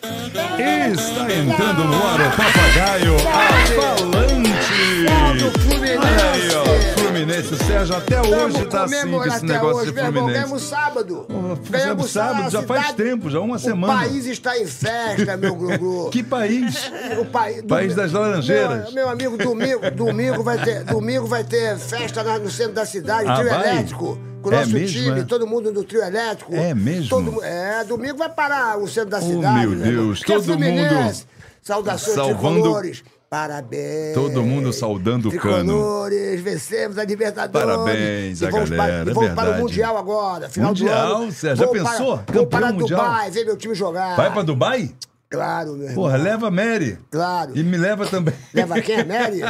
Está entrando no ar o papagaio falante. Aí, ó, Fluminense, Sérgio, até hoje tá assim com esse negócio de Ganhamos Fluminense. sábado. Porra, fizemos Ganhamos sábado, na já faz cidade. tempo, já uma o semana. O país está em festa, meu gru-gru. Que país? É, O país, País das Laranjeiras. Meu, meu amigo, domingo, domingo, vai ter, domingo vai ter festa lá no centro da cidade, Ah, trio vai? elétrico. Com o É nosso mesmo, time, é? todo mundo do trio elétrico. É mesmo? Todo mu- é, domingo vai parar o centro da Oh, cidade. meu né, irmão? Deus, Porque é todo Fluminense. mundo Saudações salvando- tricolores. Parabéns. Todo mundo saudando o cano. Tricolores, vencemos a Libertadores. Parabéns E à vamos para- galera, é E vamos para verdade. o Mundial agora, final do Mundial, ano. Sérgio, já Vou para- pensou? Vou Campeão para mundial. Dubai, ver meu time jogar. Vai pra Dubai? Claro, meu irmão. Porra, leva a Mary. Claro. E me leva também. Leva quem? A Mary?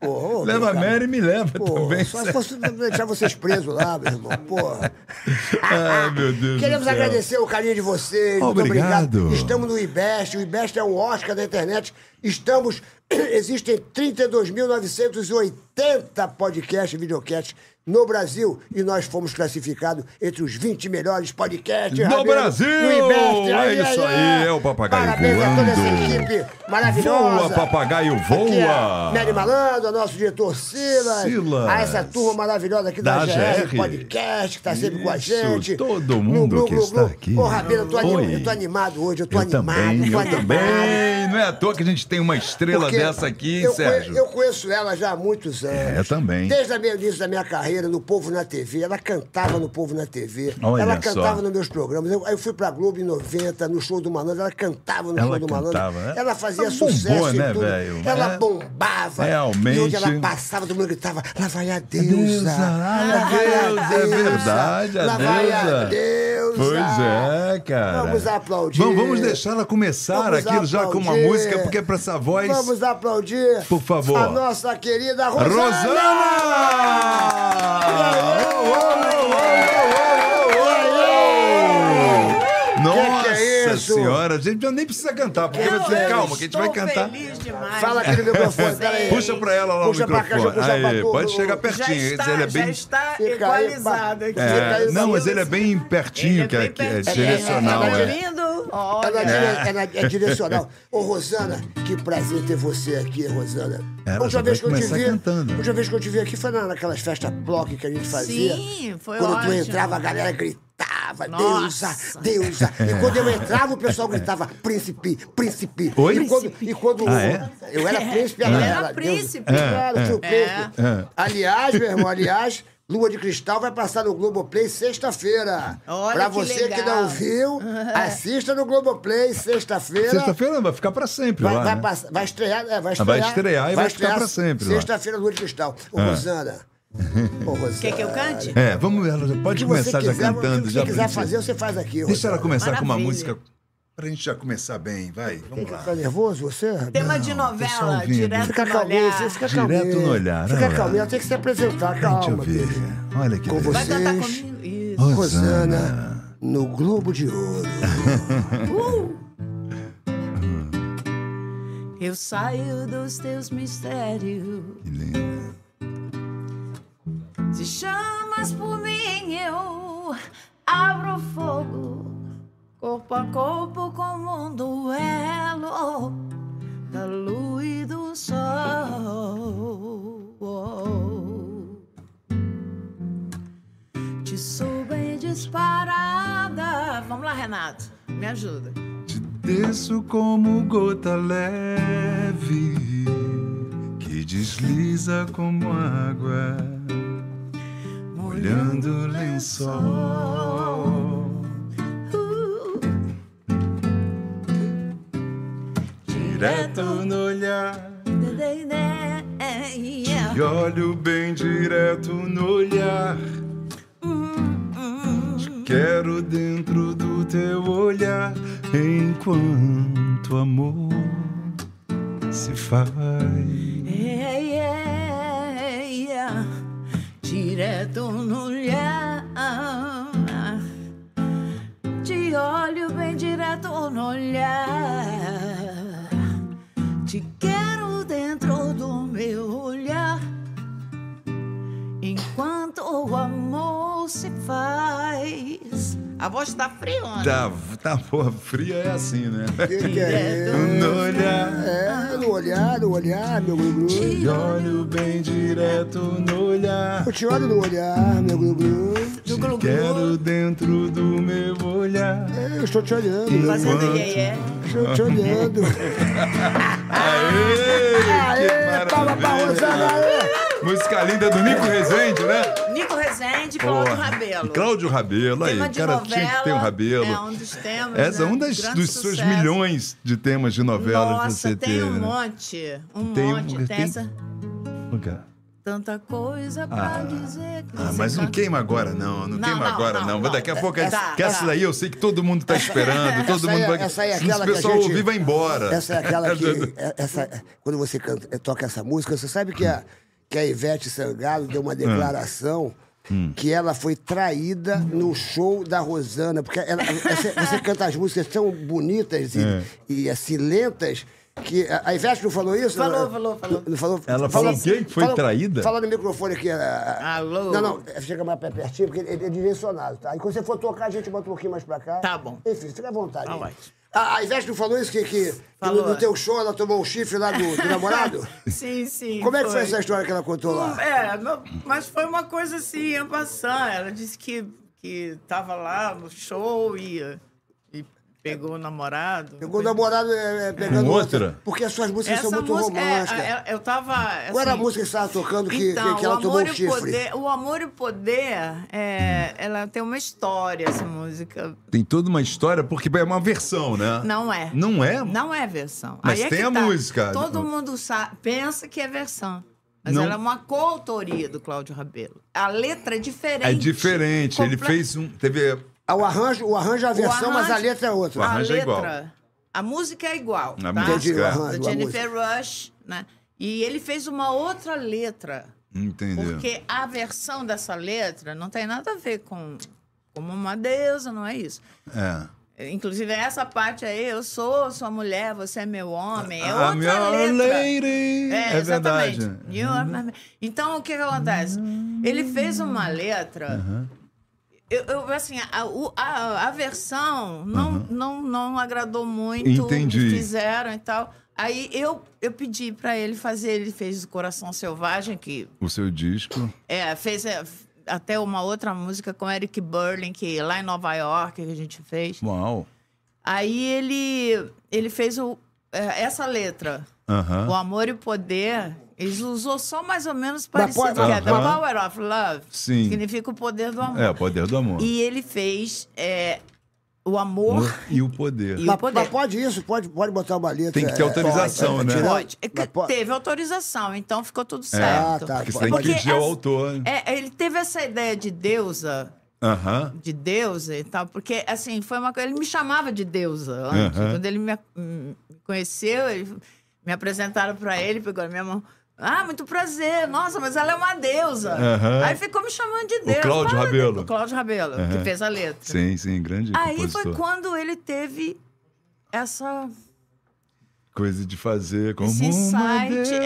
Porra, ô, Leva a meu cara. Mary e me leva Porra, também. só se Sérgio. fosse deixar vocês presos lá, meu irmão. Porra. Ai, meu Deus Queremos do céu. agradecer o carinho de vocês. Muito Obrigado. obrigado. Estamos no IBEST. O IBEST é o Oscar da internet. Estamos. Existem 32.980 podcasts e videocasts no Brasil. E nós fomos classificados entre os 20 melhores podcasts. Do Rabelo, Brasil! No IBEST. É Aí, isso aí, é o Papagaio Parabéns a toda voando. essa equipe maravilhosa. Voa, papagaio, Aqui voa. é Nery Malandro, nosso diretor Silas. Silas. A essa turma maravilhosa aqui da, Da GR, GR. Podcast, que tá sempre com a Isso, gente. todo mundo No que Glu, está Glu. aqui. Ô, Rabelo, eu tô, anim- Oi. eu tô animado hoje, eu tô Eu animado. também, tô eu animado. também. Não é à toa que a gente tem uma estrela Porque dessa aqui, hein, eu conhe- Sérgio. eu conheço ela já há muitos anos. É, também. Desde a minha- o início da minha carreira, no Povo na TV. Ela cantava no Povo na TV. Olha ela só. cantava nos meus programas. Eu, eu fui pra Globo em 90, no show do Malandro. Ela cantava no Ela show do cantava, Malandro. né? Ela fazia Ela bombou, sucesso e né, tudo. velho? Ela É. bombava. Realmente. É E onde ela passava, todo mundo gritava, lá vai a deusa. Deusa, lá vai a Deusa, é verdade, a Lá vai a deusa." deusa. Pois é, cara. Ah, Vamos aplaudir. Vamos, vamos deixar ela começar Vamos aquilo já com uma aplaudir. música, porque é pra essa voz. Vamos aplaudir. Por favor. A nossa querida Rosana. Rosana! Que que é Nossa isso? senhora, a gente nem precisa cantar, porque Eu- você eu calma, que a gente vai estou cantar. Feliz demais. Fala aqui no microfone, peraí. Puxa pra ela lá Puxa o pra cá, microfone. deixa eu puxar pra Aí, tu. pode chegar já pertinho. ele está, é já bem. está Fica aí, equalizado pá. aqui. tá Fica aí, É, não, mas ele é bem Ele pertinho, é que é, bem que é pertinho. direcional. Tá é. Lindo. É, na Olha, dire- é na- é direcional. Ô, Rosana, que prazer ter você aqui, Rosana. Ela A última já vai começar cantando. a última vez que eu te vi aqui foi na- naquelas festas block que a gente fazia. Sim, foi Quando tu ótimo. entrava, a galera gritava, deusa, Nossa. deusa. E quando eu entrava, o pessoal gritava, príncipe, príncipe. Oi? E quando, e quando Ah, é? eu era príncipe, ela Ele era era deusa. príncipe. Claro, fui o príncipe. É. Aliás, meu irmão, aliás... Lua de Cristal vai passar no Globoplay sexta-feira. Olha pra que você que legal. não viu, assista no Globoplay sexta-feira. Sexta-feira vai ficar pra sempre Vai, lá. vai, né? pass- vai estrear, é, Ah, vai estrear. vai estrear e vai ficar pra sempre lá. Ah. Sexta-feira, Lua de Cristal. Ô, Rosana. Ô, Rosana. Quer que eu cante? É, vamos, ela já pode Se começar você já quiser, cantando. O que já você quiser precisa. fazer, você faz aqui. Deixa ela começar com uma Maravilha. música pra gente já começar bem, vai. Vamos lá. Fica nervoso, você? Tema de só novela, ouvindo. direto Fica no calminho, olhar. você fica Direto calminho. no olhar, olha Fica lá. calminho, ela tem que se apresentar, Deixa eu calma. ver. querida. é. Olha que Com beleza. Vai cantar vocês. assim. comigo? Isso. Rosana, no Globo de Ouro. Eu saio dos teus mistérios. Que linda. Se chamas por mim, eu abro fogo, corpo a corpo como um duelo da luz e do sol. Te sou bem disparada. Vamos lá, Renato, me ajuda. Te desço como gota leve que desliza como água, molhando o lençol. Uh, Direto no olhar, de- de- de- yeah. e olho bem direto no olhar. Te quero dentro do teu olhar enquanto amor se faz. É retorno olhar. Te olho bem direto no olhar. Te quero dentro do meu olhar. Enquanto o amor se faz. A voz tá fria, Ana? Tá, tá boa, fria é assim, né? Que que é isso? No olhar, É, no olhar, no olhar, meu glu-glu. te olho bem direto no olhar. Eu te olho no olhar, meu glu-glu. Do Te glu-glu. quero dentro do meu olhar. É, Eu estou te olhando, meu glu-glu. Fazendo iê Estou te olhando. Aê, que Ah! Aê, palma pra maravilha. Rosana, aê. Música linda do Nico Rezende, né? Nico Rezende e Cláudio Porra. Rabelo. Cláudio Rabelo, aí. Tema O de cara novela, tinha que ter um Rabelo. É um dos temas. Essa é né? um das, Grande dos seus sucesso. milhões de temas de novelas que Nossa, você tem teve. um né? monte. Um Tem um- monte. Tem, tem- essa. Nunca. Tanta coisa pra dizer que Ah, você tá mas não canta. queima agora, não. Não, Não, queima não, agora, não, não. não. Daqui a pouco. Essa- que essa daí eu sei que todo mundo tá esperando. Todo Essa mundo aí é- vai. essa aí é Se o aquela que a pessoal gente- ouvir, vai embora. Essa é aquela que. é- Essa, quando você canta- é, toca essa música, você sabe que a, que a Ivete Sangalo deu Hum. uma declaração que ela foi traída no show da Rosana. Porque ela- você, você canta as músicas tão bonitas e, É. e assim lentas. Que a a Ivete não falou isso? Falou, Não, falou, falou. não falou? Ela Fala- falou o quê? Que foi fala- traída? Fala no microfone aqui. a- a- Alô? Não, não, é, chega mais per- pertinho, porque ele ele é direcionado, tá? E quando você for tocar, a gente bota um pouquinho mais pra cá. Tá bom. Enfim, fica à vontade. Tá aí. ótimo. A, a Ivete não falou isso? Que, que, que Falou. é. no, no teu show ela tomou o chifre lá do, do namorado? Sim, sim. Como é que foi essa história que ela contou Hum, lá? É, não- mas foi uma coisa assim, em passar. Ela disse que, que tava lá no show e, e pegou o namorado. Pegou o namorado é, é, pegando Com outra. outra? Porque as suas músicas Essa são muito música, é, românticas. a- eu tava. Qual era a assim, música que você estava tocando que, que- Então, que, ela o tomou amor o e o chifre? poder, o amor e o poder, é, ela tem uma história essa música. Tem toda uma história, porque é uma versão, né? Não é. Não é? Não é versão. Mas Aí é tem que a tá. música. Todo mundo sa- pensa que é versão. Mas Não. ela é uma coautoria do Cláudio Rabelo. A letra é diferente. É diferente. Ele Comple- fez um. Teve. Ah, o arranjo, o arranjo é a o versão, mas a arranjo- Ah, letra é outra. O A arranjo é letra, igual. a música é igual. A tá? música é Entendi, o arranjo, Do a Jennifer Rush, né? E ele fez uma outra letra. Entendeu? Porque a versão dessa letra não tem nada a ver com como uma deusa, não é isso. É. Inclusive, essa parte aí, eu sou sua mulher, você é meu homem, é A outra minha letra. lady. É, É exatamente. verdade. Uhum. You are my man. Então, o que, que acontece? Ele fez uma letra. Uhum. Eu, eu, assim, a, o- a- a versão não, não, não agradou muito. Uhum. Entendi. Fizeram e tal. Aí eu, eu pedi pra ele fazer, ele fez o Coração Selvagem, que O seu disco. é, fez é, até uma outra música com Eric Burling, que lá em Nova York que a gente fez. Uau. Aí ele, ele fez o- é, essa letra. Aham. O amor e o poder. Eles usou só mais ou menos parecido pode- que é. The Aham. Power of Love. Sim. Significa o poder do amor. É, o poder do amor. E ele fez é, o amor. E o poder. E o Mas, poder. mas pode isso, pode, pode botar uma letra. Tem que ter é, autorização, pode, né? É. tirar- Pode. É que mas pode- Teve autorização, então ficou tudo Ah, certo. tá. Porque você tem pode- que Porque pedir ao essa- autor. né? É, ele teve essa ideia de deusa Aham. de deusa e tal, porque assim, foi uma coisa. Ele me chamava de deusa antes. Aham. Quando ele me hum, conheceu, ele- me apresentaram pra ele, pegou na minha mão. Ah, muito prazer. Nossa, mas ela é uma deusa. Aham. Aí ficou me chamando de deusa. Cláudio Fala, Rabelo. O Cláudio Rabelo, Aham. que fez a letra. Sim, sim, grande Aí compositor. foi quando ele teve essa Coisa de fazer como esse uma insight. deusa.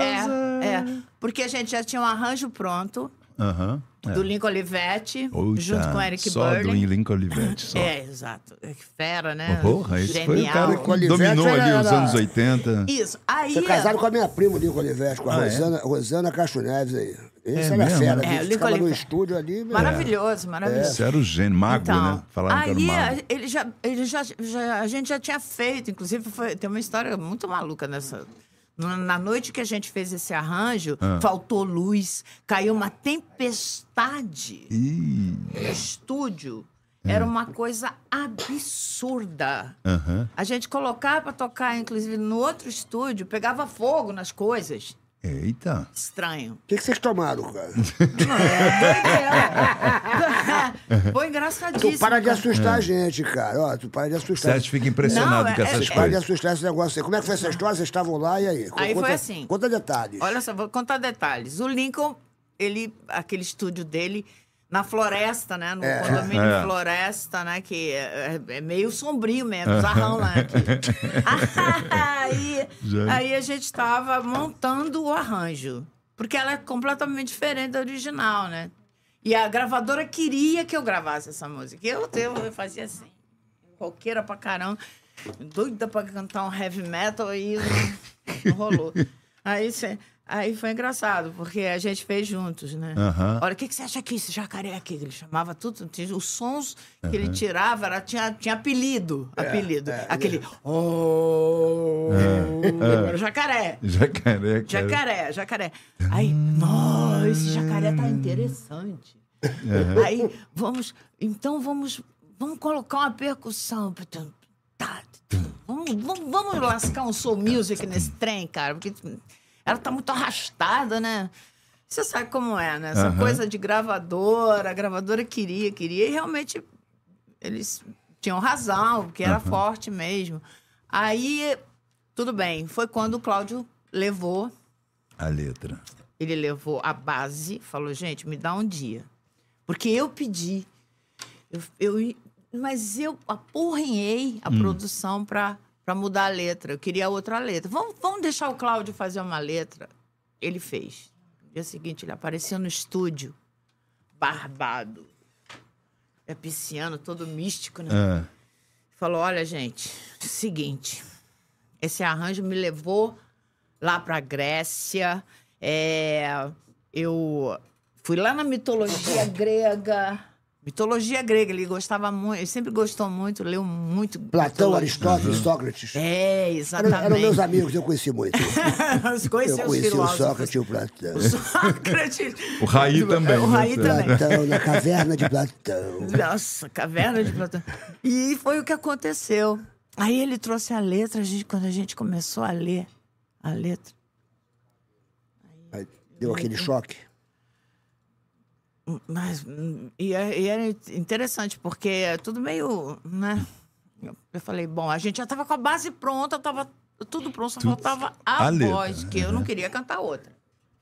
É, é. Porque a gente já tinha um arranjo pronto Aham. é. do Lincoln Olivetti, Outra, junto com Eric Só Burling. do Lincoln Olivetti, só. Oh, É, exato. Que Fera, né? Porra, esse foi o cara que Lincoln Olivetti dominou ali era- os anos 80. Isso. Aí. Você é casado com a minha prima, o Lincoln Olivetti, com a Ah, é? Rosana, Rosana Castro Neves aí. Esse É era mesmo? fera, É, é, o Lincoln ficava no Olivetti. estúdio ali. meu. é Maravilhoso, maravilhoso. Então, Isso era o gênio, é mago, né? Falaram que era aí um mago. a- ele já, ele já, já- a gente já tinha feito, inclusive foi- tem uma história muito maluca nessa. Na na noite que a gente fez esse arranjo, Ah. faltou luz, caiu uma tempestade Ih, É. no estúdio. Era uma coisa absurda. aham. A gente colocava pra tocar, inclusive, no outro estúdio, pegava fogo nas coisas. Eita. Estranho. O que, que vocês tomaram, cara? Doideira. É. Foi engraçadíssimo. Tu para de assustar É. a gente, cara. Ó, tu para de assustar. Sérgio fica impressionado Não, com é- essas é- Para de coisas. assustar esse negócio aí. Como é que foi essa história? Vocês estavam lá e aí? Aí foi Conta- assim. Conta detalhes. Olha só, vou contar detalhes. O Lincoln, ele, aquele estúdio dele Na floresta, né? No condomínio É. floresta, né? Que é, é meio sombrio É. mesmo, zarrão lá. aí, Já- aí a gente estava montando o arranjo. Porque ela é completamente diferente da original, né? E a gravadora queria que eu gravasse essa música. E Eu, eu, eu fazia assim. Roqueira pra caramba. Doida pra cantar um heavy metal aí não- não rolou. Aí, cê- aí foi engraçado, porque a gente fez juntos, né? Aham. Olha, o que, que você acha aqui? Esse jacaré aqui, que ele chamava tudo. tinha- Os sons que ele tirava era, tinha, tinha apelido. apelido. Aquele. Oh, era o jacaré. Jacaré, cara. Jacaré, jacaré. Aí, nossa, esse jacaré tá interessante. Aí, vamos, então vamos, vamos colocar uma percussão. Tá, Vamos, vamos, vamos lascar um soul music nesse trem, cara, porque ela tá muito arrastada, né? Você sabe como é, né? Essa Aham. coisa de gravadora, a gravadora queria, queria, e realmente eles tinham razão, porque era forte mesmo. Aí, tudo bem, foi quando o Cláudio levou, A letra. ele levou a base, falou, gente, me dá um dia. Porque eu pedi, eu, eu- mas eu apurrinhei a produção para mudar a letra, eu queria outra letra. Vamos, vamos deixar o Cláudio fazer uma letra? Ele fez. No dia seguinte, ele apareceu no estúdio, barbado. É pisciano, todo místico, né? Ah, falou: olha, gente, seguinte, esse arranjo me levou lá pra Grécia. é, eu fui lá na mitologia grega. Mitologia grega, ele gostava muito, ele sempre gostou muito, leu muito. Platão, mitologia. Aristóteles, Sócrates. Uhum. É, Eram, exatamente. eram meus amigos, eu conheci muito. Os conheci Eu conheci os o filósofos. Sócrates e o Platão. O Sócrates. O Raí também, O Raí né? também. Platão, na caverna de Platão. Nossa, caverna de Platão. E foi o que aconteceu. Aí ele trouxe a letra, a gente, quando a gente começou a ler a letra, Aí Deu aquele choque. mas hum, e, é- e era interessante porque é tudo meio, né? Eu falei, bom, a gente já tava com a base pronta, tava tudo pronto, só faltava a, a letra, né? voz que eu não queria cantar outra.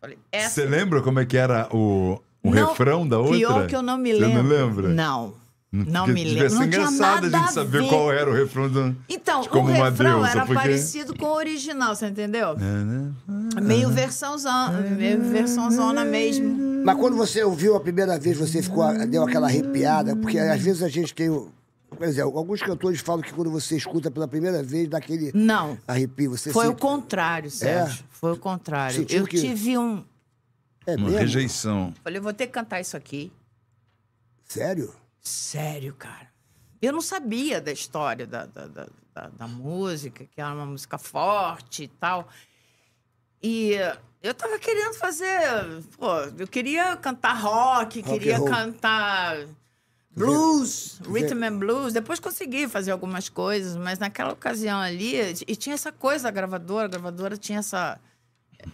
Falei, essa Você lembra como é que era o, o Não, refrão da outra? Pior que eu não me Você lembro. não lembra? Não. Não Porque me devia lembro. ser Não tinha engraçado nada a gente saber ver. qual era o refrão do... Então, de o Tipo como uma refrão deusa, era porque- Né, parecido com o original, você entendeu? Ah, Meio versãozão, meio versãozona mesmo. Mas quando você ouviu a primeira vez, você ficou, deu aquela arrepiada, porque às vezes a gente tem. o- Por exemplo, alguns cantores falam que quando você escuta pela primeira vez, dá aquele Não, arrepio. Você foi o sente- contrário, Sérgio. Foi o contrário. Sentiu eu que- tive um... É Uma mesmo? rejeição. Falei, eu vou ter que cantar isso aqui. Sério? Sério, cara. Eu não sabia da história da, da, da, da- da música, que era uma música forte e tal. E eu tava querendo fazer. Pô, eu queria cantar rock, and queria roll. cantar blues, rhythm and blues. Depois consegui fazer algumas coisas, mas naquela ocasião ali. E tinha essa coisa da gravadora, a gravadora tinha essa.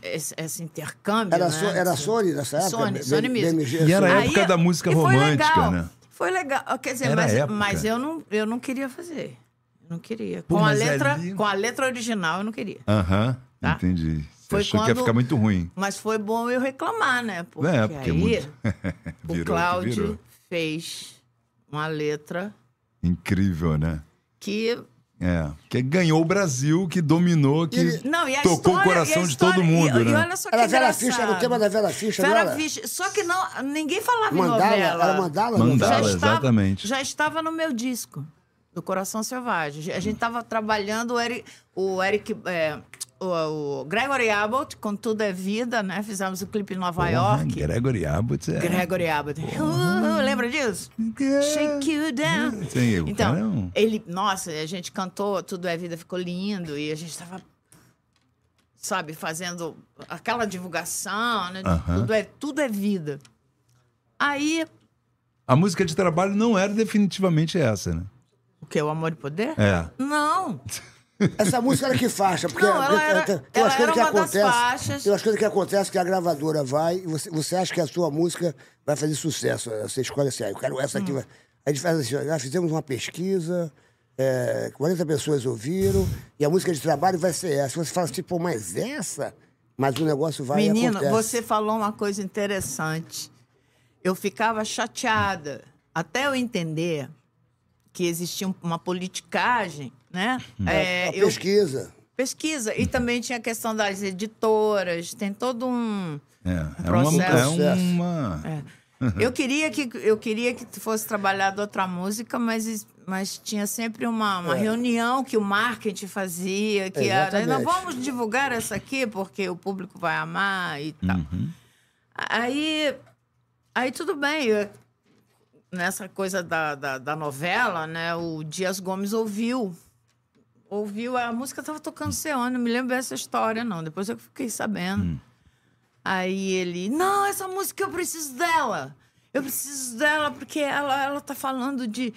Esse, esse intercâmbio. Era, né? so, era Sony nessa época? Sony, B- B- Sony Music. BMG, E era Sony. a época da música é- e foi romântica, legal. né? Foi legal. Ah, Quer dizer, Era a mas, época. mas eu, não, eu não queria fazer. Eu não queria. Pô, com, a mas letra, ali- com a letra original, eu não queria. Aham, Tá. entendi. Você Foi achou que ia quando- ficar muito ruim. Mas foi bom eu reclamar, né? Porque, é, porque aí muito... virou, o que o Cláudio virou. fez uma letra Incrível, né? que. É. Que ganhou o Brasil, que dominou, que Não, e a tocou história, o coração e a de todo história- mundo, e, né? E olha só que Era a Vera engraçado. Fischer, era o tema da Vera Fischer, não Vera era? Fischer. Só que não, ninguém falava Mandala, em novela. era Mandala? Mandala. já Fala, estava, exatamente. Já estava no meu disco, do Coração Selvagem. A gente estava trabalhando o Eric, o, Eric é, o, o Gregory Abbott, com Tudo é Vida, né? Fizemos o clipe em Nova Porra, York. Gregory Abbott. É... Gregory Abbott. Uh, lembra disso? Shake you down. Sim, o Então, cara é um- ele, nossa, a gente cantou, tudo é vida, ficou lindo e a gente tava, sabe, fazendo aquela divulgação, né? Aham. Tudo é, tudo é vida. Aí, A música de trabalho não era definitivamente essa, né? o que? O amor e poder? É. Não. Essa música era que faixa? Porque Não, ela porque era- tem- tem ela umas coisas era que uma das acontecem. faixas. Tem umas coisas que acontecem que a gravadora vai e você, você acha que a sua música vai fazer sucesso. Você escolhe assim, ah, eu quero essa Hum. aqui. vai. A gente faz assim, ó, nós fizemos uma pesquisa, é, 40 pessoas ouviram, e a música de trabalho vai ser essa. Você fala assim, pô, mas essa? Mas o negócio vai e Menino, acontece. você falou uma coisa interessante. eu ficava chateada até eu entender que existia uma politicagem, né? É, A eu pesquisa. pesquisa e também tinha a questão das editoras, tem todo um É, é uma. É processo. É. uma... Eu queria que eu queria que fosse trabalhado outra música, mas mas tinha sempre uma, uma reunião que o marketing fazia, que era, Exatamente. nós vamos divulgar essa aqui porque o público vai amar e tal. Aí aí tudo bem, eu- nessa coisa da, da, da novela, né? O Dias Gomes ouviu ouviu a música estava tocando Ceone, não me lembro dessa história não, depois eu fiquei sabendo. Aí ele, não, essa música eu preciso dela. Eu preciso dela porque ela, ela tá falando de.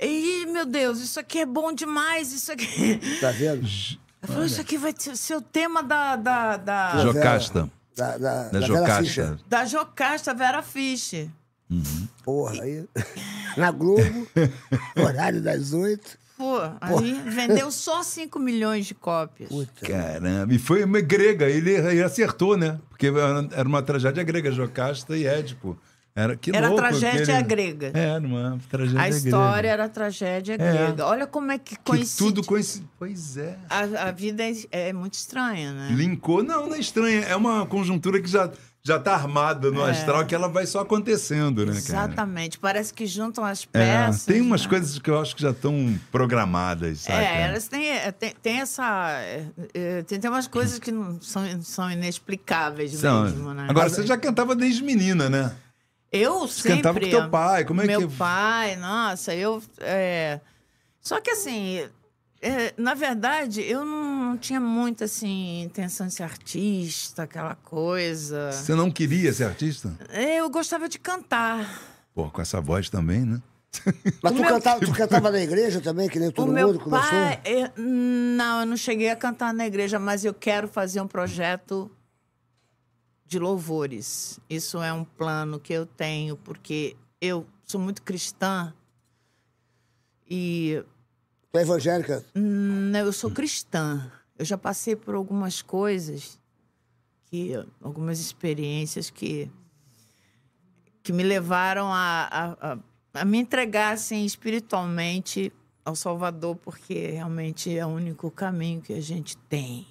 Ih, meu Deus, isso aqui é bom demais, isso aqui. Tá vendo? Ela falou, isso aqui vai ser ser o tema da, da, da, Jo- Jocasta. Da, da, Da da Vera Fischer. Jocasta. da Jocasta Vera Fischer. Porra, aí. Na Globo, horário das oito. Pô, aí vendeu só 5 milhões de cópias. Caramba, e foi uma grega, ele, ele acertou, né? Porque era uma tragédia grega, Jocasta e Édipo. Era, que Era louco, tragédia aquele- grega. É, era uma tragédia grega. A história era a tragédia grega. Olha como é que que coincidiu. tudo coincidiu. Pois é. a, a vida é, é muito estranha, né? Linkou, não, não é estranha. É uma conjuntura que já, já tá armada no astral, que ela vai só acontecendo, né, cara? É. Exatamente. Parece que juntam as É, peças. tem umas né? coisas que eu acho que já estão programadas, sabe? É, elas têm, é, tem, tem essa. é, é, Tem, tem umas coisas que não são, são inexplicáveis mesmo, né? Agora, você já cantava desde menina, né? eu Você cantava com teu pai, como é meu que... pai, nossa, eu. é, Só que assim. é, na verdade, eu não tinha muito assim intenção de ser artista, aquela coisa. Você não queria ser artista? Eu gostava de cantar. Pô, com essa voz também, né? Mas O tu meu- cantava, tu cantava na igreja também, que nem todo é o mundo meu começou? pai, eu- não, eu não cheguei a cantar na igreja, mas eu quero fazer um projeto de louvores. Isso é um plano que eu tenho porque eu sou muito cristã e Tu é evangélica? hum, eu sou cristã. Eu já passei por algumas coisas que algumas experiências que que me levaram a, a, a, a me entregar assim, espiritualmente ao Salvador, porque realmente é o único caminho que a gente tem.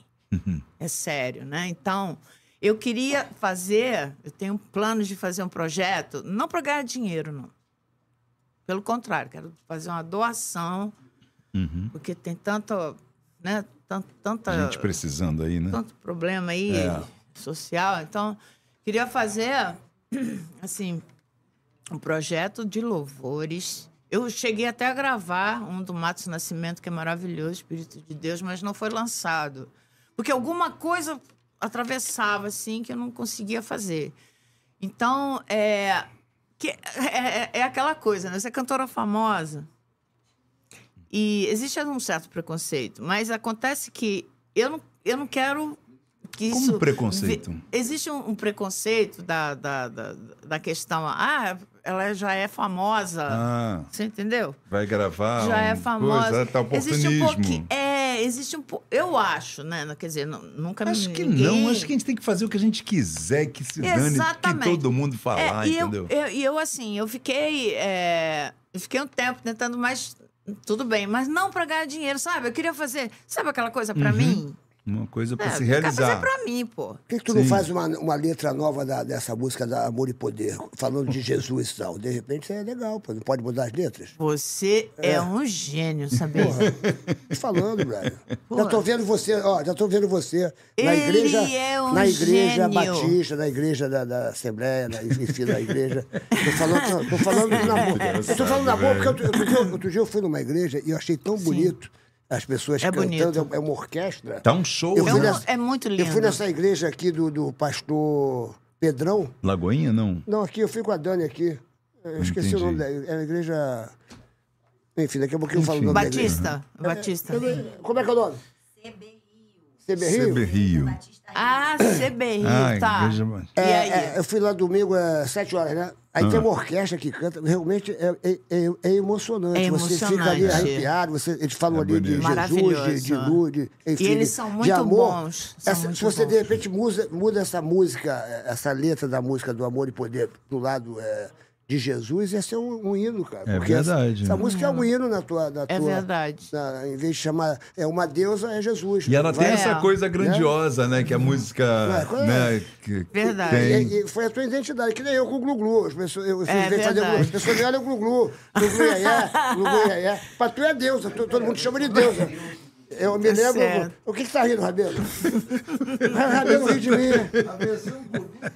É sério, né? Então, eu queria fazer, eu tenho planos de fazer um projeto, não para ganhar dinheiro, não. Pelo contrário, quero fazer uma doação, porque tem tanta, né, tan- tanta Gente precisando aí, né? tanto problema aí É. social. Então, queria fazer assim um projeto de louvores. Eu cheguei até a gravar um do Matos Nascimento, que é maravilhoso, Espírito de Deus, mas não foi lançado. Porque alguma coisa atravessava, assim, que eu não conseguia fazer. Então, é, que, é, é- é aquela coisa, né? Você é cantora famosa, e existe um certo preconceito, mas acontece que eu não, eu não quero que Como isso. preconceito? vi- Existe um, um preconceito da, da, da, da questão. Ah, ela já é famosa. Ah, Você entendeu? vai gravar já é um famosa. Coisa, tá existe oportunismo. um pouquinho. É, existe um pouco. Eu acho, né? Quer dizer, nu- nunca me Acho que não, acho que a gente tem que fazer o que a gente quiser, que se dane, que Exatamente. todo mundo É, falar, e eu- entendeu? eu- E eu, assim, eu fiquei. é, eu fiquei um tempo tentando, mas tudo bem, mas não pra ganhar dinheiro, sabe? Eu queria fazer, sabe aquela coisa Uhum. pra mim? Uma coisa pra É, se eu quero realizar. fazer pra mim, pô. Por que, que tu não faz uma, uma letra nova da- dessa música da Amor e Poder, falando de Jesus e tal? De repente isso é legal, pô. Não pode mudar as letras? Você é, um gênio, sabia? Tô falando, Brian. Porra. Já tô vendo você, ó, já tô vendo você na Ele igreja. é um na igreja gênio. batista, na igreja da, da Assembleia, na, enfim, na igreja. Tô falando, tô falando na boa. É Eu tô falando na boa, porque outro, outro dia, outro dia eu fui numa igreja e eu achei tão bonito as pessoas É cantando, bonito. é uma orquestra. Tá um show, Eu É, fui um- né? nessa- é muito lindo. Eu fui nessa igreja aqui do, do pastor Pedrão. Lagoinha, não? Não, aqui eu fui com a Dani aqui. Eu esqueci Entendi. o nome da era a igreja. Enfim, daqui a pouquinho É, eu falo o nome da igreja. Batista, Batista. Como é que é o nome? CB CB CB Rio. Rio. Ah, CBI, Ai, tá. veja mais. E É, aí? é, eu fui lá domingo às sete horas, né? Aí Ah. tem uma orquestra que canta, realmente é, é- é- é emocionante. É Você fica emocionante. ali arrepiado, você, eles É falam ali de Jesus, de, Maravilhoso. de luz, de, enfim, eles de- são de muito amor. bons, são Essa- se muito você, de bons. repente, muda, muda essa música, eh, essa letra da música do amor e poder do lado eh, de Jesus, ia ser um, um hino, cara. É Porque essa- verdade. Essa, música é um hino na tua... Na É tua- verdade. na- em vez de chamar é uma deusa, é Jesus. E ela tem Vai- essa coisa grandiosa, né? Que a música. É, qual é? Né, que Verdade. Tem... E, e foi a tua identidade, que nem eu com o Glu-Glu. As pessoas, eu, eu fui É ver fazer verdade. Glu, as pessoas me olham Glu-Glu, Glu-Glu iaiá, Glu-Glu iaiá. Pra tu é deusa, tu- todo mundo te chama de deusa. Eu me Tá lembro... certo. O que que tá rindo, Rabelo? Rabelo ri de mim.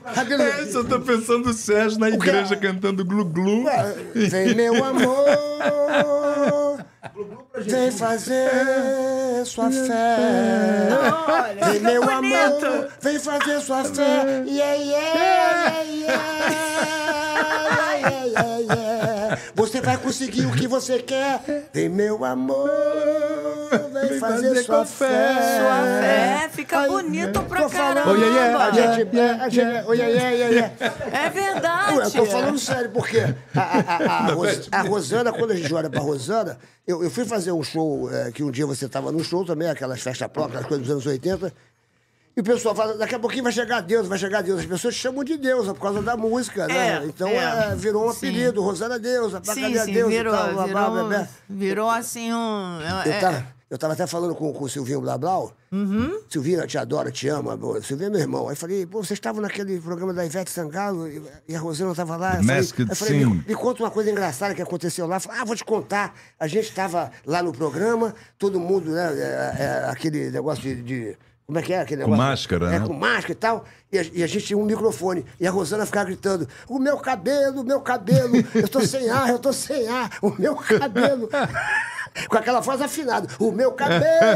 Rabelo... É, só tô pensando o Sérgio na igreja cantando glu-glu. é? Vem, meu amor, vem fazer sua fé. Olha, Vem, fica meu bonito. amor, vem fazer sua fé. Yeah, yeah, yeah, yeah, yeah, yeah, yeah. Você vai conseguir o que você quer. Vem, meu amor, vem, Vem fazer, fazer sua com fé. fé. Sua Oh, fé, fica Aí, bonito pra é. tô falando. é, caramba. Ô, Yeye, A gente, a gente, oh, yeah, yeah, yeah, yeah. É verdade. Ué, eu tô falando sério, porque a, a- a- a Ros- a Rosana, quando a gente olha pra Rosana, eu, eu fui fazer um show, eh, que um dia você tava no show também, aquelas festas próprias, aquelas coisas dos anos 80, e o pessoal fala, daqui a pouquinho vai chegar Deus, vai chegar Deus. As pessoas chamam de Deusa por causa da música, né? É, então é. eh, virou um Sim. apelido, Rosana Deusa, pra Sim, cadê a sim, Deusa virou, e tal, blá, blá, blá, virou, um blá. virou assim um... Eu é- tava, eu tava até falando com, com o Silvinho Blablau. Silvinho, eu te adoro, te amo. amor. Silvinho é meu irmão. Aí falei, pô, vocês estavam naquele programa da Ivete Sangalo e, e a Rosana tava lá. Eu falei, Masked eu falei, me, Singer. me conta uma coisa engraçada que aconteceu lá. Eu Falei, ah, vou te contar. A gente tava lá no programa, todo mundo, né, é, é, aquele negócio de... de- como é que é aquele negócio? máscara, é, né? Com máscara e tal. E a, e a gente tinha um microfone. E a Rosana ficava gritando: O meu cabelo, o meu cabelo, eu tô sem ar, eu tô sem ar, o meu cabelo. Com aquela voz afinada, o meu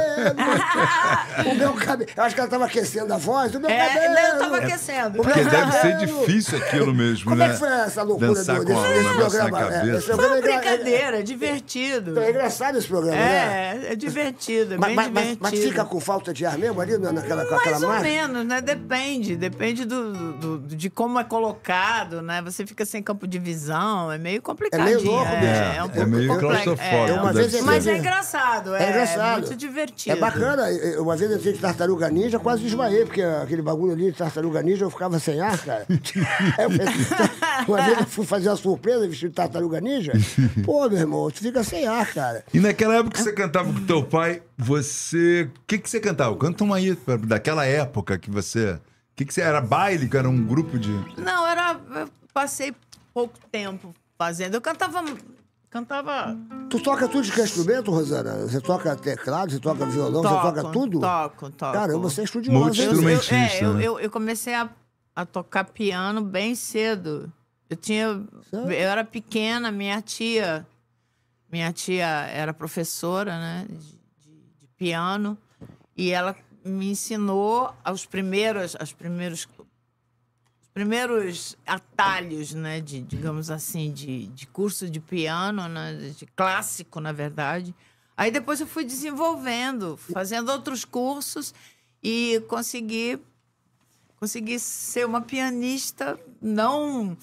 cabelo, o meu cabelo. Eu acho que ela tava aquecendo a voz, o meu É, cabelo. não, eu tava aquecendo. o meu Porque deve ser cabelo." difícil aquilo mesmo, Como né? é que foi essa loucura Dançar do, com desse, a- desse um negócio na programa? É, cabeça. esse Foi programa uma é engra- brincadeira, divertido. É, é engraçado esse programa, né? É, é divertido, é Mas, bem mas- mas- divertido. mas fica com falta de ar mesmo ali na- naquela, com aquela Mais ou máscara? menos, né? Depende. Depende do, do- do- de como é colocado, né? Você fica sem campo de visão, é meio complicadinho. louco mesmo. É, um É pouco meio complexo. claustrofóbico, É, uma deve vez eu ser. mas vi- é engraçado. É, É engraçado. muito É divertido. bacana. Eu- eu- Uma vez eu entrei de tartaruga ninja, quase desmaiei, porque aquele bagulho ali de tartaruga ninja eu ficava sem ar, cara. Aí eu pensei, "Então, uma vez eu fui fazer uma surpresa vestido de tartaruga ninja. Pô, meu irmão, tu fica sem ar, cara. E naquela época que você cantava com teu pai, você. O que, que você cantava? Canta uma aí, pra- daquela época que você. O que, que você. Era baile, que era um grupo de. Não, era. Eu passei pouco tempo fazendo. Eu cantava. Cantava. Tu toca tudo de que instrumento, Rosana? Você toca teclado, você toca violão, Então, você Toco, toca tudo? Toco, toco. Caramba, você é estudiosa. hein? Eu- eu- Multi-instrumentista, é, eu, né? eu- eu comecei a, a tocar piano bem cedo. Eu tinha. Sério? Eu era pequena, minha tia. Minha tia era professora, né? De, de- de piano. E ela me ensinou aos primeiros. Aos primeiros os primeiros atalhos, né, de, digamos assim, de, de curso de piano, né, de clássico, na verdade. Aí depois eu fui desenvolvendo, fazendo outros cursos e consegui consegui ser uma pianista não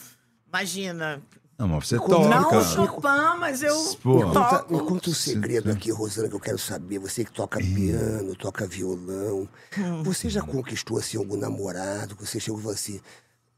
imagina, Não, mas você Não, toca. não Chopin, mas eu Pô. Conta, me toco. conta um segredo né? aqui, Rosana, que eu quero saber. Você que É. toca piano, toca violão, você já conquistou assim algum namorado? que Você chegou e falou assim,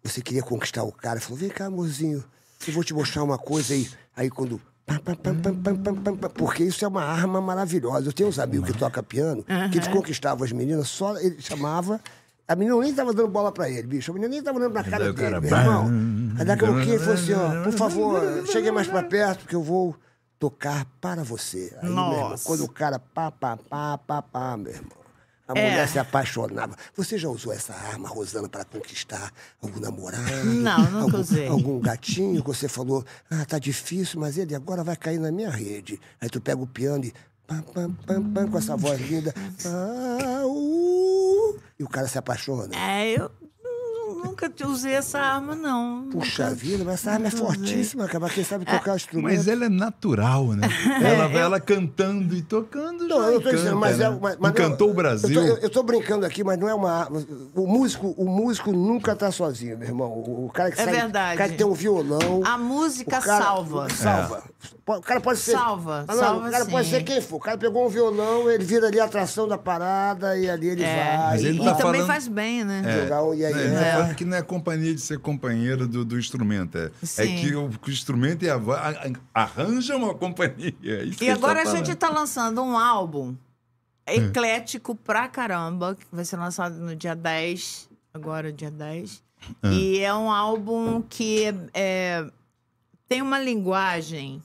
você queria conquistar o cara, falou, vem cá, amorzinho, eu vou te mostrar uma coisa aí. Aí quando. pam, pam, pam, pam, pam, pam, pam, pam, Porque isso é uma arma maravilhosa. Eu tenho uns amigos Uhum. que tocam piano, que eles conquistavam as meninas, só ele chamava. A menina nem tava dando bola pra ele, bicho. A menina nem tava dando pra cara Daí é o dele, cara, meu bam. irmão. Aí daqui a pouquinho ele falou assim, ó, por favor, chegue mais pra perto, porque eu vou tocar para você. Aí, meu irmão, Nossa. quando o cara pá, pá, pá, pá, pá, meu irmão. A É. mulher se apaixonava. Você já usou essa arma, Rosana, para conquistar algum namorado? Não, nunca algum, usei. Algum gatinho que você falou, ah, tá difícil, mas ele agora vai cair na minha rede. Aí tu pega o piano e pam, pam, pam, pam, com essa voz linda. Ah, uh, e o cara se apaixona. É, eu não, nunca te usei essa arma, não. Puxa vida, mas essa arma é fortíssima, cara. Pra quem sabe tocar o instrumento. Mas ela é natural, né? ela vai ela cantando e tocando. É, Não, já eu tô encanta, dizendo, mas né? é. Mas, mas Encantou não, o Brasil. Eu tô, eu- eu tô brincando aqui, mas não é uma. arma. O músico, o músico nunca tá sozinho, meu irmão. O, o cara que É sai- verdade. O cara que tem um violão. A o música cara- salva. Salva. É. Po- O cara pode ser. Salva, Ah, não, salva O cara pode sim. ser quem for. O cara pegou um violão, ele vira ali a atração da parada e ali ele É. vai. Mas ele e tá também falando- faz bem, né? Jogar um iaiê. Não, ele tá falando que não é companhia de ser companheiro do, do instrumento. É, é Sim. que o, que o instrumento e a voz a- a- arranjam uma companhia. é isso que E ele tá agora a gente falando. está lançando um Hum. álbum eclético pra caramba, que vai ser lançado no dia 10, agora dia 10. Ah. E é um álbum que é, tem uma linguagem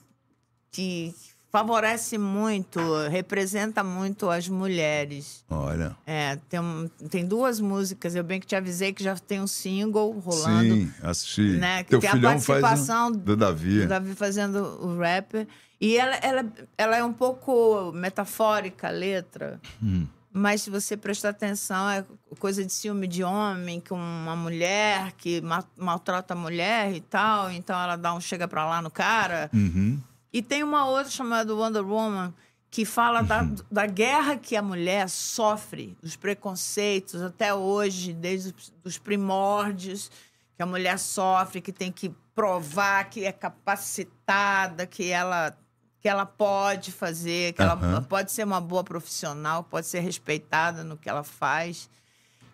que favorece muito, representa muito as mulheres. Olha. É, tem, um- tem duas músicas, eu bem que te avisei que já tem um single rolando Sim, assisti. Né, que Teu tem a filhão faz um- participação do Davi. o Davi fazendo o rap. E ela, ela, ela é um pouco metafórica a letra. Hum. Mas se você prestar atenção, é coisa de ciúme de homem com uma mulher que ma- maltrata a mulher e tal. Então ela dá um chega pra lá no cara. Uhum. E tem uma outra chamada Wonder Woman que fala da, da guerra que a mulher sofre, dos preconceitos até hoje, desde os dos primórdios, que a mulher sofre, que tem que provar que é capacitada, que ela que ela pode fazer, que ela Aham. pode ser uma boa profissional, pode ser respeitada no que ela faz.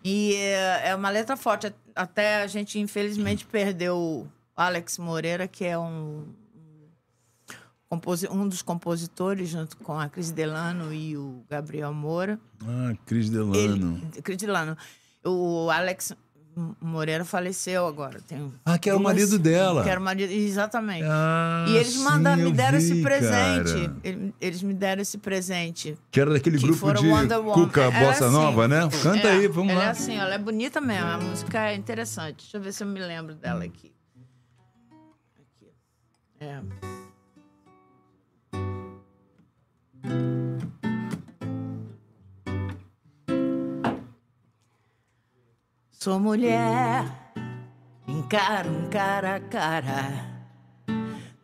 E é, é uma letra forte. Até a gente, infelizmente, perdeu o Alex Moreira, que é um, composi- um dos compositores, junto com a Cris Delano e o Gabriel Moura. Ah, Cris Delano. Ele, Cris Delano. O Alex Moreira faleceu agora. Tem Ah, que era o duas- marido dela. Que era o marido, exatamente. Ah, e eles sim, manda- me eu deram vi, esse presente. cara. Ele- Eles me deram esse presente. Que era daquele Que grupo foram de Wonder Woman. Cuca Ela é Bossa assim. Nova, né? Canta É, aí, vamos ela lá. é assim, ela é bonita mesmo. A música é interessante. Deixa eu ver se eu me lembro dela aqui. Aqui. É. Sou mulher, encaro um cara a cara.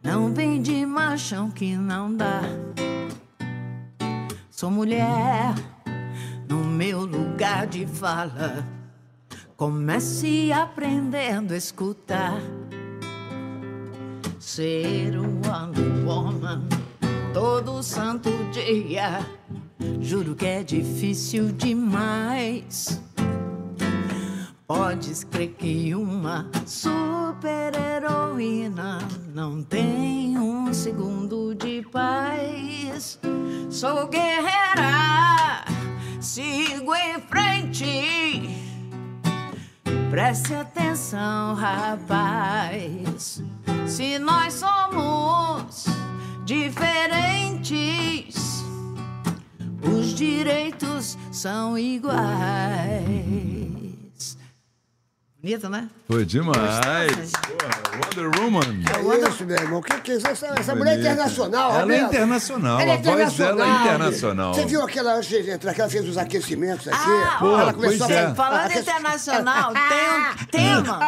Não vem de machão que não dá. Sou mulher, no meu lugar de fala. Comece aprendendo a escutar. Ser um Wonder Woman todo santo dia. Juro que é difícil demais. Podes crer que uma super-heroína não tem um segundo de paz. Sou guerreira, sigo em frente. Preste atenção, rapaz. Se nós somos diferentes, os direitos são iguais. Bonito, né? Foi demais. Pô, Wonder Woman. É isso, meu irmão. Que, que, essa essa mulher é Bonita. Oh, internacional, Ela é Roberto. internacional, a voz dela é internacional. Você viu aquela antes de entrar, que ela fez os aquecimentos aqui? Ah, É Pô, ela pois começou é. a um Falando aquece- internacional, tem um tema.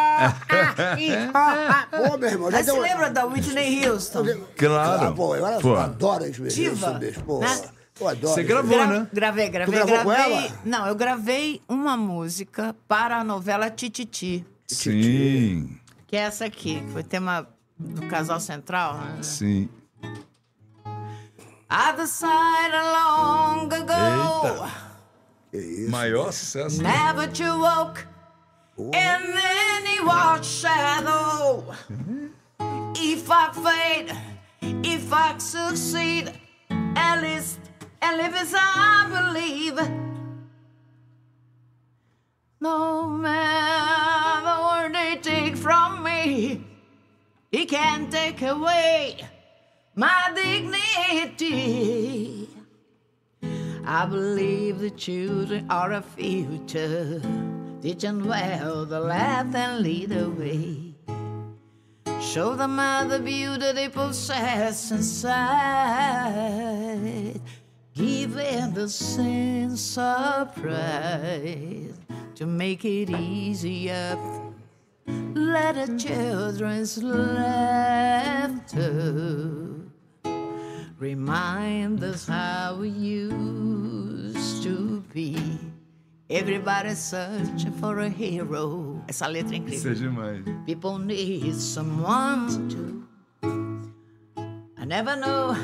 Ah, Pô, meu irmão, já Mas se Então, deu... lembra da Whitney Houston? Claro. Ah, pô, eu, Pô. eu adoro isso mesmo. Diva, isso mesmo, pô. né? Eu adoro. Você isso. gravou, Gra- né? Gravei, gravei, gravou com gravei. ela? Não, eu gravei uma música para a novela Tititi, Sim, que é essa aqui, que foi tema do Casal Central, né? sim. I decided long ago Que isso. Maior sucesso. never to walk in anyone's shadow. If I fail, if I succeed, at least, at least I believe. No matter what they take from me, he can't take away my dignity. I believe the children are a future. Teach them well the life and lead the way. Show them all the beauty they possess inside. Give them the sense of pride to make it easier at a children's laughter. Remind us how we used to be. Everybody searching for a hero. Essa letra é incrível. Isso é demais. People need someone to. I never know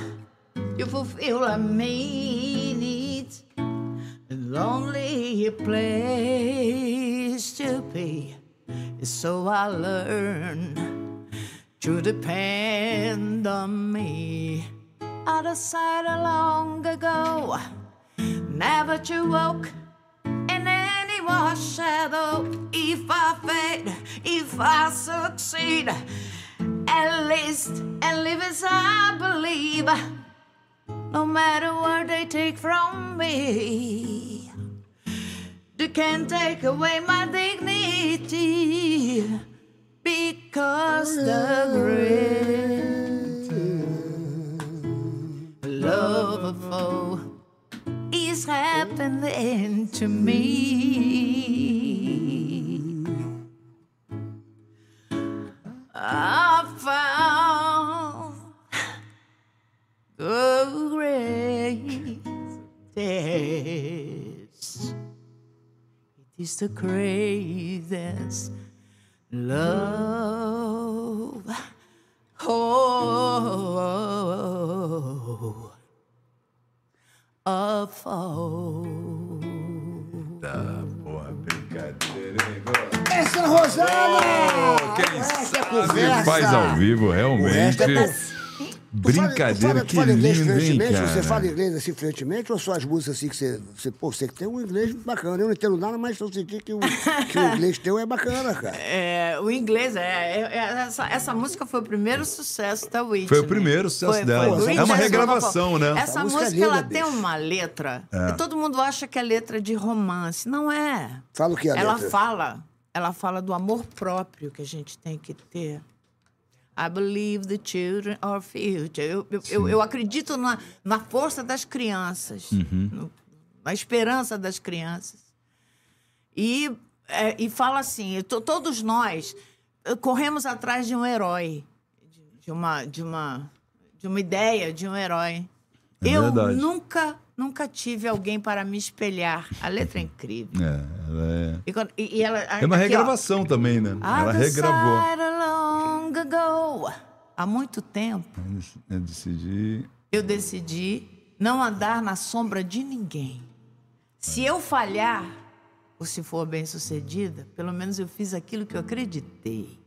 you fulfill a need. A lonely place to be. So I learn to depend on me. I decided long ago never to walk in anyone's shadow. If I fail, if I succeed, at least, at least I believe. No matter what they take from me, they can't take away my dignity because the great love of all is happening to me. I found the greatest. It is the greatest love. Oh, of all. Tá, porra, brincadeira, hein, Igor? Essa é a Rosana! Pô, quem Essa é a sabe faz ao vivo, realmente. Hum? Essa é pra- Brincadeira, tu fala que inglês lindo, hein, fluentemente? cara? Você fala inglês assim fluentemente ou só as músicas assim que você. você pô, você tem um inglês bacana. Eu não entendo nada, mas eu senti que o, que o inglês teu é bacana, cara. É, o inglês, é, é, é, essa, essa música foi o primeiro sucesso da Whitney. Foi o primeiro sucesso dela. o É Whitney uma Houston regravação, Rock. né? Essa A música música, é linda, ela tem bicho. uma letra. E todo mundo acha que é letra de romance. Não é. Fala o que é a ela letra? fala, ela fala do amor próprio que a gente tem que ter. I believe the children are future. Eu, eu, eu, eu acredito na, na força das crianças, Uhum. no- na esperança das crianças. E, é, e fala assim: to- todos nós eh, corremos atrás de um herói, de, de uma, de, uma, de uma ideia, de um herói. É eu verdade. nunca, nunca tive alguém para me espelhar. A letra é incrível. É, ela E, quando- e- e ela, é... é uma aqui, ó. Ah, tá regravação também, né? Ela I regravou. decided long ago. Há muito É tempo Eu decidi. eu decidi não andar na sombra de ninguém. Se eu falhar, ou se for bem sucedida, pelo menos eu fiz aquilo que eu acreditei.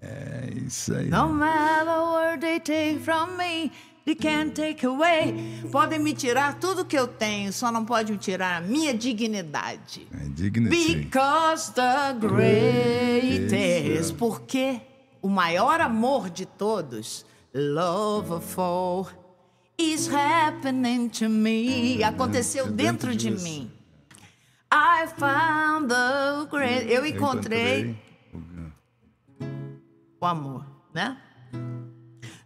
É isso aí. No matter what they take from me, they can't take away. Podem me tirar tudo que eu tenho, só não pode me tirar a minha dignidade. É dignity. Because the greatest. Porque o maior amor de todos, love for, is happening to me. Aconteceu dentro dentro de disso. mim. I found the great. Eu Eu encontrei o amor, né?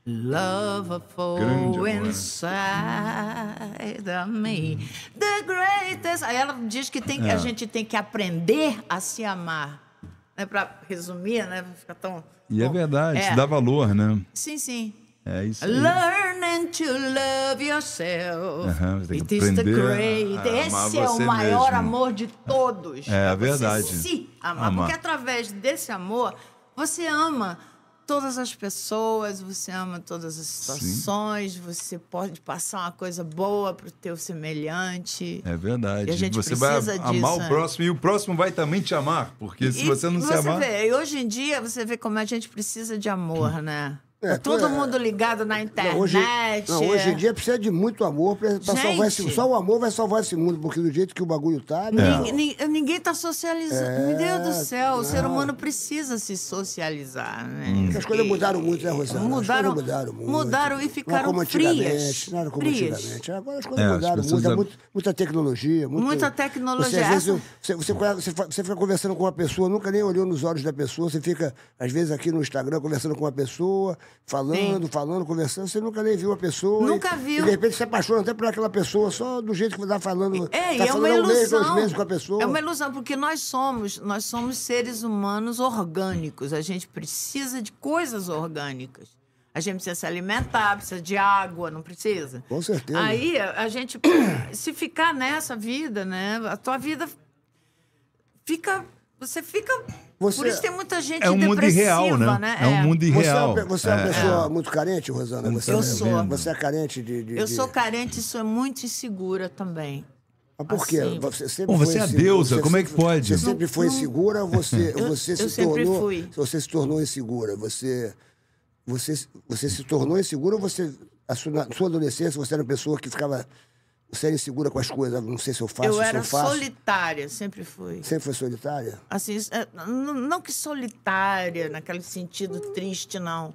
Love Grande amor, for né? inside of me. The greatest. Aí ela diz que tem, que É. a gente tem que aprender a se amar. Né? Para resumir, né? Fica tão. E é bom. verdade, É. dá valor, né? Sim, sim. É isso aí. Learning to love yourself. Aham, você tem It que is the aprender a- great. a amar Esse é o você maior mesmo. amor de todos. É, você verdade. Se amar. Amar. Porque através desse amor, você ama todas as pessoas, você ama todas as situações, você pode passar uma coisa boa para o teu semelhante. É verdade. E a gente você vai precisa amar disso, o né? próximo e o próximo vai também te amar. Porque se E você não se amar. Vê, e hoje em dia, você vê como a gente precisa de amor, né? É, Tá todo é. mundo ligado na é. internet. Não, hoje, não, hoje em dia precisa de muito amor pra, pra Gente. salvar esse Só o amor vai salvar esse mundo, porque do jeito que o bagulho tá. meu irmão, Ningu- ni- Ninguém está socializando. É, Meu Deus do céu, o ser humano precisa se socializar, né? As coisas mudaram muito, né, Rosana? As Mudaram- coisas mudaram muito. mudaram e Não é ficaram como frias. antigamente, Não era como Frias. antigamente. Agora as coisas É, as mudaram pessoas muito. ab- é muito- muita tecnologia. muito- Muita tecnologia. Você, às vezes, você, Essa- você, você fa- você fica conversando com uma pessoa, nunca nem olhou nos olhos da pessoa. Você fica, às vezes, aqui no Instagram conversando com uma pessoa. falando, falando, conversando. Você nunca nem viu a pessoa. e- Nunca viu. E de repente se apaixona até por aquela pessoa, só do jeito que você tá falando. É, e tá é falando uma há um ilusão. mês, dois meses com a pessoa. É uma ilusão, porque nós somos, nós somos seres humanos orgânicos. A gente precisa de coisas orgânicas. A gente precisa se alimentar, precisa de água, não precisa? Com certeza. Aí a a gente, se ficar nessa vida, né? A tua vida fica. Você fica. Você- por isso tem muita gente É um mundo depressiva, irreal, né? É um mundo Você é irreal. uma, pe- você é uma pessoa muito carente, Rosana? Você tá Eu é- sou. Você é carente de. de- Eu de- sou carente, isso é muito insegura também. Mas por quê? assim. Você sempre Bom, foi você é a insegura, deusa, você como é que sempre- pode? Você sempre foi insegura, você, você eu se sempre tornou. fui. Você se tornou insegura. Você, você, você se tornou insegura ou você. A sua, na sua adolescência, você era uma pessoa que ficava. Você era insegura com as coisas. Não sei se eu faço, eu se era eu faço. solitária, sempre fui. Sempre foi solitária? assim, isso é- n- não que solitária, naquele sentido triste, não.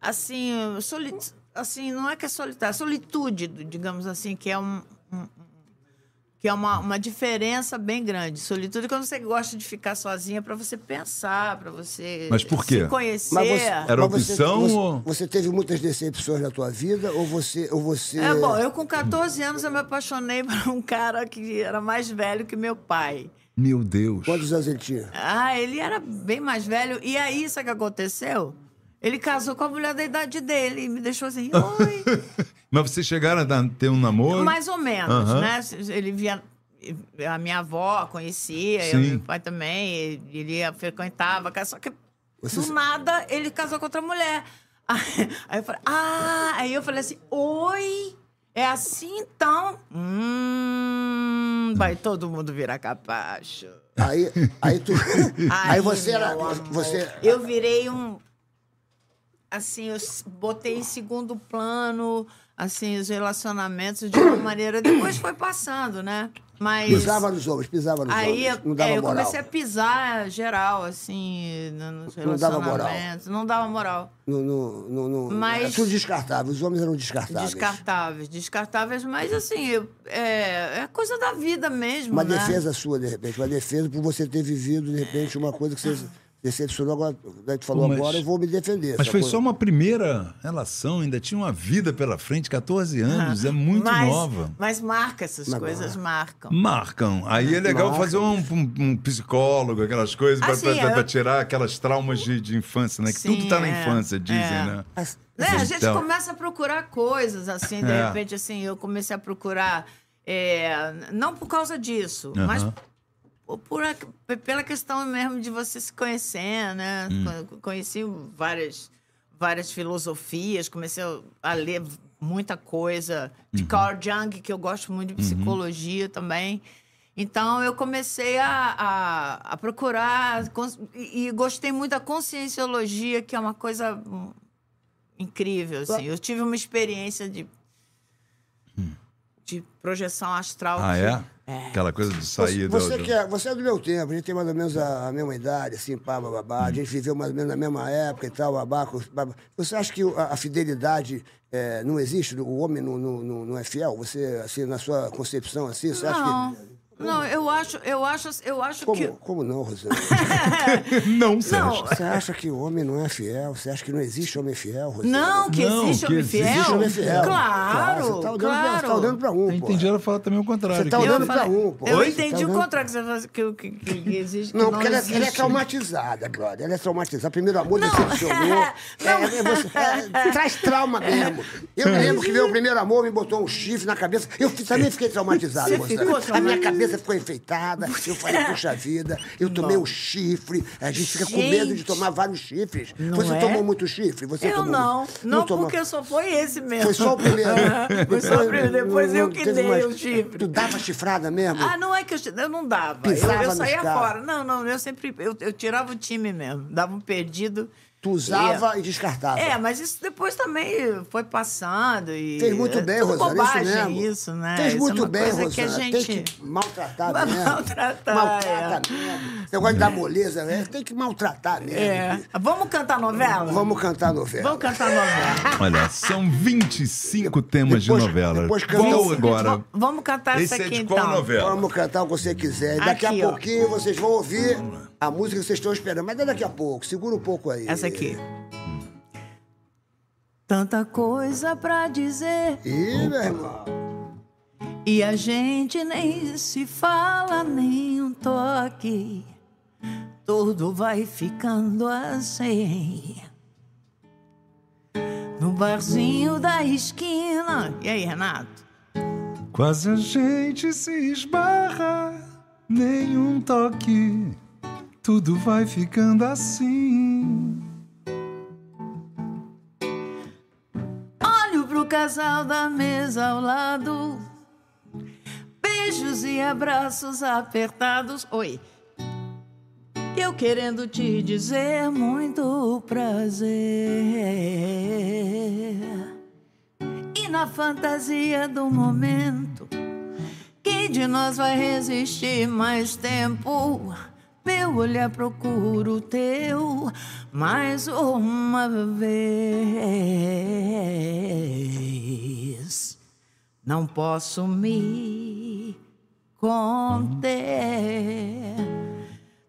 Assim, soli, assim não é que é solitária, solitude, digamos assim, que é um, um- que é uma, uma diferença bem grande. Solitude é quando você gosta de ficar sozinha para você pensar, para você Mas por quê? se conhecer. Era você- opção você, ou- você teve muitas decepções na tua vida ou você. Ou você... É bom, eu com 14 anos eu me apaixonei por um cara que era mais velho que meu pai. Meu Deus. Quantos anos ele tinha? Ah, ele era bem mais velho. E aí, sabe o que aconteceu? Ele casou com a mulher da idade dele e me deixou assim, oi. Mas vocês chegaram a dar- ter um namoro? mais ou menos, Aham. né? Ele via. A minha avó conhecia, Sim. eu, meu pai também, ele ia- frequentava, a casa, só que do nada ele casou com outra mulher. Aí, aí eu falei, ah, aí eu falei assim, oi, é assim então? Hum, vai todo mundo virar capacho. Aí, aí tu. aí você era. meu amor, Você, Eu virei um. Assim, eu s- botei em segundo plano, assim, os relacionamentos de uma maneira. Depois foi passando, né? Mas. Pisava nos homens, pisava nos Aí homens. Não dava é, eu moral. comecei a pisar geral, assim, no- nos Não dava moral. relacionamentos. Não dava moral. No, no, no, no- Mas- era tudo descartável. Os homens eram descartáveis. Descartáveis, descartáveis, mas assim, eu- é, é coisa da vida mesmo. Uma né? defesa sua, de repente. Uma defesa por você ter vivido, de repente, uma coisa que você decepcionou. Agora, daí tu falou Mas- agora, eu vou me defender. Mas Essa foi coisa- só um uma primeira relação, ainda tinha uma vida pela frente, 14 anos, é muito Ah, mas, nova. Mas marca, essas coisas marcam. Marcam. Aí é legal fazer um, um- um psicólogo, aquelas coisas, pra- Assim, pra, pra eu- tirar aquelas traumas de, de infância, né? Que Sim, tudo tá na é, infância, dizem, é. né? Mas- Né? A gente Então. começa a procurar coisas, assim, de É. repente, assim, eu comecei a procurar, é, não por causa disso, Aham. mas por- por a- p- pela questão mesmo de você se conhecer, né? Hum. Co- Conheci várias, várias filosofias, comecei a ler muita coisa de Uhum. Carl Jung, que eu gosto muito de psicologia também. Então, eu comecei a, a, a procurar cons- e, e gostei muito da conscienciologia, que é uma coisa hum, incrível, assim. Eu tive uma experiência de, de projeção astral. Hum. Ah, que- é? Aquela coisa de sair Você, você do. que é, você é do meu tempo, a gente tem mais ou menos a, a mesma idade, assim, pá, babá, a gente viveu mais ou menos na mesma época e tal, babá. com- babá. Você acha que a, a fidelidade eh, não existe? O homem não, não, não, não é fiel? Você, assim, na sua concepção, assim, você acha Não. que... Não, eu acho, eu acho, eu acho Como, que. como não, Rosana? Não, Não, Sérgio. Você acha que o homem não é fiel? Você acha que não existe homem fiel, Rosana? não, que Não, existe que homem existe fiel. homem fiel. Claro, Você tá olhando, claro. Pra, tá olhando pra um, Eu pô. entendi ela falar também o contrário. Você tá que- Eu, olhando falei- pra um, pô. eu Oi? entendi Tá o olhando- contrário que você fala que, que, que- que existe. que Não, porque ela, existe. ela é traumatizada, brother. Ela é traumatizada. Primeiro amor Não. decepcionou. É, Não. é, você- é, traz trauma mesmo. Eu me lembro que meu primeiro amor me botou um chifre na cabeça. Eu fi- também fiquei traumatizado, Você moça. ficou A minha traumatizado? cabeça ficou enfeitada. Eu falei, puxa vida, eu tomei um chifre. A gente fica com medo de Gente. tomar vários chifres. Não você é? tomou muito chifre? Você Eu tomou não. muito? Não, tomou. porque só foi esse mesmo. Foi só o primeiro. Foi só o primeiro. Depois não- eu não que teve dei mais- o chifre. Tu dava chifrada mesmo? Ah, não é que eu, che- eu não dava. Pisava eu, eu nos saía caras. fora. Não, não, eu sempre. Eu, eu tirava o time mesmo. Dava um perdido. Tu usava e descartava. É, mas isso depois também foi passando e... Fez muito é bem, tudo Rosana. bobagem, isso mesmo. isso, né? Fez Isso muito é uma bem, coisa Rosana. que a gente... Tem que maltratar Vai mesmo. maltratar, Maltrata mesmo. Esse negócio de dar moleza, né? tem que maltratar mesmo. É. Vamos cantar novela? Vamos cantar a novela. Vamos cantar novela. Olha, são 25 temas Depois- de novela. depois canta- Qual agora? V- Vamos cantar Esse essa é aqui, de então. qual novela? Vamos cantar o que você quiser. E daqui Aqui, a ó. pouquinho vocês vão ouvir a música que vocês estão esperando. Mas é daqui a pouco. Segura um pouco aí. Essa aqui. Hum. Tanta coisa pra dizer Ih, meu irmão. e a gente nem se fala nem um toque. Tudo vai ficando assim. No barzinho da esquina. E aí, Renato? Quase a gente se esbarra, nenhum toque, tudo vai ficando assim. Olho pro casal da mesa ao lado. Beijos e abraços apertados. Oi. Eu querendo te dizer muito prazer. E na fantasia do momento, quem de nós vai resistir mais tempo? Meu olhar procura o teu mais uma vez. Não posso me conter.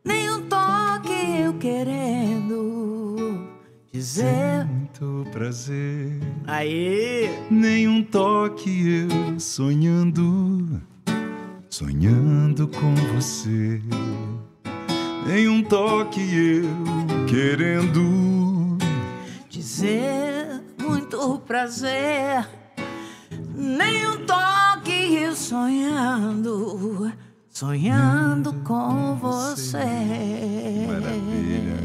Nenhum um toque eu querendo dizer. Muito prazer, Aí! nenhum toque eu sonhando, sonhando com você. Nenhum toque eu querendo. dizer muito prazer. Nenhum toque eu sonhando, sonhando com você. Maravilha.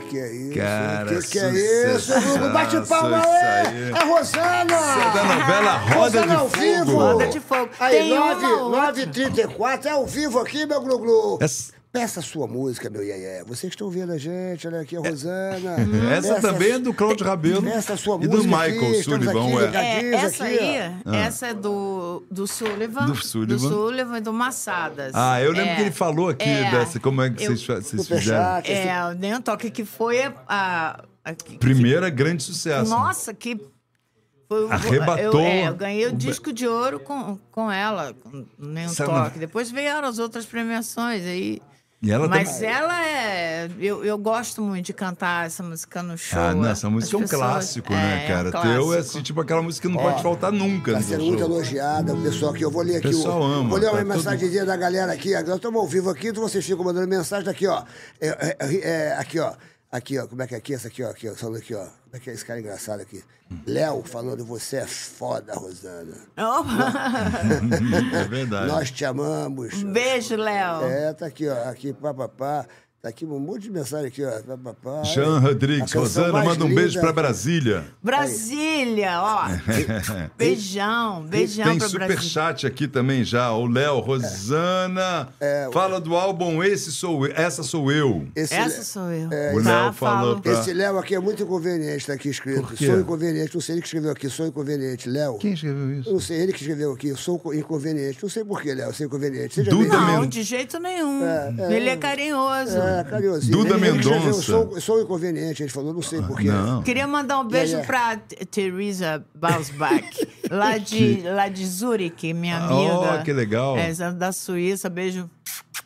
Que que é isso? Cara, que que é isso, sucesso, Hugo? Bate palma isso aí! aí. A Rosana! tá Você é da novela Roda Rosana de Ah, ao vivo! Fogo. Roda de Fogo. Aí, Tem uma ou 9h34, é ao vivo aqui, meu Glu-Glu! Essa- Peça a sua música, meu iaié. Vocês estão vendo a gente, olha aqui a Rosana. É. Essa Peça- também é do Cláudio Rabelo Peça a sua e do música Michael aqui, estamos Sullivan, aqui, ué. ligadinhos É, essa aqui, ó. aí, essa é do, do Sullivan. Ah. Do Sullivan. e do Massadas. Ah, eu lembro É, que ele falou aqui é. dessa. Como é que Eu- vocês, fa- vocês fizeram? Superchat, esse- É, nem um toque que foi a. a- a- que- Primeira é grande sucesso. Nossa, que. Foi, o- assim. Arrebatou. Eu, é, eu ganhei O o Be- disco de ouro com, com ela, com nenhum Sabe- toque. Depois vieram as outras premiações aí. E ela Mas também- ela é. Eu, eu gosto muito de cantar essa música no show. Ah, não, é. essa música As é um pessoas- clássico, é, né, um cara? Teu é assim, tipo aquela música que não pode faltar nunca. Tá no sendo show. muito elogiada, o pessoal aqui. Eu vou ler aqui. O pessoal ama, Vou ler uma tá todo- mensagenzinha da galera aqui. Nós estamos ao vivo aqui, então vocês ficam mandando mensagem aqui, ó. É, é, é, é, aqui, ó. Aqui, ó. Como é que é aqui? Essa aqui, ó. Aqui, ó. Falando aqui, ó. Como é que é esse cara engraçado aqui? Hum. Léo falando, você é foda, Rosana. Opa! é verdade. Nós te amamos. Um beijo, Léo. É, tá aqui, ó. Aqui, papapá. Tá aqui um monte de mensagem aqui, ó. Papapá. Jean Rodrigues, A canção Rosana, mais manda um beijo linda. pra Brasília. Brasília, ó. Beijão, beijão É. Tem pra Brasília. superchat aqui também já. O Léo, Rosana. É. fala do álbum Esse Sou Eu. Essa sou eu. Esse- Essa sou eu. É. O Tá, Léo falou falo. pra- Esse Léo aqui é muito inconveniente, tá aqui escrito. Por quê? Sou inconveniente, não sei ele que escreveu aqui, sou inconveniente, Léo. Quem escreveu Eu isso? não sei, ele que escreveu aqui, eu sou co- inconveniente. Não sei por que, Léo, eu sou inconveniente. Seja Duda bem-vindo. Não, Men- de jeito nenhum. É, é. Ele é carinhoso. É, carinhosinho. Duda Ele que escreveu, Mendonça. Ah, Sou, sou inconveniente, ele falou, não sei por que. Não. Queria mandar um beijo yeah. pra T- Teresa Bausbach, lá de, lá de Zurique, minha Ah, amiga. Oh, que legal. É, essa da Suíça. Beijo,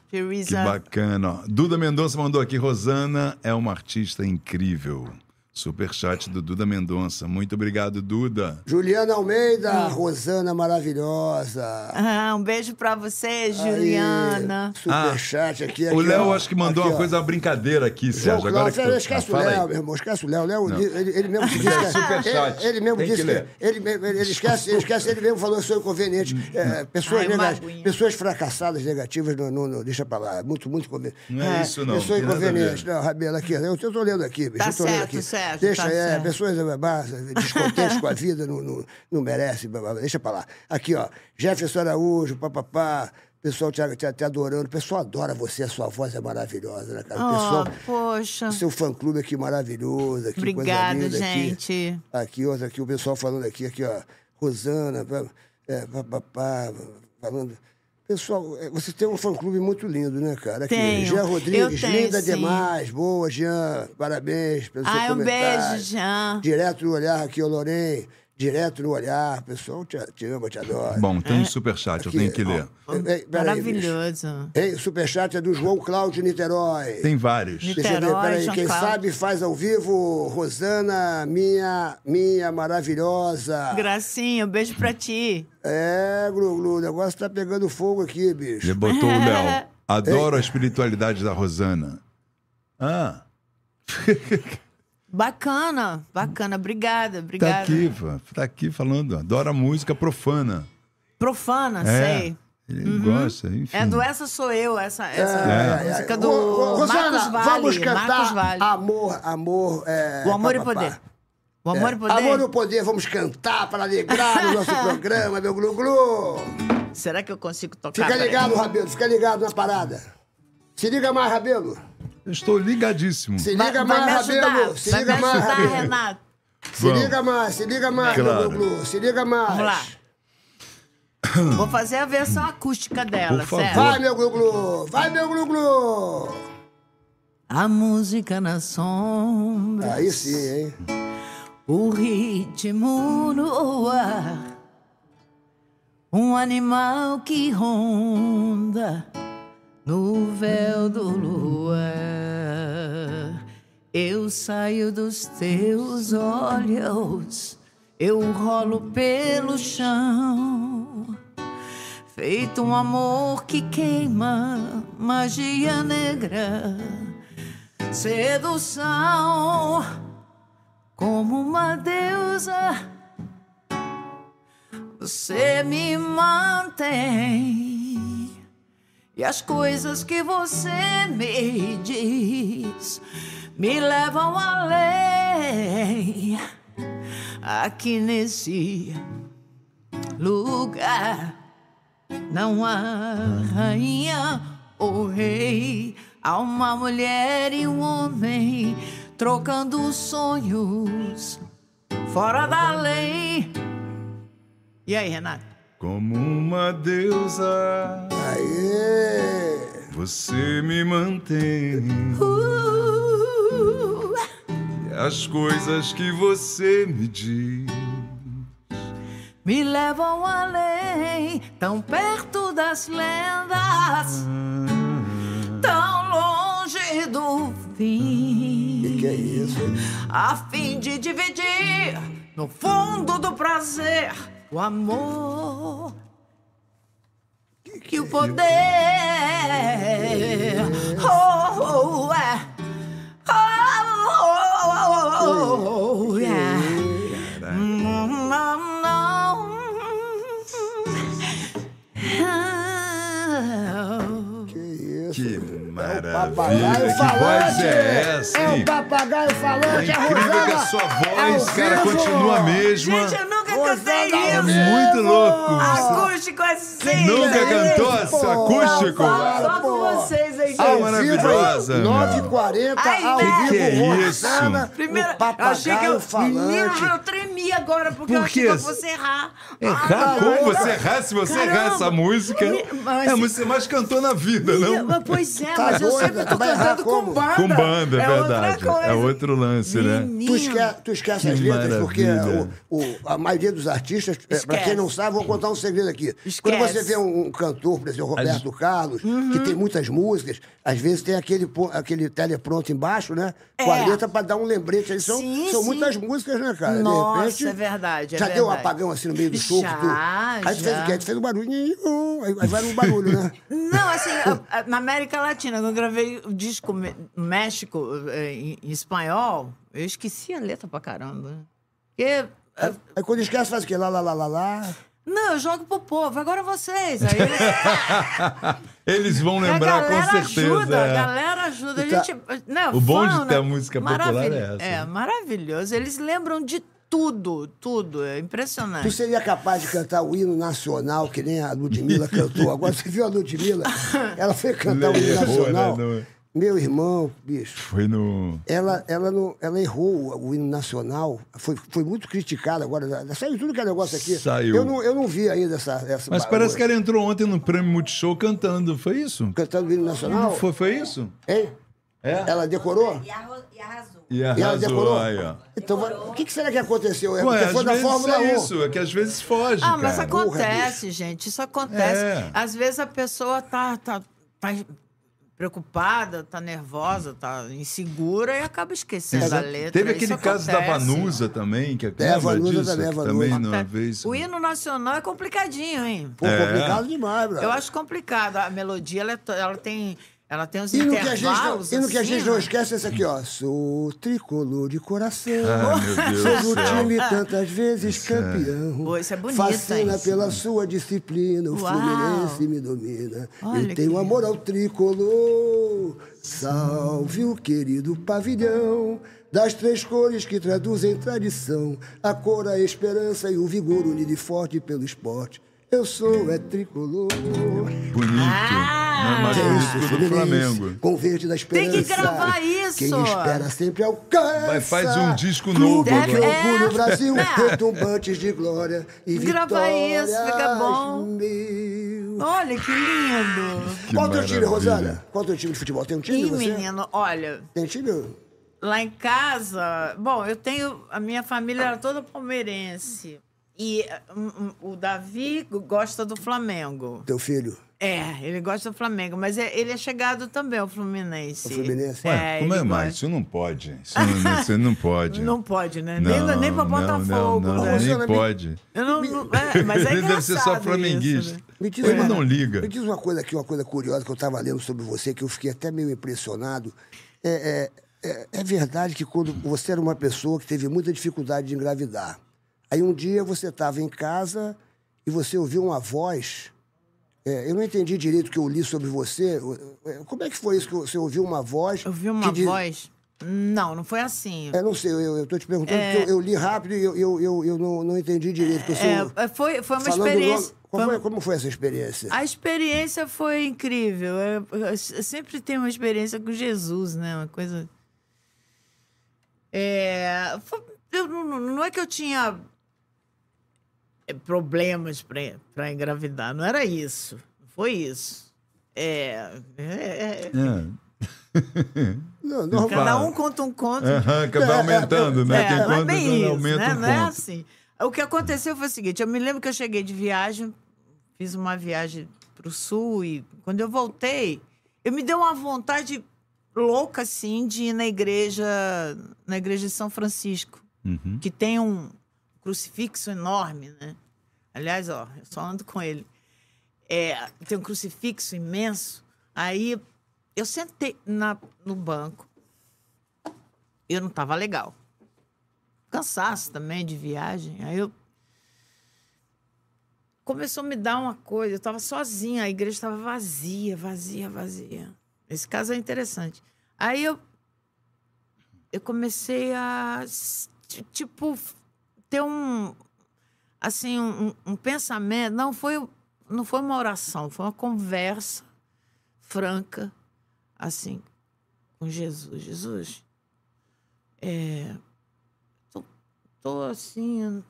Que Teresa. bacana. ó. Duda Mendonça mandou aqui. Rosana é uma artista incrível. Superchat do Duda Mendonça. Muito obrigado, Duda. Juliana Hum. Almeida, Rosana maravilhosa. Ah, um beijo pra você, Aí, Juliana. Superchat aqui, Ah, o aqui, Léo ó. acho que mandou Aqui, uma ó. coisa, uma brincadeira aqui, João Sérgio. Agora Cláudio, que tu- esquece Ah, o fala aí. é Léo, meu irmão, esquece o Léo. Léo ele, ele mesmo se diz É que superchat. Ele, ele mesmo Tem disse que que. ler. Hum. Ele, me- ele esquece, ele esquece, ele mesmo falou que sou inconveniente. É, pessoas, Ai, uma nega- aguinha. pessoas fracassadas, negativas, não, não, não, deixa pra lá. Muito, muito inconveniente. Não é isso, não, Pessoa tem nada a inconveniente. ver. Não, Rabelo, aqui, eu eu tô lendo aqui, bicho. Tá eu tô lendo certo, aqui. Sérgio, Deixa, tá é, certo. pessoas é, bah, descontentes com a vida, não, não, não merece, blá, blá, blá, deixa pra lá. Aqui, ó, Jefferson Araújo, papapá. Pessoal te, te, te adorando, o pessoal adora você, a sua voz é maravilhosa, né, cara? O Oh, pessoal, poxa. o seu fã clube aqui maravilhoso. Aqui, Obrigada, coisa linda, gente. Aqui, aqui, outra aqui, o pessoal falando aqui, aqui, ó. Rosana, pá, é, pá, pá, pá, falando. Pessoal, é, você tem um fã clube muito lindo, né, cara? Aqui, Tenho. Jean Rodrigues, Eu tenho, linda sim. demais. Boa, Jean. Parabéns pelo seu Ai, um comentário. beijo, Jean. Direto do olhar aqui, o Lorém. direto no olhar. O pessoal te, te ama, te adora. Bom, tem um superchat, eu tenho que ler. É, é, peraí, bicho. Maravilhoso. Ei, superchat é do João Cláudio Niterói. Tem vários. Deixa eu ver, Niterói, peraí, João quem Cláudio. sabe faz ao vivo, Rosana, minha, minha maravilhosa. Gracinha, um beijo pra ti. É, Glu-Glu, o negócio tá pegando fogo aqui, Ele bicho. botou o Léo. Adoro a espiritualidade da Rosana. Ah, Bacana, bacana. Obrigada, obrigada. tá aqui, pô, tá aqui falando. Adora música profana. Profana, É. sei. Ele gosta, enfim. É do Essa Sou Eu, essa, essa É. música do Hum. Ô, ô, Rosana, Marcos Vale. vamos cantar Marcos Vale. Amor, Amor... é, o Amor e o papapá. Poder. O Amor e Poder. É. Amor e o Poder, vamos cantar para alegrar o nosso programa, meu Glu-Glu. Será que eu consigo tocar? Fica Peraí. ligado, Rabelo, fica ligado na parada. Se liga mais, Rabelo. Eu estou ligadíssimo. Se Vai, liga vai me mais, ajudar, Rabelo. Se vai liga me mais, ajudar, Rabelo. Renato. Se liga mais, se liga mais, Claro. meu Glu-Glu. Se liga mais. Vamos lá. Vou fazer a versão acústica dela, Por favor. certo? Vai, meu Glu-Glu. Vai, meu Glu-Glu. A música na sombra, Aí sim, hein? o ritmo no ar, um animal que ronda no véu do luar. Eu saio dos teus olhos, eu rolo pelo chão. Feito um amor que queima, magia negra, sedução, como uma deusa. Você me mantém, e as coisas que você me diz me levam além. Aqui nesse lugar. Não há rainha ou rei, há uma mulher e um homem trocando sonhos fora da lei. E aí, Renato? Como uma deusa, Aê. você me mantém. Uh, E As coisas que você me diz. me levam além, tão perto das lendas, tão longe do fim. Que é isso? a fim de dividir no fundo do prazer o amor que o poder oh, é. Oh, oh, é. Não, não, não. Que isso? Que papagaio maravilha. Que falante. voz é essa, É hein? o papagaio É falante. a incrível que a Rosana É sua ao voz, cara, vivo. é continua a mesma. Gente, eu nunca Rosana cantei ao isso. vivo. Muito louco. Acústico assim. né? Nunca cantou Pô, tá esse acústico? rapaz. Só com vocês aí. Ah, mano. gente. maravilhosa. 9h40, Ai, ao velho. vivo, Que que é Rosana, isso? Primeiro, o eu achei que papagaio eu. falante. Menino, eu tremi agora porque Por eu achei quê? que eu fosse errar. Errar? Ah, Como não. você errar se você errar Caramba. essa música? Mas- É a música que você mais cantou na vida, Menino, não? mas, Pois é, Tá mas eu doida? sempre tô Vai errar cantando com como? banda. Com banda, é outra verdade. coisa. É outro lance, né? Tu, Menino. esque- tu esquece Que as letras, porque maravilha. o- o- a maioria dos artistas, é, pra Esquece. quem não sabe, vou contar um segredo aqui. Esquece. Uhum. Quando você vê um, um cantor, por exemplo, Roberto Carlos, que tem muitas músicas, às vezes tem aquele, po- aquele telepronto embaixo, né? Com a É. letra pra dar um lembrete. Aí são Sim, são sim. muitas músicas, né, cara? Nossa, de repente, é verdade, é já deu um verdade. apagão assim no meio do show. Já, tu- Aí tu fez o já. quê? Aí tu fez um barulho. nhi, oh, Aí aí vai um barulho, né? Não, assim, a- a- na América Latina, quando eu gravei o disco me- México eh, em, em espanhol, eu esqueci a letra pra caramba. né? Porque. eh, Aí quando esquece, faz o quê? Lá, lá, lá, lá, lá. Não, eu jogo pro povo, agora vocês. Aí eles- Eles vão a lembrar galera com certeza. ajuda, é. a galera ajuda. A Tá. gente, né, O bom fã, de ter né? a música popular Maravilha- é essa. É, maravilhoso. Eles lembram de tudo, tudo. É Tu impressionante. seria capaz de cantar o hino nacional, que nem a Ludmilla cantou. Agora você viu a Ludmilla? Ela foi cantar o hino Errou, né, nacional. não- Meu irmão, bicho, Foi no. ela, ela, não, ela errou o hino nacional. Foi, foi muito criticada agora. Saiu tudo que é negócio aqui. Saiu. Eu não, eu não vi ainda essa. essa Mas ba- parece que ela entrou ontem no Prêmio Multishow cantando, foi isso? Cantando o hino nacional? Foi, foi isso? Hein? É? Ela decorou? E arro- e arrasou. E E ela decorou. arrasou. Aí, ó. Então, vai- o que, que será que aconteceu? É Ué, porque às foi da vezes Fórmula é 1. isso, é que às vezes foge, Ah, mas cara. acontece, gente. Isso acontece. É. Às vezes a pessoa tá, tá, tá preocupada, tá nervosa, tá insegura e acaba esquecendo Exato. a letra. Teve Isso aquele caso da acontece. Vanusa também, que É, a lembra Vanusa disso? também, a Que Vanusa. também uma Acontece. vez. né? O hino nacional é complicadinho, hein? Pô, É. complicado demais, brother. Eu acho complicado. A melodia, ela, é to- ela tem... Ela tem os E no que a gente, não, intervalos, e no que a assim, gente não né? esquece é esse aqui, ó. Sou tricolor de coração. Ai, meu Deus do Sou do céu. time tantas vezes campeão. Pô, isso é bonito, Fascina hein? pela sua disciplina. O Uau. Fluminense me domina. Olha Eu que tenho lindo. amor ao tricolor. Salve o querido pavilhão. Das três cores que traduzem tradição, a cor, a esperança e o vigor unido e forte pelo esporte. Eu sou é tricolor. Bonito. Ah! Não é mais É isso, bonito que o do Fluminense, Flamengo. Com verde da esperança. que gravar isso. Quem espera sempre alcança. Vai, faz um disco novo né? Deve- Que agora. é. orgulho Brasil, É. retumbantes de glória e Grava vitórias, isso, fica bom. Meu. Olha, que lindo. Que Qual o teu time, maravilha. Rosana? Qual o teu time de futebol? Tem um time, Ih, você? menino, olha... Tem time? lá em casa, bom, eu tenho. A minha família era toda palmeirense. E eh, um, um, o Davi gosta do Flamengo. Teu filho? É, ele gosta do Flamengo, mas é- ele é chegado também ao Fluminense. Ao Fluminense? Ué, como ele é mais? gosta. Isso não pode. Isso não, isso não pode. Não pode, né? Nem- Não, nem pra Botafogo, Não, não, né? Rosana, nem me- pode. Eu não, não- é, mas é Ele deve ser só engraçado flamenguista. isso, né? Me diz, Ou ele uma, não liga. me diz uma coisa aqui, uma coisa curiosa que eu estava lendo sobre você, que eu fiquei até meio impressionado. É, é- é- é verdade que quando você era uma pessoa que teve muita dificuldade de engravidar, aí um dia você estava em casa e você ouviu uma voz. é, eu não entendi direito o que eu li sobre você. Eu- eu- Como é que foi isso que você ouviu uma voz? Eu vi que uma diz- voz. Não, não foi assim. É, não sei, eu estou te perguntando, porque eu, eu li rápido e eu, eu, eu, eu não, não entendi direito. porque eu sou- É. É, foi, foi uma falando experiência. logo- foi como, uma- é- como foi essa experiência? A experiência foi incrível. Eu, eu sempre tenho uma experiência com Jesus, né? Uma coisa. É, foi- eu não- não é que eu tinha é, problemas para engravidar, não era isso. Não Foi isso. É, é, é, É. Não, normal. cada um conta um conto. Aham, que vai aumentando, né? É, Tem não é quanto, quando bem isso, aumenta né? um Não é ponto. assim. O que aconteceu foi o seguinte: eu me lembro que eu cheguei de viagem, fiz uma viagem para o sul e quando eu voltei, eu me deu uma vontade louca assim de ir na igreja, na igreja de São Francisco, Uhum. que tem um crucifixo enorme, né? Aliás, ó, eu só ando com ele. É, tem um crucifixo imenso. Aí eu sentei na, no banco eu não estava legal. Cansaço também de viagem. Aí eu. Começou a me dar uma coisa. Eu estava sozinha, a igreja estava vazia, vazia, vazia. Esse caso é interessante. Aí eu. Eu comecei a. s- ti- Tipo, f- ter um. Assim, um, um pensamento. Não foi, não foi uma oração, foi uma conversa franca, assim, com Jesus. Jesus, é, tô assim.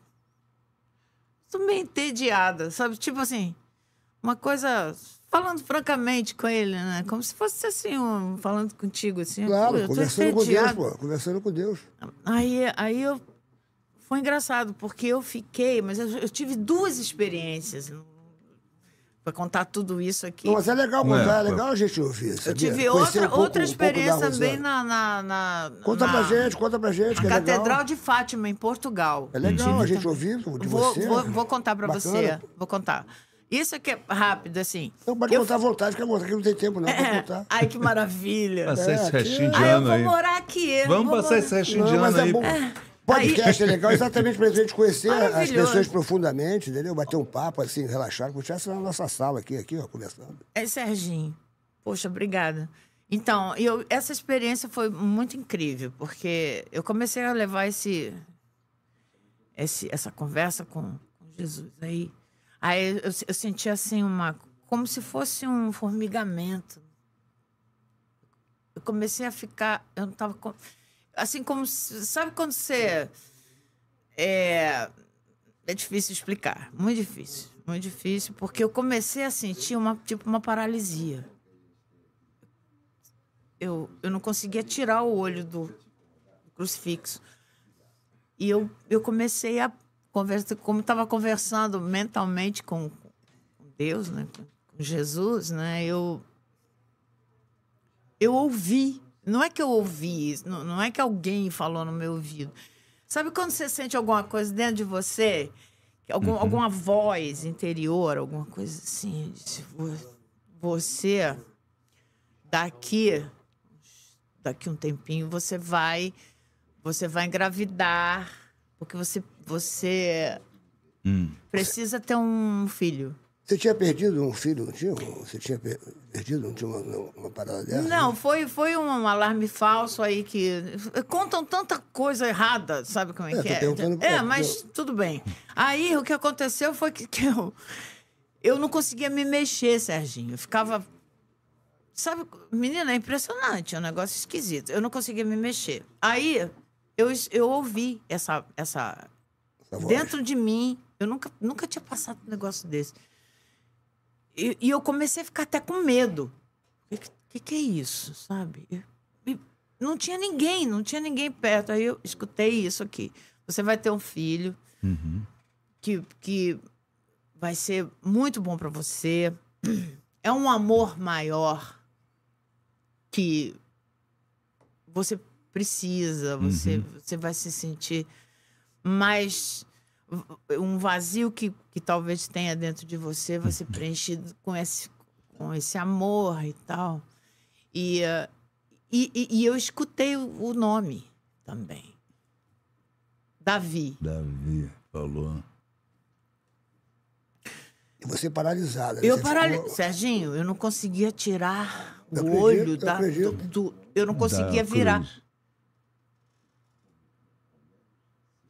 Tô meio entediada, sabe? Tipo assim, uma coisa. Falando francamente com ele, né? Como se fosse assim, um- falando contigo, assim. "Pô, Claro, eu tô conversando com Deus, entediada." pô. Conversando com Deus. Aí, aí eu. Foi engraçado, porque eu fiquei, mas eu, eu tive duas experiências. Para contar tudo isso aqui. Não, mas é legal Ué, contar, é pô. legal a gente ouvir. eu sabia? tive Conhecer outra, um pouco- outra um pouco da experiência Rosana. também na. na, na Conta na pra gente, conta pra gente, que é Catedral legal. de Fátima, em Portugal. É legal a gente tá. Tive- ouvir de Vou, você. né? vou- vou contar pra Bacana. você. Vou contar. Isso aqui é rápido, assim. Então pode Eu- É. contar à vontade, que agora que não tem tempo não, pode É contar. É. Ai, que maravilha. Passar esse aqui- restinho de é Ai, eu ano vou aí. morar aqui. Vamos vou passar morar- esse restinho de Não, mas ano é aí. bom. Podcast é legal exatamente pra gente conhecer as Maravilhoso. pessoas profundamente, entendeu? Bater um papo assim, relaxar, continuar na nossa sala aqui, aqui, ó, conversando. É, Serginho. Poxa, obrigada. Então, eu, essa experiência foi muito incrível, porque eu comecei a levar esse, esse- essa conversa com, com Jesus. Aí, aí eu, eu senti assim uma. como se fosse um formigamento. Eu comecei a ficar. Eu não tava. com- assim como. se- Sabe quando você. É, é difícil explicar, muito difícil, muito difícil, porque eu comecei a sentir uma tipo uma paralisia. Eu, eu não conseguia tirar o olho do, do crucifixo. E eu, eu comecei a conversar, como estava conversando mentalmente com com Deus, né? com Jesus, né? eu, eu ouvi. Não é que eu ouvi, isso, não, não é que alguém falou no meu ouvido. Sabe quando você sente alguma coisa dentro de você? Algum, Alguma voz interior, alguma coisa assim. disse, "Vo- Você, daqui, daqui um tempinho, você vai você vai engravidar, porque você, você precisa ter um filho. Você tinha perdido um filho, não tinha? Você tinha per- perdido, não tinha uma, uma- uma parada dessa? Não, foi, foi um alarme falso aí que. Contam tanta coisa errada, sabe como é, É, que tô é? perguntando pra- É, mas tudo bem. Aí o que aconteceu foi que, que eu, eu não conseguia me mexer, Serginho. Eu ficava. Sabe, menina, é impressionante, é um negócio esquisito. Eu não conseguia me mexer. Aí eu, es- eu ouvi essa, essa Essa voz. dentro de mim. Eu nunca, nunca tinha passado um negócio desse. E, e eu comecei a ficar até com medo. O que, que, que é isso, sabe? E- e não tinha ninguém, não tinha ninguém perto. Aí eu escutei isso aqui. Você vai ter um filho que, que vai ser muito bom para você. É um amor maior que você precisa, você, Uhum. você vai se sentir mas um vazio que, que talvez tenha dentro de você vai Uhum. ser preenchido com esse, com esse amor e tal. E, eh, e, e- e eu escutei o, o nome também. Davi. Davi falou. E você paralisada. né? Eu Você parali... ficou- Serginho, eu não conseguia tirar Eu acredito, o olho eu da, do, acredito. do- Eu não conseguia da virar. cruz.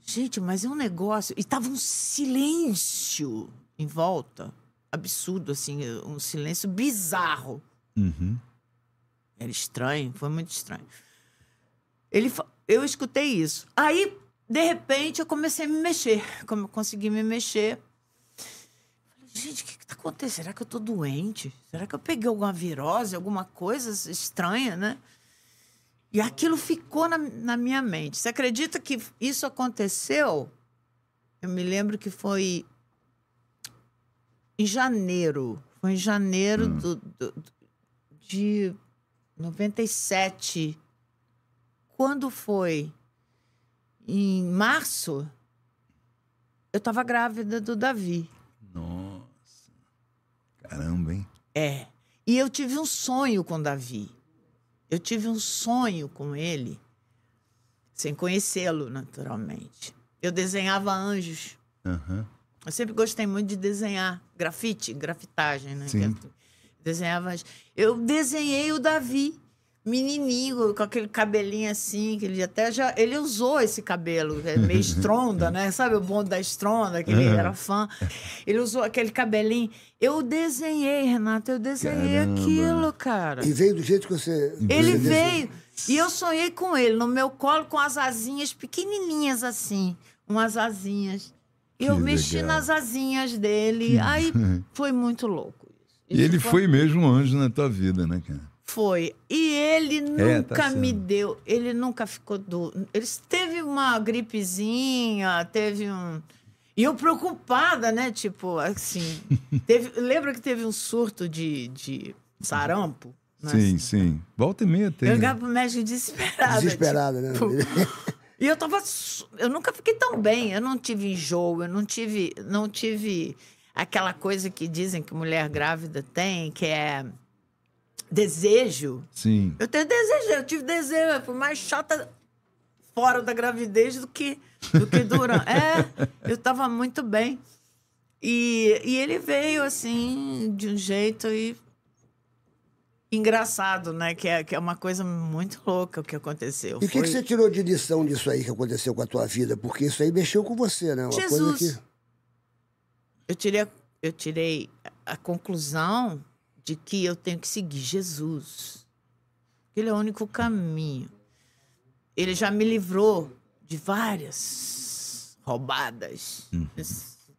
Gente, mas é um negócio. E tava um silêncio em volta. Absurdo, assim, um silêncio bizarro. Uhum. Era estranho, foi muito estranho. Ele, fa- eu escutei isso. Aí, de repente, eu comecei a me mexer. Como eu consegui me mexer. Falei, gente, o que, que tá acontecendo? Será que eu tô doente? Será que eu peguei alguma virose, alguma coisa estranha, né? E aquilo ficou na, na minha mente. Você acredita que isso aconteceu? Eu me lembro que foi em janeiro. Foi em janeiro do- do- do- de 97. Quando foi? Em março, eu estava grávida do Davi. Nossa. Caramba, hein? É. E eu tive um sonho com Davi. Eu tive um sonho com ele, sem conhecê-lo, naturalmente. Eu desenhava anjos. Aham. Eu sempre gostei muito de desenhar grafite, grafitagem, né? Sim. Desenhava. as- Eu desenhei o Davi, menininho, com aquele cabelinho assim, que ele até já. Ele usou esse cabelo, é meio estronda, né? Sabe o bonde da estronda, que ele era fã. Ele usou aquele cabelinho. Eu desenhei, Renato, eu desenhei Caramba. aquilo, cara. E veio do jeito que você. Ele você desenhou. veio e eu sonhei com ele no meu colo com as asinhas pequenininhas assim, umas asinhas. Eu Que mexi legal. nas asinhas dele, aí foi muito louco. E ele foi foi mesmo um anjo na tua vida, né, cara? foi. E ele nunca É, tá sendo. me deu. Ele nunca ficou do. Ele teve uma gripezinha, teve um. E eu preocupada, né? Tipo, assim. teve- lembra que teve um surto de, de sarampo? né? Sim, sim. Volta e meia tem. Eu ligava pro médico desesperada. tipo, Desesperada, né? E eu tava. su- Eu nunca fiquei tão bem. Eu não tive enjoo, eu não tive. Não tive aquela coisa que dizem que mulher grávida tem, que é desejo. Sim. Eu tenho desejo, eu tive desejo. Eu fui mais chata fora da gravidez do que, do que durante. é, eu tava muito bem. E, e ele veio assim, de um jeito e. Engraçado, né? Que é, que é uma coisa muito louca o que aconteceu. E o que, Foi- que você tirou de lição disso aí que aconteceu com a tua vida? Porque isso aí mexeu com você, né? Uma coisa Jesus. que. eu tirei, a- eu tirei a conclusão de que eu tenho que seguir Jesus. Ele é o único caminho. Ele já me livrou de várias roubadas, Uhum.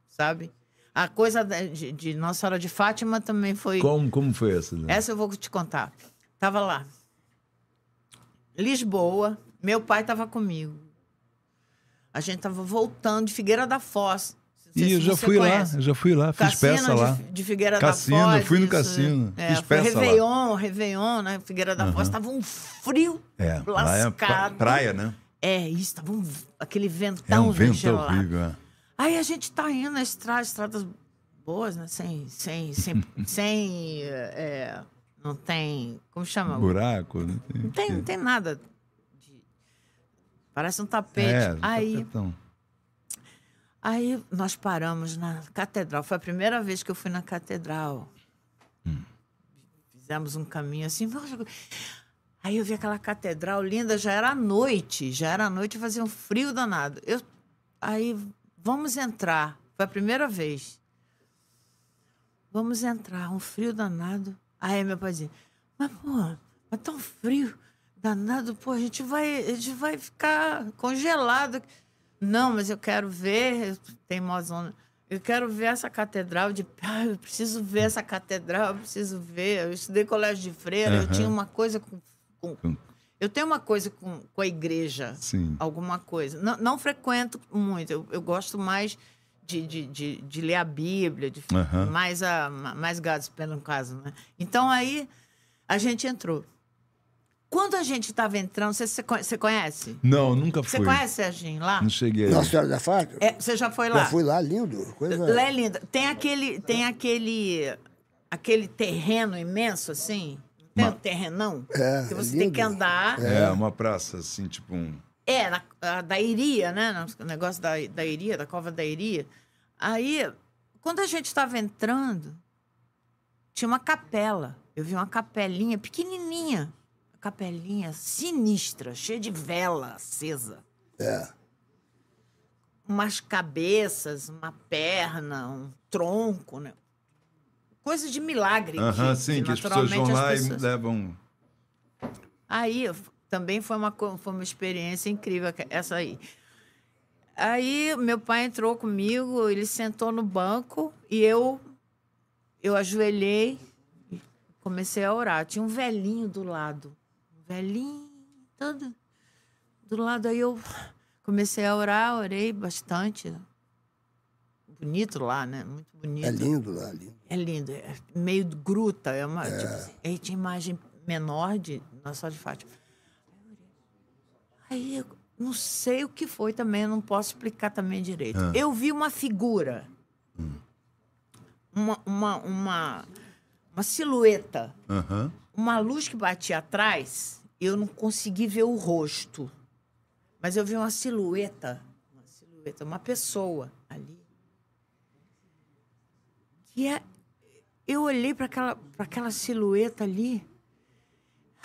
sabe? A coisa da- de, de Nossa Senhora de Fátima também foi. Como, como É, foi essa? Né? Essa eu vou te contar. Tava lá. Lisboa, Meu pai estava comigo. A gente estava voltando de Figueira da Foz. Não sei E se eu já você fui conhece. lá, eu já fui lá, fiz Cassino peça lá. De, de Figueira Cassino, da Foz. eu fui no cassino, É, fiz foi peça lá. Réveillon, Réveillon, né? Figueira da Foz. Tava um frio É, lá é pra- lascado. praia, né? É, isso, tava um, aquele ventão É um vento gelado. horrível, é. Aí a gente tá indo na estrada, estradas boas, né? Sem. Sem. Sem. sem, é, não tem. Como chama? Buraco, né? Não tem, não tem nada. de- Parece um tapete. É, aí, tapetão. aí nós paramos na catedral. Foi a primeira vez que eu fui na catedral. Fizemos um caminho assim. nossa, Aí eu vi aquela catedral linda, já era noite, já era noite, fazia um frio danado. Eu, aí, vamos entrar. Foi a primeira vez. Vamos entrar, um frio danado. Aí meu pai dizia, mas pô, é tão frio, danado, pô, a gente vai, a gente vai ficar congelado. Não, mas eu quero ver, tem mozona. Eu quero ver essa catedral de. Ah, eu preciso ver essa catedral, eu preciso ver. Eu estudei colégio de freira, eu Aham. tinha uma coisa com- com Com- eu tenho uma coisa com, com a igreja, Sim. alguma coisa. Não, não frequento muito, eu, eu gosto mais de, de, de, de ler a Bíblia, de, Aham. mais, a, ma- mais Gadsby, no caso. Né? Então aí a gente entrou. Quando a gente estava entrando, você, você conhe- você conhece? Não, nunca fui. Você conhece, Serginho, lá? Não cheguei. aí. Nossa Senhora da Fátima? É, você já foi Já lá? fui lá, lindo. Coisa... Lá é linda. Tem aquele, tem aquele, aquele terreno imenso, assim. Tem um terrenão É, que é você tem lindo. que andar. É, uma praça assim, tipo um. É, na, a da Iria, né? O negócio da, da Iria, da cova da Iria. Aí, quando a gente estava entrando, tinha uma capela. Eu vi uma capelinha pequenininha. Uma capelinha sinistra, cheia de vela acesa. É. Umas cabeças, uma perna, um tronco, né? Coisa de milagre. Aham, sim, que as pessoas vão naturalmente as lá pessoas- e levam. um- Aí eu f- também foi uma, co- foi uma experiência incrível, que- essa aí. Aí meu pai entrou comigo, ele sentou no banco e eu eu ajoelhei e comecei a orar. Tinha um velhinho do lado. Um velhinho todo do lado. Aí eu comecei a orar, orei bastante. Bonito lá, né? Muito bonito. É lindo lá, lindo. É lindo, é meio gruta, é uma tipo assim, aí tinha imagem menor de Nossa Senhora de Fátima. Aí eu não sei o que foi também, eu não posso explicar também direito. Eu vi uma figura, uma, uma, uma, uma silhueta, Aham. uma luz que batia atrás, eu não consegui ver o rosto, mas eu vi uma silhueta, uma silhueta, uma pessoa ali. Que é, eu olhei para aquela, pra aquela silhueta ali.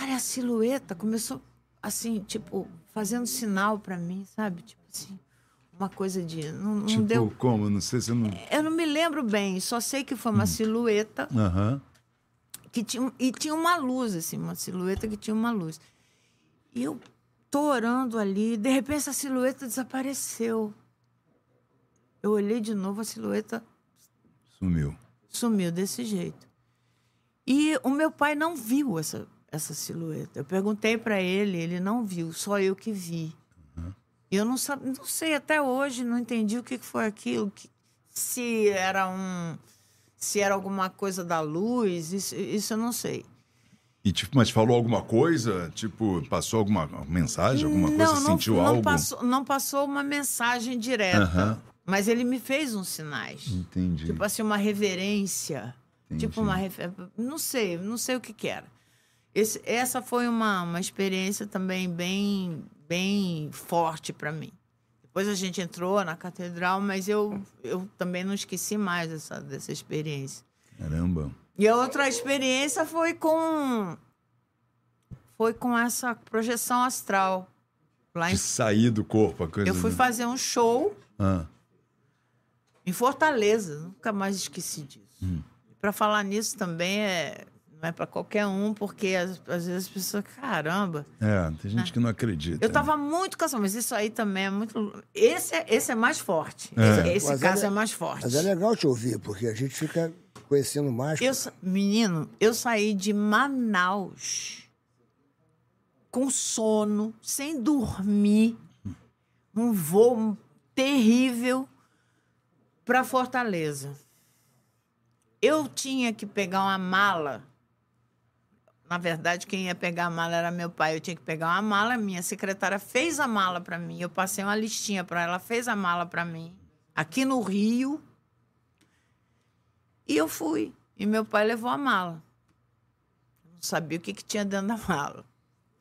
Olha, a silhueta começou assim, tipo, fazendo sinal para mim, sabe? Tipo assim, uma coisa de. Não, não Tipo, deu. como? Não sei se eu não. Eu não me lembro bem, só sei que foi uma silhueta Aham. que tinha, um- e tinha uma luz, assim, uma silhueta que tinha uma luz. E eu tô orando ali, de repente essa silhueta desapareceu. Eu olhei de novo, a silhueta Sumiu. sumiu desse jeito. E o meu pai não viu essa, essa silhueta. Eu perguntei para ele, ele não viu, só eu que vi. E eu não, sab... não sei até hoje, não entendi o que que foi aquilo, que- se era um se era alguma coisa da luz, isso, isso eu não sei. E, tipo, mas falou alguma coisa? Tipo, passou alguma mensagem, alguma coisa? não, Sentiu não, algo? Não passou, não passou uma mensagem direta, Aham. mas ele me fez uns sinais. Entendi. Tipo assim, uma reverência. Entendi. Tipo uma refer... Não sei, não sei o que que era. Esse- essa foi uma, uma experiência também bem, bem forte para mim. Depois a gente entrou na catedral, mas eu, eu também não esqueci mais dessa, dessa experiência. Caramba. E a outra experiência foi com foi com essa projeção astral. Lá em, De sair do corpo, a coisa. eu fui né? fazer um show Ah, em Fortaleza, nunca mais esqueci disso. Hum. Para falar nisso também é não é para qualquer um, porque às, às vezes as pessoas, caramba, é, tem gente que não acredita. eu tava muito cansada, mas isso aí também é muito esse é, esse é mais forte. É. Esse, Mas esse caso é- é, mais forte. Mas é legal te ouvir, porque a gente fica conhecendo mais. Eu sa- menino, eu saí de Manaus com sono, sem dormir, um voo terrível para Fortaleza. Eu tinha que pegar uma mala. Na verdade, quem ia pegar a mala era meu pai. Eu tinha que pegar uma mala. Minha secretária fez a mala para mim. Eu passei uma listinha para ela. Fez a mala para mim aqui no Rio. E eu fui. E meu pai levou a mala. Eu não sabia o que, que tinha dentro da mala.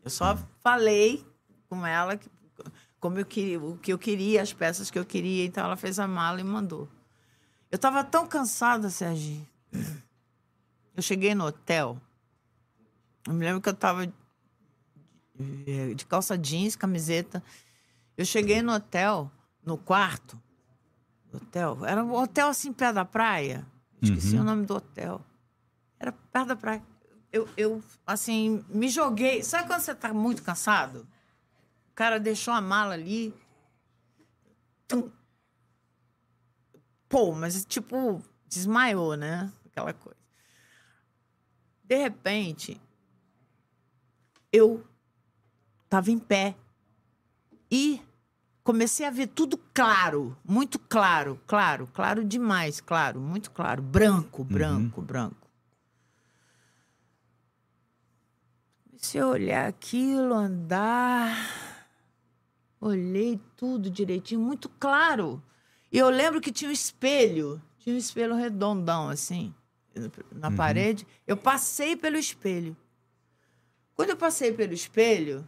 Eu só falei com ela que, como eu queria, o que eu queria, as peças que eu queria. Então ela fez a mala e mandou. Eu estava tão cansada, Serginho. Eu cheguei no hotel. Eu me lembro que eu estava de calça jeans, camiseta. Eu cheguei no hotel, no quarto hotel. Era um hotel assim, perto da praia. Esqueci o nome do hotel. Era perto da praia. Eu, eu, assim, me joguei. Sabe quando você tá muito cansado? O cara deixou a mala ali. Tum. Pô, mas tipo, desmaiou, né? Aquela coisa. De repente, eu tava em pé. E comecei a ver tudo claro, muito claro, claro, claro demais, claro, muito claro, branco, branco, branco. Comecei a olhar aquilo, andar, olhei tudo direitinho, muito claro. E eu lembro que tinha um espelho, tinha um espelho redondão assim na parede. Eu passei pelo espelho. Quando eu passei pelo espelho,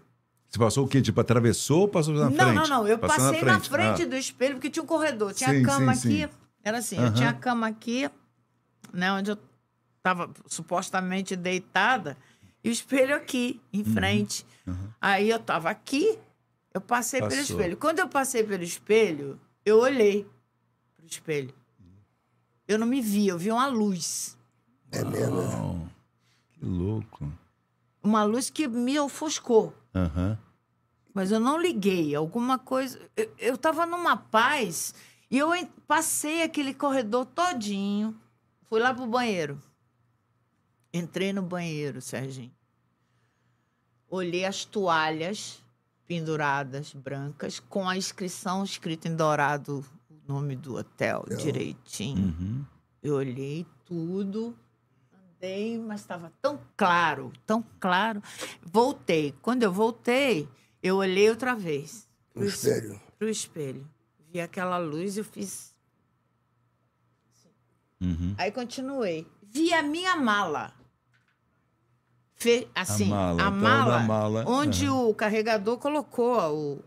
Você passou o quê? Tipo, atravessou ou passou na não, frente? Não, não, Eu Passou passei na frente, Ah. do espelho, porque tinha um corredor. Tinha Sim, a cama sim, sim. aqui. Era assim, eu Aham. tinha a cama aqui, né? Onde eu tava supostamente deitada, e o espelho aqui, em Uhum. frente. Aí eu tava aqui, eu passei pelo Passou. espelho. Quando eu passei pelo espelho, eu olhei pro espelho. Eu não me vi, eu vi uma luz. É mesmo. né? Não. Que louco. Uma luz que me ofuscou. Aham. Mas eu não liguei. Alguma coisa. eu- Eu estava numa paz e eu en- passei aquele corredor todinho. Fui lá pro banheiro. Entrei no banheiro, Serginho. Olhei as toalhas penduradas, brancas, com a inscrição escrita em dourado, o nome do hotel, direitinho. Uhum. Eu olhei tudo, andei, mas estava tão claro, tão claro. Voltei. Quando eu voltei, eu olhei outra vez No espelho. pro espelho. Vi aquela luz e eu fiz. assim. Uhum. Aí continuei. Vi a minha mala. Fe... Assim, a mala, mala, toda a mala, onde o carregador colocou ó, o, o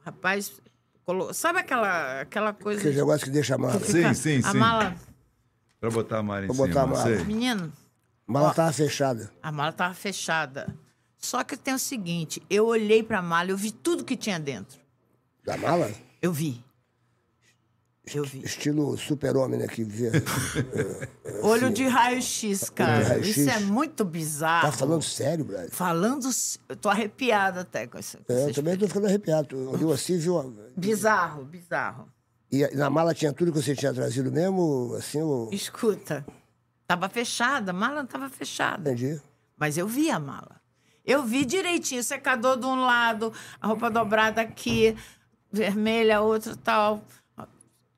rapaz. Colo... Sabe aquela, aquela coisa. Aquele negócio que deixa a mala. Sim. a sim. mala. Pra botar a Mara em Pra cima. botar a não Mara. sei. Menino. A mala tava fechada. A mala estava fechada. Só que tem o seguinte, eu olhei para a mala, eu vi tudo que tinha dentro. Da mala? Eu vi. Eu vi. Estilo super-homem, né? Que vê. Olho de raio-x, cara. raio-x. Isso é muito bizarro. Tá falando sério, Brad? Falando s- Eu tô arrepiada até com isso. com É, eu essas- também tô ficando arrepiado. Tu Olhou assim, viu? a- Bizarro, bizarro. E na mala tinha tudo que você tinha trazido mesmo, assim, o... Escuta, tava fechada, a mala estava fechada. entendi. Mas eu vi a mala. Eu vi direitinho, secador de um lado, a roupa dobrada aqui, vermelha, outra tal.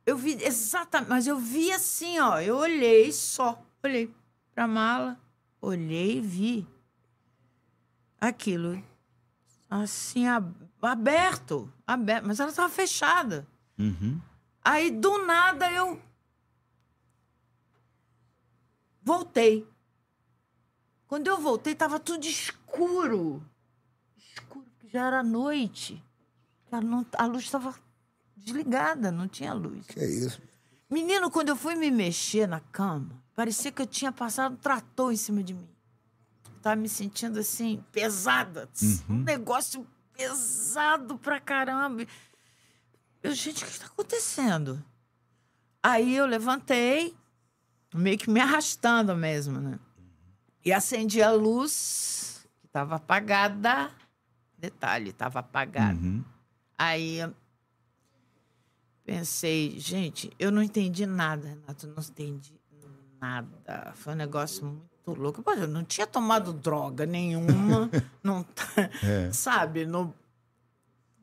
Eu vi exatamente, mas eu vi assim, ó. Eu olhei só, olhei pra mala, olhei e vi aquilo. Assim, ab- aberto, aberto, mas ela tava fechada. Uhum. Aí, do nada, eu. Voltei. Quando eu voltei, tava tudo escuro. Escuro, porque já era noite. Já não- a luz estava desligada, não tinha luz. Que é isso. Menino, quando eu fui me mexer na cama, parecia que eu tinha passado um trator em cima de mim. Eu tava me sentindo assim, pesada. Um negócio pesado pra caramba. Eu, gente, o que tá acontecendo? Aí eu levantei, meio que me arrastando mesmo, né? E acendi a luz, que tava apagada. Detalhe, tava apagada. Uhum. Aí pensei, gente, eu não entendi nada, Renato, não entendi nada. Foi um negócio muito muito louca. Pô, eu não tinha tomado droga nenhuma, não, tá- sabe? Não... O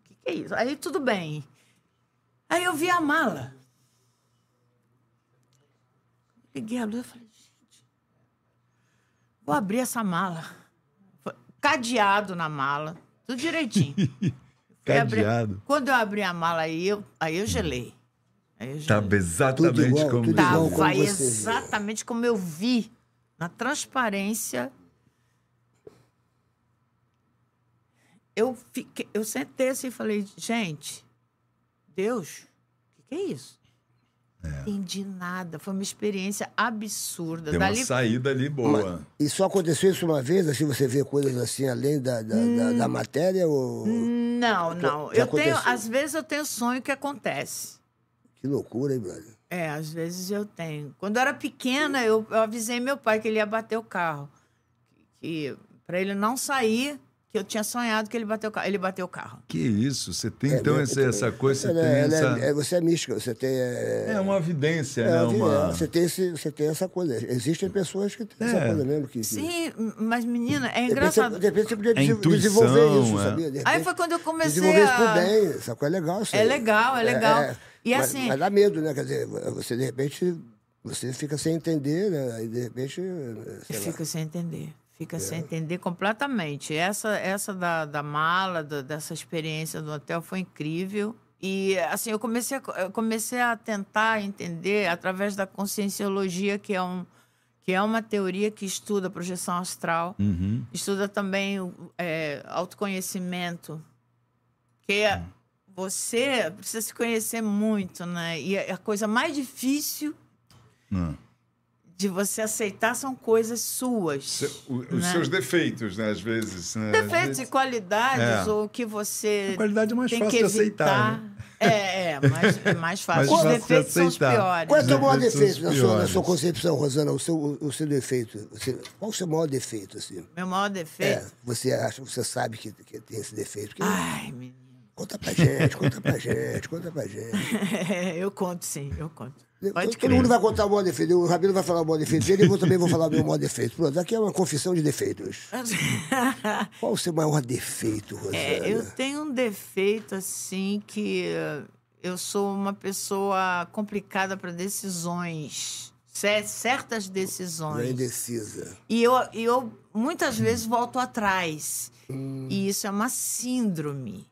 que, que é isso? Aí tudo bem. Aí eu vi a mala. Liguei a luz e falei, gente, vou abrir essa mala. Foi Cadeado na mala, tudo direitinho. Fui abrir- Cadeado. Quando eu abri a mala, aí eu, aí eu gelei. Aí eu gelei. Tava exatamente igual, como. tudo igual. como Tava você viu. exatamente como eu vi na transparência. Eu, fiquei, eu sentei assim e falei, gente, Deus, o que, que é isso? É. Não Entendi nada. Foi uma experiência absurda. Deu uma Dali saída ali boa. E só aconteceu isso uma vez, assim, você vê coisas assim além da, da, da- Hum. da matéria? Ou... Não, não. já Eu tenho, aconteceu? às vezes eu tenho sonho que acontece. Que loucura, hein, brother? É, às vezes eu tenho. Quando eu era pequena, eu, eu avisei meu pai que ele ia bater o carro. Que para ele não sair, que eu tinha sonhado que ele bateu o carro. Ele bateu o carro. Que isso? Você tem É, então eu- essa, essa coisa, você Ela tem é- ela essa. é- é- você é mística, você tem. É, É uma evidência, é, né? vi- Uma... é, você, tem esse, você tem essa coisa. Existem pessoas que têm É. essa coisa mesmo. Que, que- Sim, mas menina, é De repente você- engraçado. de repente você podia É des- intuição, desenvolver isso, é. sabia? De Aí repente, foi quando eu comecei Desenvolver isso pro a. bem, essa coisa é legal. isso É aí. legal, é legal. E mas, assim- Mas dá medo, né? Quer dizer, você de repente. Você fica sem entender, né? Aí de repente. eh, Sei lá. É. Fica sem entender. Fica sem entender completamente. Essa, essa da, da mala, da- dessa experiência do hotel foi incrível. E assim, eu comecei, a, co- eu comecei a tentar entender através da conscienciologia, que é, um, que é uma teoria que estuda a projeção astral, Uhum. estuda também o é, autoconhecimento. Que é- Hum. você precisa se conhecer muito, né? E a a coisa mais difícil Ah. de você aceitar são coisas suas. Se- o- os né? seus defeitos, né? Às vezes. Né? defeitos e qualidades, É. ou que você A qualidade é mais tem fácil que de evitar. aceitar. Né? É, é, mais, é mais Mais fácil. Os fácil de defeitos são os aceitar. piores. Qual é o seu Os maior defeitos são os defeito na sua, na piores. sua concepção, Rosana? O seu, o, o seu defeito? Você- qual o seu maior defeito, assim? Meu maior É, defeito. você acha, você sabe que, que tem esse defeito. É. Porque- Ai, menino. Conta pra gente, conta pra gente, conta pra gente. Então, eu conto, sim, eu conto. Pode Todo crer. mundo vai contar o maior defeito. O Rabino vai falar o maior defeito dele e eu também vou falar o meu maior defeito. Pronto, aqui é uma confissão de defeitos. Qual o seu maior defeito, Rosana? É, eu tenho um defeito, assim, que eh, eu sou uma pessoa complicada para decisões. Cer- Certas Não é decisões. indecisa. E eu, e eu muitas vezes volto atrás. Hum. E isso é uma síndrome.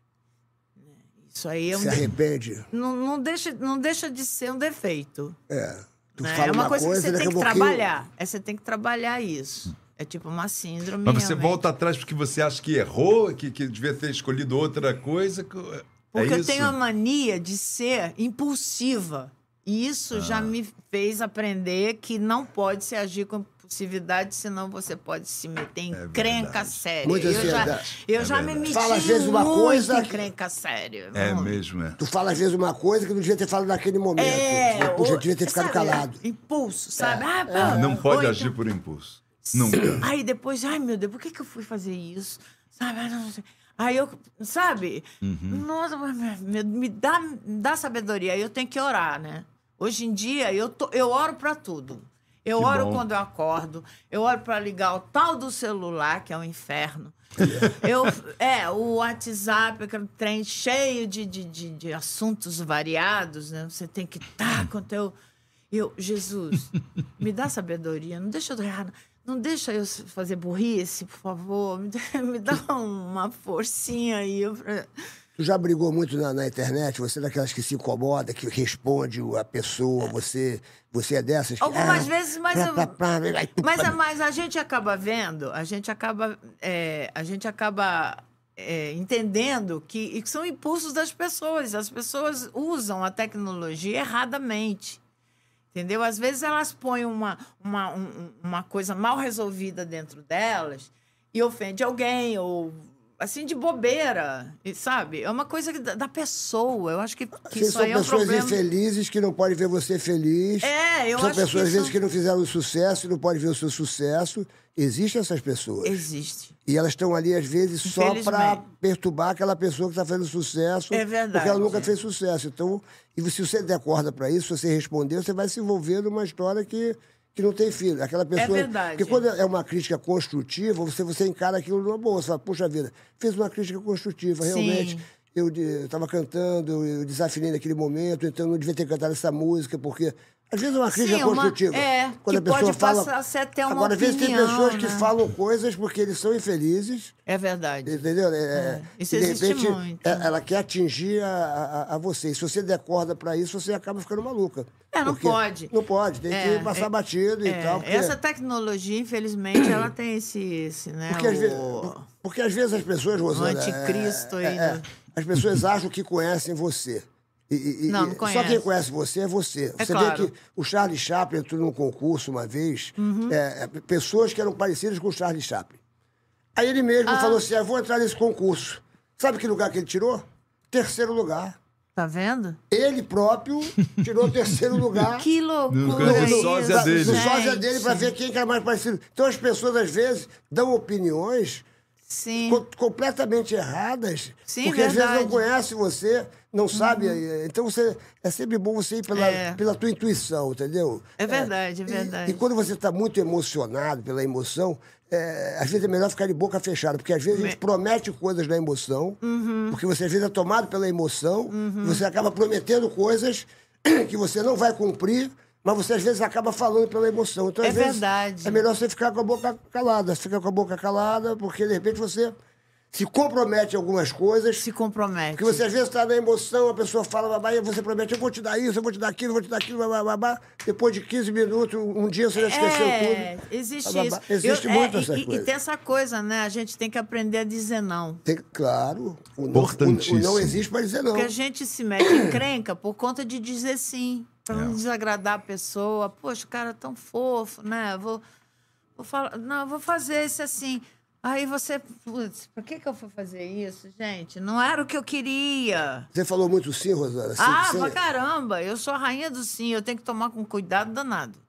né? Isso aí é um Se de- arrepende. não, não, deixa, não deixa de ser um defeito. É. Tu né? fala É uma coisa, que você daqui a tem que pouquinho- trabalhar. É, você tem que trabalhar isso. É tipo uma síndrome. é Mas você realmente. volta atrás porque você acha que errou, que, que devia ter escolhido outra coisa. que- é Porque eu isso? tenho a mania de ser impulsiva. E isso Ah. já me fez aprender que não pode se agir com impulsividade, senão você pode se meter em É crenca verdade. séria. Muita eu já, ansiedade. eu É já me verdade. meti Fala, às vezes, uma muito coisa em que- crenca séria. É muito. mesmo, é. Tu fala às vezes uma coisa que não devia ter falado naquele momento. É, tu ou- já devia ter ficado sabe, calado. É. Impulso, sabe? Ah, pá, Não pode ou agir então- por impulso. Nunca. Aí depois, ai meu Deus, por que, que eu fui fazer isso? Sabe? ah, não sei. Aí eu, sabe? Uhum. Nossa, mas me, me dá, me dá sabedoria. Aí eu tenho que orar, né? Hoje em dia eu, tô- eu oro pra tudo. Eu Que oro bom. quando eu acordo, eu oro pra ligar o tal do celular, que é um inferno. Eu, é, o WhatsApp, aquele trem cheio de, de, de, de assuntos variados, né? Você tem que estar com o teu. Eu, Jesus, me dá sabedoria, não deixa eu errar, não deixa eu fazer burrice, por favor, me dá, me dá uma forcinha aí. eu- Tu já brigou muito na, na internet? Você é daquelas que se incomoda, que responde a pessoa, você, você é dessas? Que, Algumas vezes, mas plá, eu- plá, plá, aí tu- Mas, é a- mas a gente acaba vendo, a gente acaba, é, a gente acaba é, entendendo que, e que são impulsos das pessoas. As pessoas usam a tecnologia erradamente. Entendeu? Às vezes elas põem uma, uma, um- uma coisa mal resolvida dentro delas e ofende alguém, ou assim, de bobeira, e, sabe? É uma coisa que da, da pessoa. Eu acho que, que Vocês Assim, isso são aí é um pessoas problema. infelizes que não podem ver você feliz. É, eu são acho pessoas, que às vezes, isso- que não fizeram o sucesso, não podem ver o seu sucesso. Existem essas pessoas. Existe. E elas estão ali, às vezes, só para Infelizmente. perturbar aquela pessoa que está fazendo sucesso. É verdade. Porque ela nunca fez sucesso. Então, e se você decorda para isso, se você responder, você vai se envolver numa história que, que não tem filho. Aquela pessoa. É verdade. Porque quando é uma crítica construtiva, você, você encara aquilo numa boa. Você fala, puxa vida, fez uma crítica construtiva, Sim. realmente. Eu estava cantando, eu, eu desafinei naquele momento, então eu não devia ter cantado essa música, porque. Às vezes é uma crítica Sim, uma- construtiva. é, quando que a pessoa pode fala. passar a ser até uma Agora, às vezes tem opinião, pessoas que né? falam coisas porque eles são infelizes. É verdade. Entendeu? É, Isso e de existe repente, muito. é- Ela quer atingir a, a, a você. E se você der corda pra isso, você acaba ficando maluca. É, não Porque- pode. Não pode, tem É, que passar é- batido e É, tal. Porque, Essa tecnologia, infelizmente, ela tem esse, esse né? porque, às o- ve- por- porque às vezes as pessoas, Rosana... é- anticristo né? é- ainda. é, as pessoas acham que conhecem você. E- e- e- Não, não e- Só conhece. quem conhece você é você. É você claro. Uhum. vê que o Charlie Chaplin entrou num concurso uma vez, é, é, pessoas que eram parecidas com o Charlie Chaplin. Aí ele mesmo falou assim: ah, vou entrar nesse concurso. Sabe que lugar que ele tirou? Terceiro lugar. Tá vendo? Ele próprio tirou o terceiro lugar. Que loucura. canto do isso, sósia dele. No sósia gente. dele né? para ver quem que era mais parecido. Então as pessoas, às vezes, dão opiniões Sim. co- completamente erradas. Sim, porque às vezes verdade. Uhum. não conhece você, não sabe. eh, Então você, é sempre bom você ir pela, É. pela tua intuição, entendeu? É verdade, é e- verdade. E, quando você está muito emocionado pela emoção, eh, às vezes é melhor ficar de boca fechada, porque às vezes a gente promete coisas na emoção, Uhum. porque você às vezes é tomado pela emoção, você acaba prometendo coisas que você não vai cumprir. Mas você às vezes acaba falando pela emoção. Então, É às vezes, verdade. É melhor você ficar com a boca calada. Você fica com a boca calada, porque de repente você se compromete em algumas coisas. Se compromete. Porque você às vezes está na emoção, a pessoa fala babá, e você promete, eu vou te dar isso, eu vou te dar aquilo, eu vou te dar aquilo, babá, babá. Depois de 15 minutos, um dia você já esqueceu é, tudo. existe Babá, isso. Existe Eu- é, muito e- essas e, e coisas. tem essa coisa, né? A gente tem que aprender a dizer não. Tem- claro, o não, o, o não Importantíssimo. existe para dizer não. Porque a gente se mete em crenca por conta de dizer sim, para não desagradar a pessoa. Poxa, o cara é tão fofo, né? Vou, vou falar, não, eu vou fazer isso assim. Aí você, putz, por que, que eu fui fazer isso, gente? Não era o que eu queria. Você falou muito sim, Rosana. Sim, ah, sim. pra caramba, eu sou a rainha do sim, eu tenho que tomar com cuidado danado.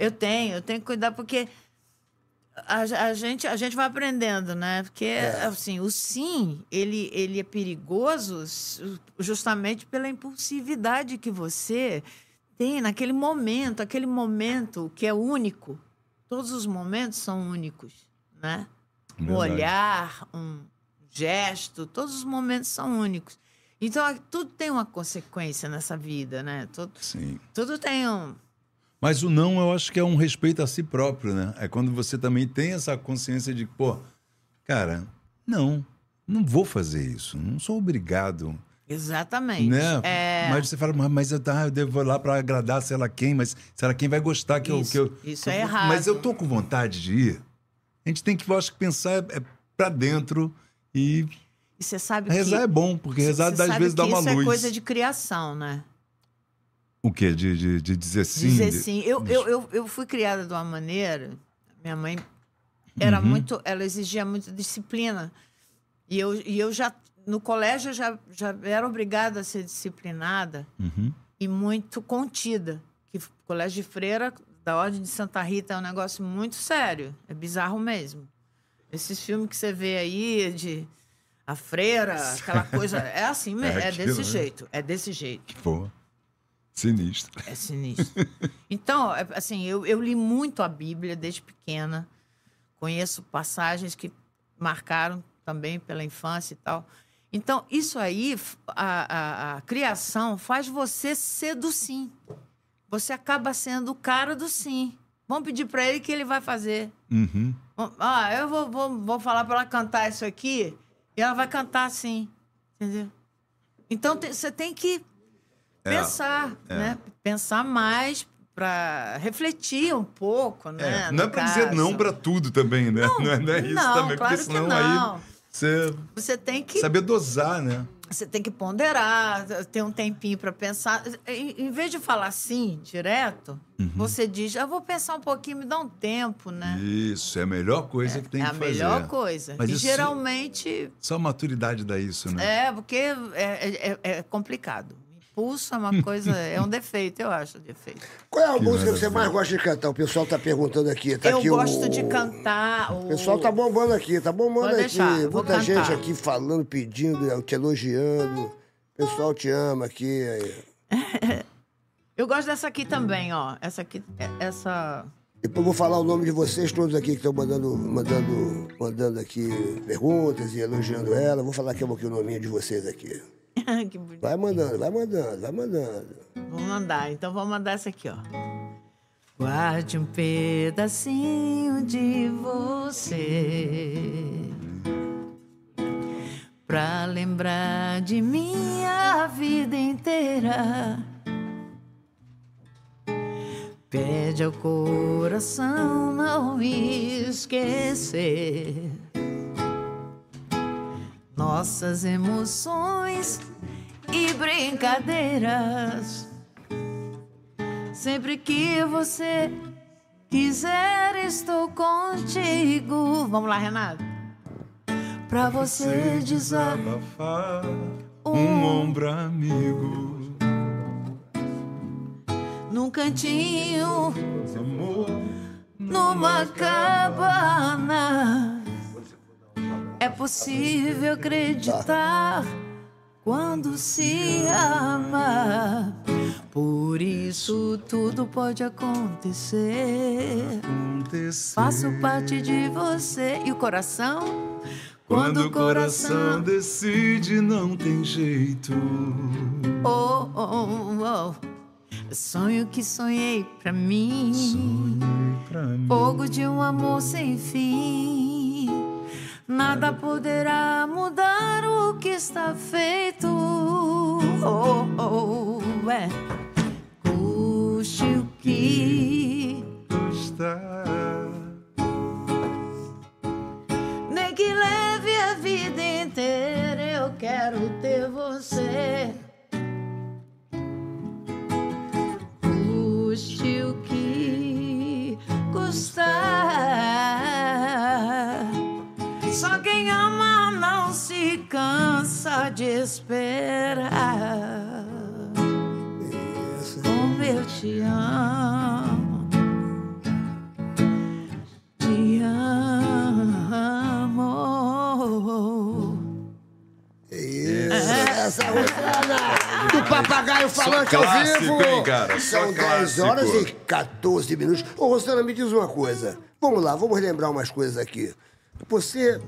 eu tenho, eu tenho que cuidar, porque a, a gente, a gente vai aprendendo, né? Porque, assim, o sim, ele, ele é perigoso s- justamente pela impulsividade que você tem naquele momento, aquele momento que é único. Todos os momentos são únicos, né? Um Verdade. olhar, um gesto, todos os momentos são únicos. Então, a- tudo tem uma consequência nessa vida, né? Tudo, Sim. tudo tem um... Mas o não, eu acho que é um respeito a si próprio, né? É quando você também tem essa consciência de, pô, cara, não, não vou fazer isso, não sou obrigado, Exatamente. né? É... Mas você fala, "Mas- mas eu, tá, eu devo lá pra agradar, sei lá quem, mas será quem vai gostar que Isso, eu... Que eu isso que eu é vou- errado. Mas eu tô com vontade de ir. A gente tem que, eu acho que pensar é, é pra dentro e E você sabe rezar que... é bom, porque rezar Você às sabe vezes dá que uma isso luz. é coisa de criação, né? O quê? De, de, de dizer sim? Dizer de- sim. Eu, eu, eu, eu fui criada de uma maneira. Minha mãe Uhum. era muito. Ela exigia muita disciplina. E eu, e eu já. No colégio eu já, já era obrigada a ser disciplinada Uhum. e muito contida. Que f- colégio de freira da Ordem de Santa Rita é um negócio muito sério. É bizarro mesmo. Esses filmes que você vê aí de a freira, aquela coisa. É assim mesmo. é aquilo, desse né? jeito. É desse jeito. Pô, sinistro. É sinistro. Então, é, assim, eu, eu li muito a Bíblia desde pequena. Conheço passagens que marcaram também pela infância e tal. Então, isso aí, f- a, a- a criação faz você ser do sim. Você acaba sendo o cara do sim. Vamos pedir para ele que ele vai fazer. Uhum. Bom, Ah, eu vou, vou, vou falar pra ela cantar isso aqui e ela vai cantar assim, entendeu? Então te- você tem que É, pensar, né? Pensar mais pra refletir um pouco, né? É, no não é pra dizer caso. não pra tudo também, né? Não, é, não é isso não, também, claro porque que senão não. aí você Você tem que saber dosar, né? você tem que ponderar, ter um tempinho pra pensar. Em, em vez de falar sim direto, você diz, eu vou pensar um pouquinho, me dá um tempo, né? Uhum. Isso, é a melhor coisa que tem é que a fazer. melhor coisa. Mas e isso- geralmente Só a maturidade dá isso, né? É, porque é, é- é complicado. Impulso é uma coisa, é um defeito, eu acho, defeito. Qual é a Que música que você maravilha. mais gosta de cantar? O pessoal tá perguntando aqui. Tá eu aqui gosto o... de cantar. O O pessoal tá bombando aqui, tá bombando Vou aqui. deixar, vou Muita gente cantar. aqui falando, é, é. pedindo, te elogiando. O pessoal te ama aqui. Eu gosto dessa aqui também, ó. Essa aqui, é- essa. Depois eu vou falar o nome de vocês todos aqui que estão mandando, mandando, mandando aqui perguntas e elogiando ela. Vou falar aqui um pouquinho o nominho de vocês aqui. que bonito. Vai mandando, vai mandando, vai mandando. Vou mandar, então vou mandar essa aqui, ó. Guarde um pedacinho de você pra lembrar de minha vida inteira. Pede ao coração não me esquecer nossas emoções e brincadeiras. Sempre que você quiser, estou contigo. Vamos lá, Renato. Pra você dizer desabafar, um ombro amigo, num cantinho, amor. numa cabana. É possível acreditar quando se ama. Por isso tudo pode acontecer. um Acontecer Faço parte de você e o coração. quando o coração decide, não tem jeito. Oh, oh, oh. Sonho que sonhei pra mim. Pra mim, Fogo de um amor sem fim. Nada poderá mudar o que está feito. Oh, oh, é. Custe o que. está Nem que leve a vida inteira, eu quero ter você. Custe o que custar. Só quem ama não se cansa de esperar. Como eu te amo. Te amo. Isso, essa é moçada do Papagaio Falante ao clássico, vivo. hein, cara? Só São 10 clássico. horas e 14 minutos. Ô, Rosana, me diz uma coisa. Vamos lá, vamos relembrar umas coisas aqui. Você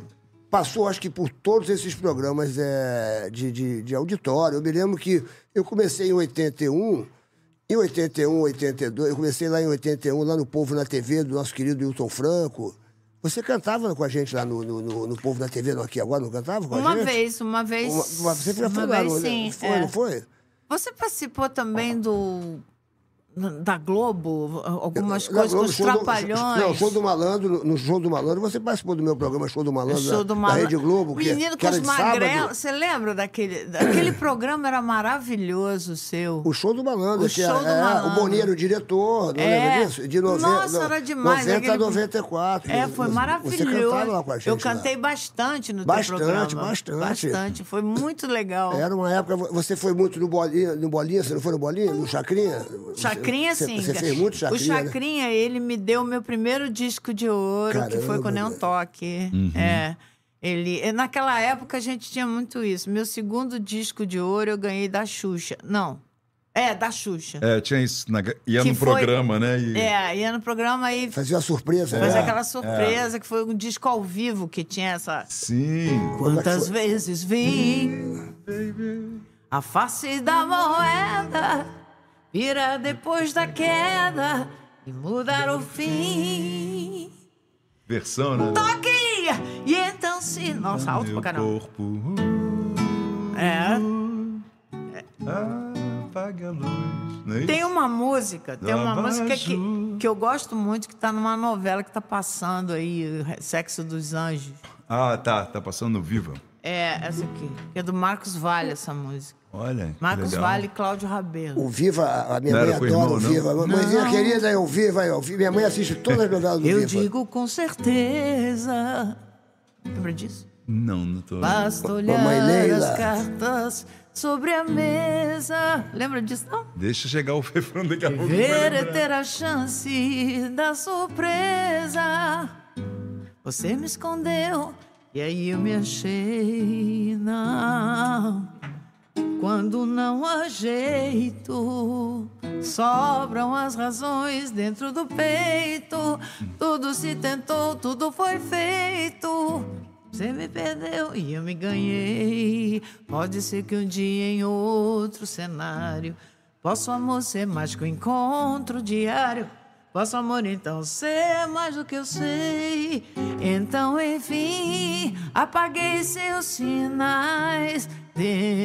passou, acho que, por todos esses programas é, de, de, de auditório. Eu me lembro que eu comecei em 81... Em 81, 82, eu comecei lá em 81, lá no Povo na TV, do nosso querido Wilton Franco. Você cantava com a gente lá no, no, no- no Povo na TV, não aqui agora, não cantava com a Uma gente? vez, uma vez. Uma, uma- você já foi uma lá, vez, não, sim. né? foi, é. não foi? Você participou também do. da Globo? Algumas Na coisas com Globo, os show do- trapalhões? não, Show do Malandro, no- no Show do Malandro, você participou do meu programa Show do Malandro, Show da, do Malan- da Rede Globo, que, é- Menino que com era os de sábado. magrelos. Você lembra daquele. Aquele programa era maravilhoso seu. O Show do Malandro, O que Show era, do é, Malandro. o Boninho era o diretor, não É. lembra disso? De noventa- Nossa, era demais, 90 a aquele- 94. É, foi Você- maravilhoso. Você cantava lá com a gente. Eu lá. cantei bastante no Bastante, teu programa. bastante. É, Bastante, foi muito legal. Era uma época. Você foi muito no Bolinha, no bolinha você não foi no Bolinha? No Chacrinha? Chacrinha, Você- sim. Você fez muito Chacrinha. O né? Chacrinha, ele me deu o meu primeiro disco de ouro, que foi Caramba, com o Neon velho. Toque. É. Ele, e naquela época a gente tinha muito isso. Meu segundo disco de ouro eu ganhei da Xuxa. Não. É, da Xuxa. É, tinha isso. Na... Ia Que no foi- programa, né? E... É, ia no programa e Fazia uma surpresa. fazia né? aquela surpresa que foi um disco ao vivo que tinha essa. Sim. Quantas vezes vi a face da moeda vira depois da queda e mudar o fim. Versão, né? Toque! E então se. Nossa, alto pra Meu caramba. corpo. hum, É. Apaga a luz. Não é Tem isso? uma música, tem uma Abaixo. música que, que eu gosto muito, que tá numa novela que tá passando aí, Sexo dos Anjos. Ah, tá. Tá passando no Viva. É, essa aqui. É do Marcos Vale, essa música. Olha. que Marcos legal. Vale e Cláudio Rabelo. O Viva, a minha Não mãe era adora com o irmão, o não? Viva. Mãezinha querida, eu Viva, eu Viva. Minha mãe assiste todas as novelas do É. Eu Viva. digo com certeza. Lembra disso? Não, não tô. Basta olhar Leila. as cartas sobre a mesa. Lembra disso, não? Deixa chegar o Fefrão daqui a pouco. vai Ver é lembrar. ter a chance da surpresa. Você me escondeu e aí eu me achei. Não. Quando não há jeito, sobram as razões dentro do peito. Tudo se tentou, tudo foi feito. Você me perdeu e eu me ganhei. Pode ser que um dia em outro cenário, posso amor ser mais que um encontro diário. Vosso amor então ser mais do que eu sei. Então, enfim, apaguei seus sinais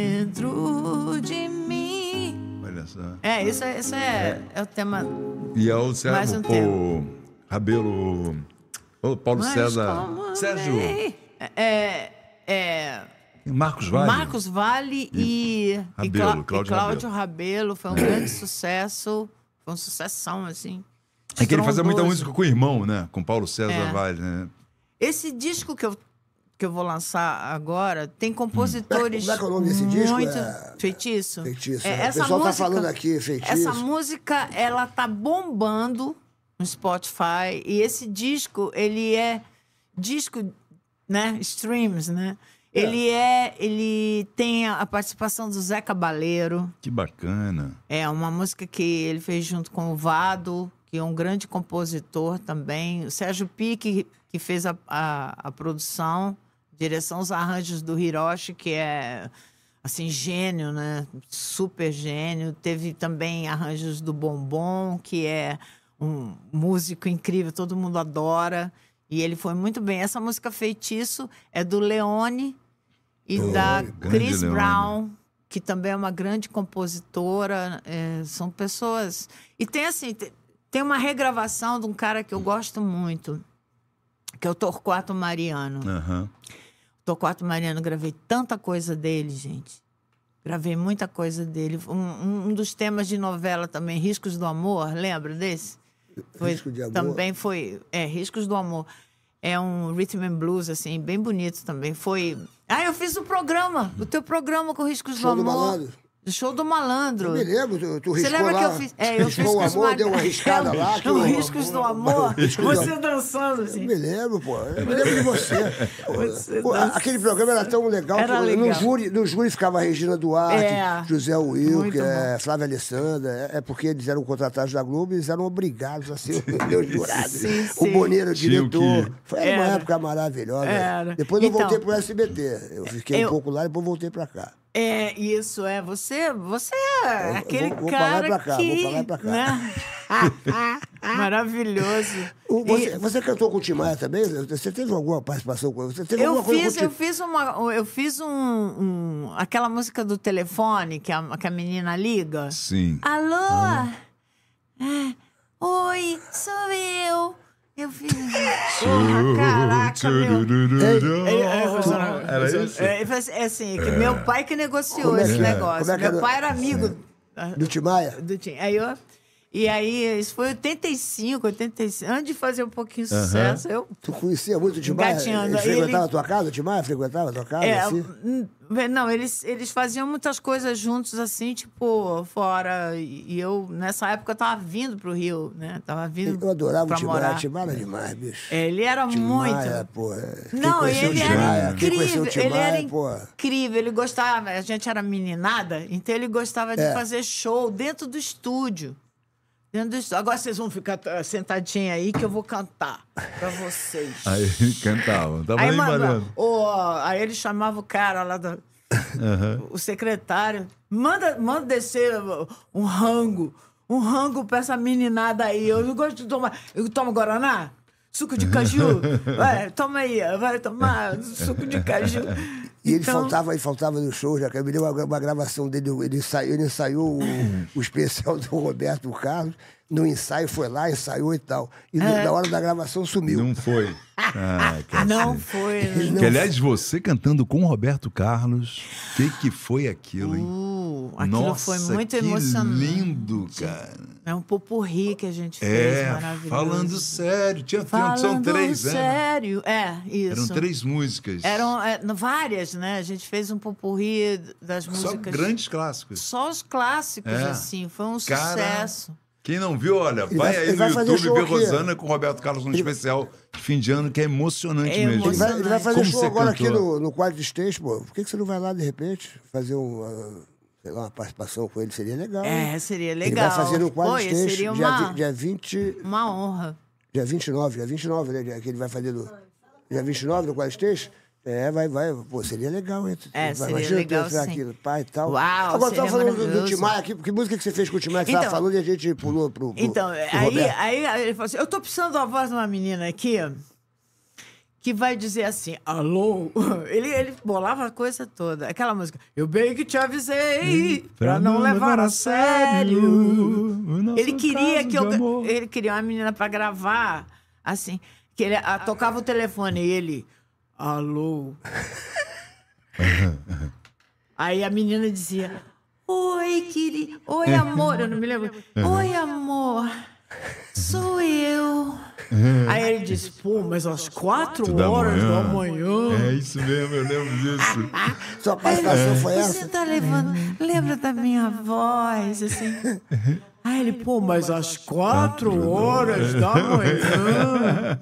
dentro de mim. Olha só. É, isso, é- isso é, é o tema. E é o Mais Sérgio, um o Rabelo, o Paulo Mas como César, Sérgio, amei. né? É, é, Marcos Vale. Marcos Vale e, e, Rabelo, Clá- e Cláudio Cláudio Rabelo. Foi um grande sucesso. Foi uma sucessão, assim. É que ele fazia muita estrondoso. música com o irmão, né? Com Paulo César É. Vale, né? Esse disco que eu, que eu vou lançar agora tem compositores Hum. Como é que é o nome desse disco? muito É- feitiço. Feitiço, né? É, O essa pessoal tá música, falando aqui, feitiço. Essa música ela tá bombando no Spotify e esse disco ele é disco, né? Streams, né? Ele é, ele tem a a participação do Zé Cabaleiro. Que bacana. É uma música que ele fez junto com o Vado, que é um grande compositor também. O Sérgio Pique, que fez a, a, a produção, direção os arranjos do Hiroshi, que é assim, gênio, né? Super gênio. Teve também arranjos do Bombom, que é um músico incrível, todo mundo adora. E ele foi muito bem. Essa música Feitiço é do Leone e Oh, da grande Chris Leone. Brown, que também é uma grande compositora. é, são pessoas. E tem assim, te- tem uma regravação de um cara que eu gosto muito, que é o Torquato Mariano. Aham. Torquato Mariano, gravei tanta coisa dele, gente. Gravei muita coisa dele. Um- Um, um dos temas de novela também, Riscos do Amor, lembra desse? Risco de Amor. Também foi. É, Riscos do Amor. É um rhythm and blues, assim, bem bonito também. Foi. Ah, eu fiz o programa, o teu programa com Riscos Show do do é Amor. Malandro. Show do Malandro. Eu me lembro, tu, tu Você riscou lembra lá. que eu fiz. É, eu fiz riscou o com os amor, mag- deu uma riscada É, lá. que o o- Riscos do Amor. Riscos do Você dançando, assim. Eu me lembro, pô. Eu me lembro de você. Você é. Pô, dança. aquele programa era tão legal. Era que No, legal. júri, no júri ficava Regina Duarte, É. José Muito Wilk, bom. é, Flávia Alessandra. É, é porque eles eram contratados da Globo e eles eram obrigados a ser os jurados. Sim, O sim. Boninho era o Tinham diretor. que- Foi uma Era. época maravilhosa. Era. Depois eu Então- voltei pro SBT. Eu fiquei um Eu- pouco lá e depois voltei pra cá. É, isso, é. Você, você é vou- aquele vou pra lá e cara pra cá, que... vou pra lá e pra cá. né? Maravilhoso. O- E Você, você cantou com o Tim Maia também? Você teve alguma participação com Você teve eu alguma coisa fiz, com o eu Tim- fiz uma, eu fiz um, um- aquela música do telefone que a, que a menina liga. Sim. Alô? Ah, Oi, sou eu. Eu fiz. Porra, caraca, meu. Era isso? É, é assim, que meu pai que negociou Como é esse que é? negócio. Como é que meu era? pai era amigo Do Tim Maia? do Tim. Aí eu, e aí, isso foi 85, 85. Antes de fazer um pouquinho de sucesso, eu. Tu conhecia muito o Tim Maia? Engatinhando. Ele Ele- frequentava a tua casa, o Tim Maia? Frequentava a tua casa? É, assim? hum, não, eles, eles faziam muitas coisas juntos, assim, tipo, fora. E e eu, nessa época, eu tava vindo pro Rio, né? Tava vindo. Eu adorava o pra Tim Maia. morar. O Tim Maia era demais, bicho. É, Ele era Tim muito. Maia, pô. é. Quem Não, conheceu o ele Tim era Maia, Quem conheceu incrível. o Tim Ele Maia, era pô. incrível. Ele gostava, a gente era meninada, então ele gostava de É. fazer show dentro do estúdio. Dentro do estúdio. Agora vocês vão ficar ah, sentadinhos aí que eu vou cantar pra vocês. Aí ele cantava. Tava aí, manda- Mariano. o- aí ele chamava o cara lá do. O secretário. Manda, manda descer um rango. Um rango pra essa meninada aí. Eu não gosto de tomar. Eu tomo Guaraná? Suco de caju? Vai, toma aí, vai tomar suco de caju. E Então- ele faltava, ele faltava no show, já que eu me lembro uma, uma gravação dele, ele ensaiou, ele ensaiou o, o especial do Roberto Carlos, no ensaio foi lá, ensaiou e tal. E no- É. na hora da gravação sumiu. Não foi. Ah, cara. Não foi. né? Que, aliás, você cantando com o Roberto Carlos, o que, que foi aquilo, hein? Uh, aquilo Nossa, foi muito que emocionante. lindo, cara. É um popurri que a gente fez, É, maravilhoso. falando sério. Tinha, tinha, Falando são três, né? sério. É, isso. Eram três músicas. Eram é, no- várias, né? A gente fez um popurri das Só músicas. grandes clássicos. Só os clássicos, É. assim. Foi um Cara, sucesso. Quem não viu, olha, vai, vai- aí ele no vai fazer YouTube show ver aqui. Rosana com o Roberto Carlos no especial de fim de ano, que é emocionante É mesmo. Ele vai, ele vai fazer Como show você agora aqui cantou? no, no quadro de stage, pô. Por que, que você não vai lá de repente fazer um. ah, sei lá, uma participação com ele seria legal. hein? É, seria Ele legal. vai fazer no quadro Olha, Station, seria dia, uma, vi- dia 20. uma honra. Dia 29, dia 29, né? dia Que ele vai fazer do. Dia 29 do quadro Station? É, vai, vai. Pô, seria legal, hein? Vai- É, seria Imagina tu legal, entrar sim. aqui, pai e tal. Uau, Agora, tu tava seria falando do, do maravilhoso. Timaya aqui, que música que você fez com o Timaya que você Então- tava falando e a gente pulou pro. pro Então, pro aí, Roberto. aí, aí ele falou assim: eu tô precisando da voz de uma menina aqui que vai dizer assim, alô? Ele, ele bolava a coisa toda. Aquela música, eu bem que te avisei Hum, pra não levar a sério. Ele queria que eu. Ele queria uma menina pra gravar, assim. Que ele ah, tocava o telefone e ele. Alô? Aí a menina dizia: Oi, querido. Oi, amor. Eu não me lembro. Oi, amor. Sou eu. Aí ele disse: Pô, mas às quatro Da horas da manhã. manhã. É isso mesmo, eu lembro disso. Sua participação foi Você essa? tá levando. Lembra da minha voz, assim. Aí ele, pô, mas às quatro horas da manhã.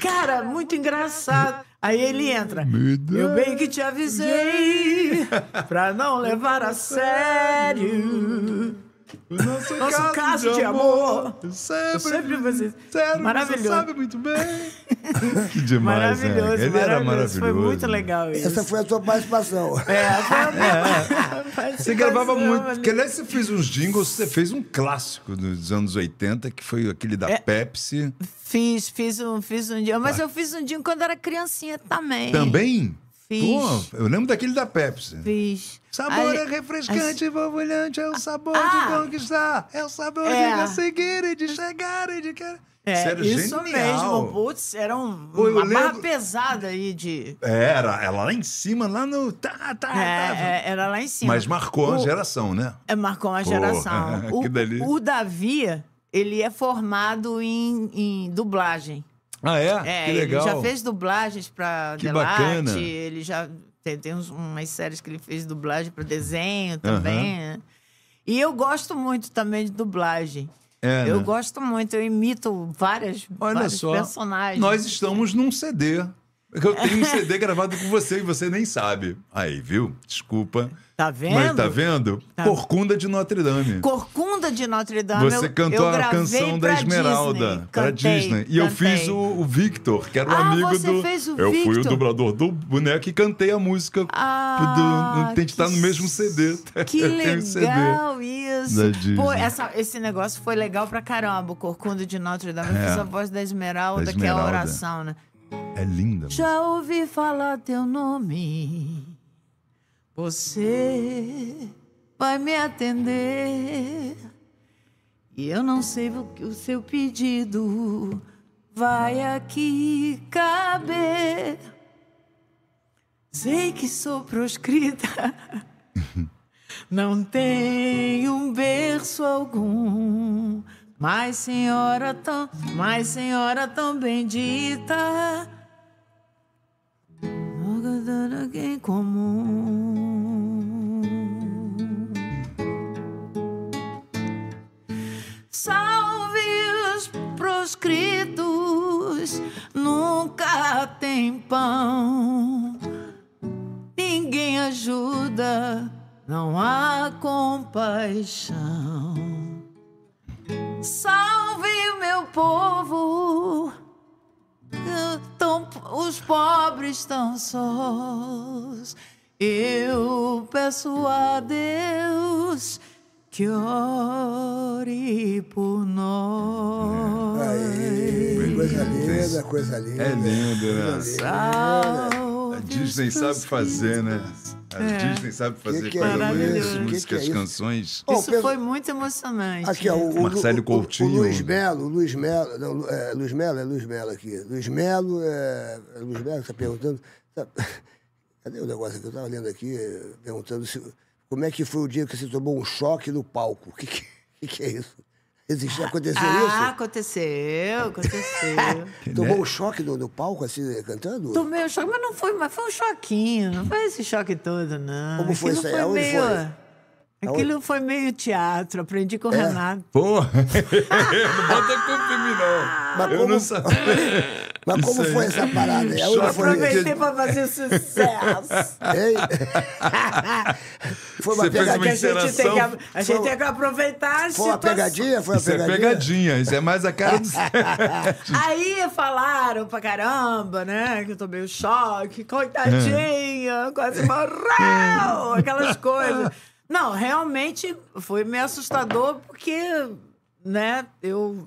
Cara, muito engraçado. Aí ele entra. Me dá. Eu bem que te avisei pra não levar a sério. O nosso, Nosso caso de amor. Sempre, Sempre você- Sério, Maravilhoso. Você sabe muito bem. que demais, Maravilhoso, né? Ele era maravilhoso. Foi muito né? legal isso. Essa foi a tua participação. É, foi uma né? Você gravava muito. Porque, aliás, você fez uns jingles, você fez um clássico dos anos 80, que foi aquele É. da Pepsi. Fiz, fiz um, fiz um dia. Mas eu fiz um dia quando era criancinha também. Também? Fiz. Pô, eu lembro daquele da Pepsi. Fiz. Sabor Aí- é refrescante, e borbulhante, é o sabor Ah! de conquistar, é o sabor É. de conseguir e de chegar e de querer. É, Sério, isso genial. mesmo. Putz, era um, Pô, eu uma barra lembro- pesada aí de. Era, é lá em cima, lá no. Tá, tá, É, tá. é, era lá em cima. Mas marcou a O- geração, né? É, marcou uma Pô, geração. O- que delícia. o, Davi, ele é formado em, em dublagem. Ah, é? É, que ele legal. já fez dublagens pra Que Delarte, bacana. ele já tem, tem uns- umas séries que ele fez dublagem para desenho também. né? E eu gosto muito também de dublagem. É, eu né? gosto muito, eu imito várias, Olha vários só, personagens. assim. nós estamos num CD. Eu tenho um CD gravado com você e você nem sabe. Aí, viu? Desculpa. Tá vendo? Mas tá vendo? Tá. Corcunda de Notre Dame. Corcunda de Notre Dame. Você eu, cantou Ah, eu a gravei canção da pra Esmeralda Disney. pra Cantei, Disney. E eu cantei. fiz o, o Victor, que era o Ah, amigo você do. fez o eu fui o Victor. dublador do boneco e cantei a música. Ah, do... Tem que estar no que mesmo CD. Que eu tenho um CD. legal isso. da Disney. Pô, essa- esse negócio foi legal pra caramba. O Corcunda de Notre Dame. Eu É. fiz a voz da Esmeralda, Da que é a Esmeralda. oração, né? É linda. mano. Já ouvi falar teu nome. Você vai me atender. E eu não sei o que o seu pedido vai aqui caber. Sei que sou proscrita. Não tenho um berço algum. Mas senhora tão, mas senhora tão bendita. Nunca dar alguém comum. Salve os proscritos, nunca tem pão. Ninguém ajuda, não há compaixão. Salve o meu povo, tão- os pobres estão sós. Eu peço a Deus que ore por nós. Aí, coisa linda, Deus. coisa linda. É linda, né? Salve A Disney os sabe fazer, né? A Disney sabe fazer que é coisa isso? bonita, Que que é músicas, isso? canções. Ó, o Oh, Isso Pedro- foi muito emocionante. Aqui, ó, o, o, é Marcelo o- Coutinho. O, Luiz Melo, o Luiz Melo, não, Lu- é, Luiz Melo, é Luiz Melo aqui. Luiz Melo, é, é Luiz Melo que tá perguntando. tá- cadê o negócio aqui? Eu tava lendo aqui, é, perguntando se, como é que foi o dia que você tomou um choque no palco. O que, que, que que é isso? Existe, aconteceu ah, aconteceu, aconteceu. ah. isso? Né? Tomou um choque no, no palco, assim, cantando? Tomei um choque, mas não foi, mas foi um choquinho, não foi esse choque todo, não. Como foi Aquilo isso aí? Aonde É? meio. foi? Aquilo foi meio teatro, aprendi com o Renato. Pô, não bota culpa em mim, não. Mas Eu como- não sabia. Mas como Isso aí. foi essa parada? aí? Só Aonde foi isso? Aproveitei pra fazer sucesso. Hein? foi uma Você fez uma Que pegadinha? a gente tem que, a- a gente Foi- tem que aproveitar a Foi uma situação. pegadinha? Foi uma Isso é pegadinha? pegadinha, isso é mais a cara do Sérgio. Aí falaram pra caramba, né? Que eu tomei um choque, coitadinha, quase morreu, aquelas coisas. Não, realmente foi meio assustador porque, né, eu,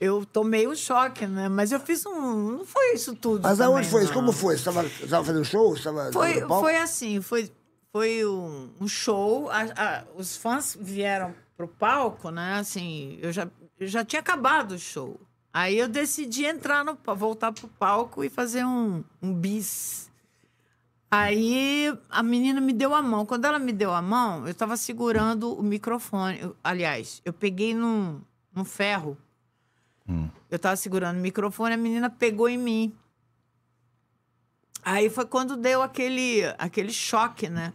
eu tomei o choque, né? Mas eu fiz um. Não foi isso tudo. Mas também, né? aonde foi isso? não. Como foi? Você tava, você tava fazendo show? Você tava Foi, no palco? foi assim, foi, foi um, um show. a- a- os fãs vieram pro palco, né? Assim, eu já, eu já tinha acabado o show. Aí eu decidi entrar no pa- voltar pro palco e fazer um, um bis. Aí a menina me deu a mão. Quando ela me deu a mão, eu tava segurando o microfone. Eu- aliás, eu peguei num, num ferro. Eu tava segurando o microfone, a menina pegou em mim. Aí foi quando deu aquele, aquele choque, né?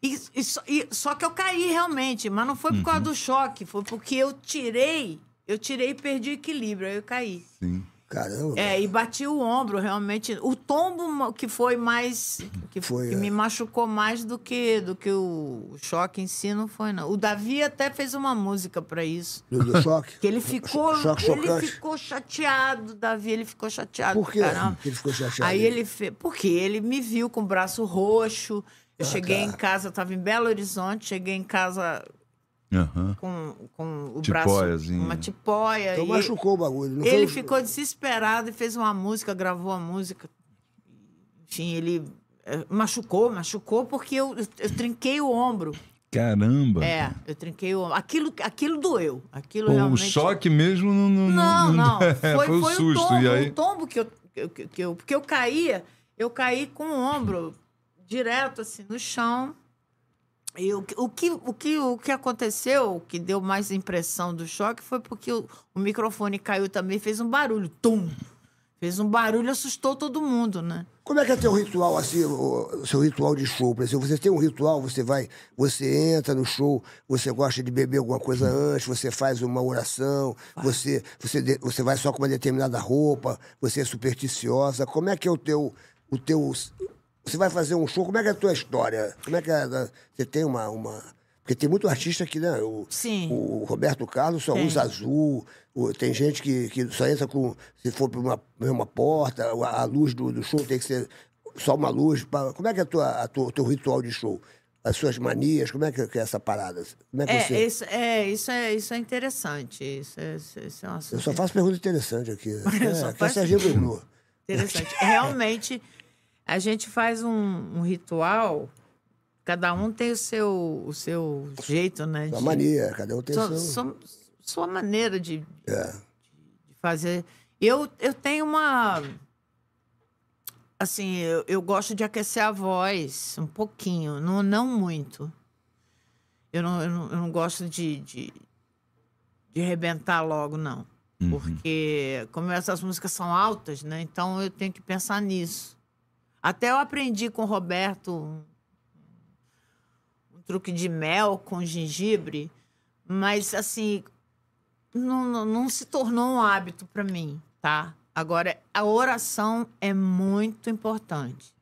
E, e só, e- só que eu caí realmente, mas não foi por Uhum. causa do choque, foi porque eu tirei, eu tirei e perdi o equilíbrio, aí eu caí. Sim. Caramba. É, e bati o ombro, realmente. O tombo ma- que foi mais. que, Foi, que é. me machucou mais do que, do que o choque em si, não foi, não. O Davi até fez uma música pra isso. Do, do choque? Que ele ficou, choque ele chocante. ficou chateado, Davi, ele ficou chateado. Por quê? pra Caramba. Que ele ficou chateado. Aí ele fez, porque ele me viu com o braço roxo. Ah, Eu cheguei tá. em casa, eu estava em Belo Horizonte, cheguei em casa Aham. com, com o braço, Tipóiazinha. uma tipóia. Então e machucou o bagulho. Não ele foi... ficou desesperado e fez uma música, gravou a música. Enfim, ele eh, machucou, machucou porque eu, eu, eu trinquei o ombro. Caramba. É, eu trinquei o ombro. Aquilo, aquilo doeu. Aquilo Pô, realmente... O um choque mesmo não. Não, Não, não. É, Foi, foi, o susto. o tombo, e aí. o tombo que eu, que, que eu. Porque eu caía, eu caí com o ombro direto, assim, no chão. E o, que- o, que, o, que, o que aconteceu, o que deu mais impressão do choque, foi porque o, o microfone caiu também, fez um barulho. Tum! Fez um barulho, assustou todo mundo, né? Como é que é teu ritual, assim, o o seu ritual de show? Por exemplo, você tem um ritual, você vai, você entra no show, você gosta de beber alguma coisa antes, você faz uma oração, você, você, de- você vai só com uma determinada roupa, você é supersticiosa. Como é que é o teu, o teu... Você vai fazer um show, como é que é a tua história? Como é que é, da- você tem uma... uma... Porque tem muito artista que, né? O, Sim. O Roberto Carlos só Tem. usa azul. o- Tem gente que, que só entra com. Se for por uma, por uma porta, a a luz do, do show tem que ser só uma luz. pra- como é que é o tua, a tua- teu ritual de show? As suas manias, como é que que é essa parada? Como é que você. É, isso é, isso é, isso é interessante. Isso é, isso é- isso é um Eu assunto só faço pergunta interessante aqui. Eu só É, aqui é faço- Serginho Bruno. Interessante. É, Realmente, a gente faz um, um ritual, cada um tem o seu, o seu jeito, né? Sua de- mania, cada um tem sua, seu. sua- sua maneira de, É. de fazer. Eu, eu tenho uma. Assim, eu, eu gosto de aquecer a voz um pouquinho, não, não muito. Eu não, eu não, eu não gosto de, de, de arrebentar logo, não. Porque, como essas músicas são altas, né? Então eu tenho que pensar nisso. Até eu aprendi com o Roberto um, um truque de mel com gengibre, mas assim, não, não, não se tornou um hábito para mim, tá? Agora, a oração é muito importante.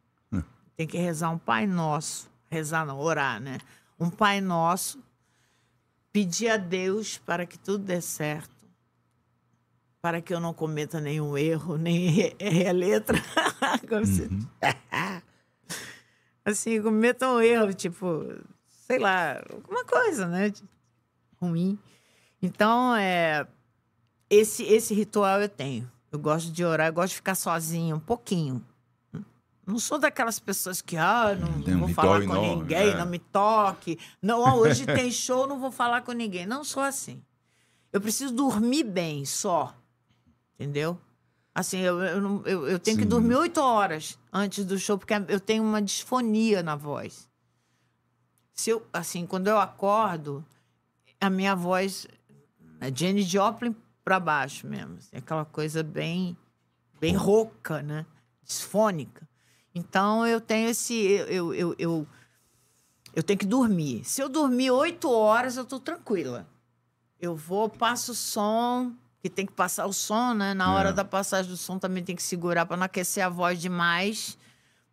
Tem que rezar um Pai Nosso. Rezar não, orar, né? Um Pai Nosso. Pedir a Deus para que tudo dê certo. Para que eu não cometa nenhum erro, nem erre a letra. Como se- assim, cometa um erro, tipo, sei lá, alguma coisa, né? de- Ruim. Então, é, esse, esse ritual eu tenho. Eu gosto de orar, eu gosto de ficar sozinha um pouquinho. Não sou daquelas pessoas que, ah, não Tem um vou ritual falar com enorme, ninguém, né? não é. me toque. Não, ó, hoje tem show, não vou falar com ninguém. Não sou assim. Eu preciso dormir bem só. Entendeu? Assim, eu, eu, não- eu- eu tenho que Sim. dormir oito horas antes do show, porque eu tenho uma disfonia na voz. Se eu, assim, quando eu acordo, a minha voz é Jenny Joplin pra baixo mesmo. assim, aquela coisa bem, bem rouca, né? Disfônica. Então, eu tenho esse... Eu, eu, eu, eu tenho que dormir. Se eu dormir oito horas, eu tô tranquila. Eu vou, passo som, que tem que passar o som, né? Na É. hora da passagem do som também tem que segurar para não aquecer a voz demais.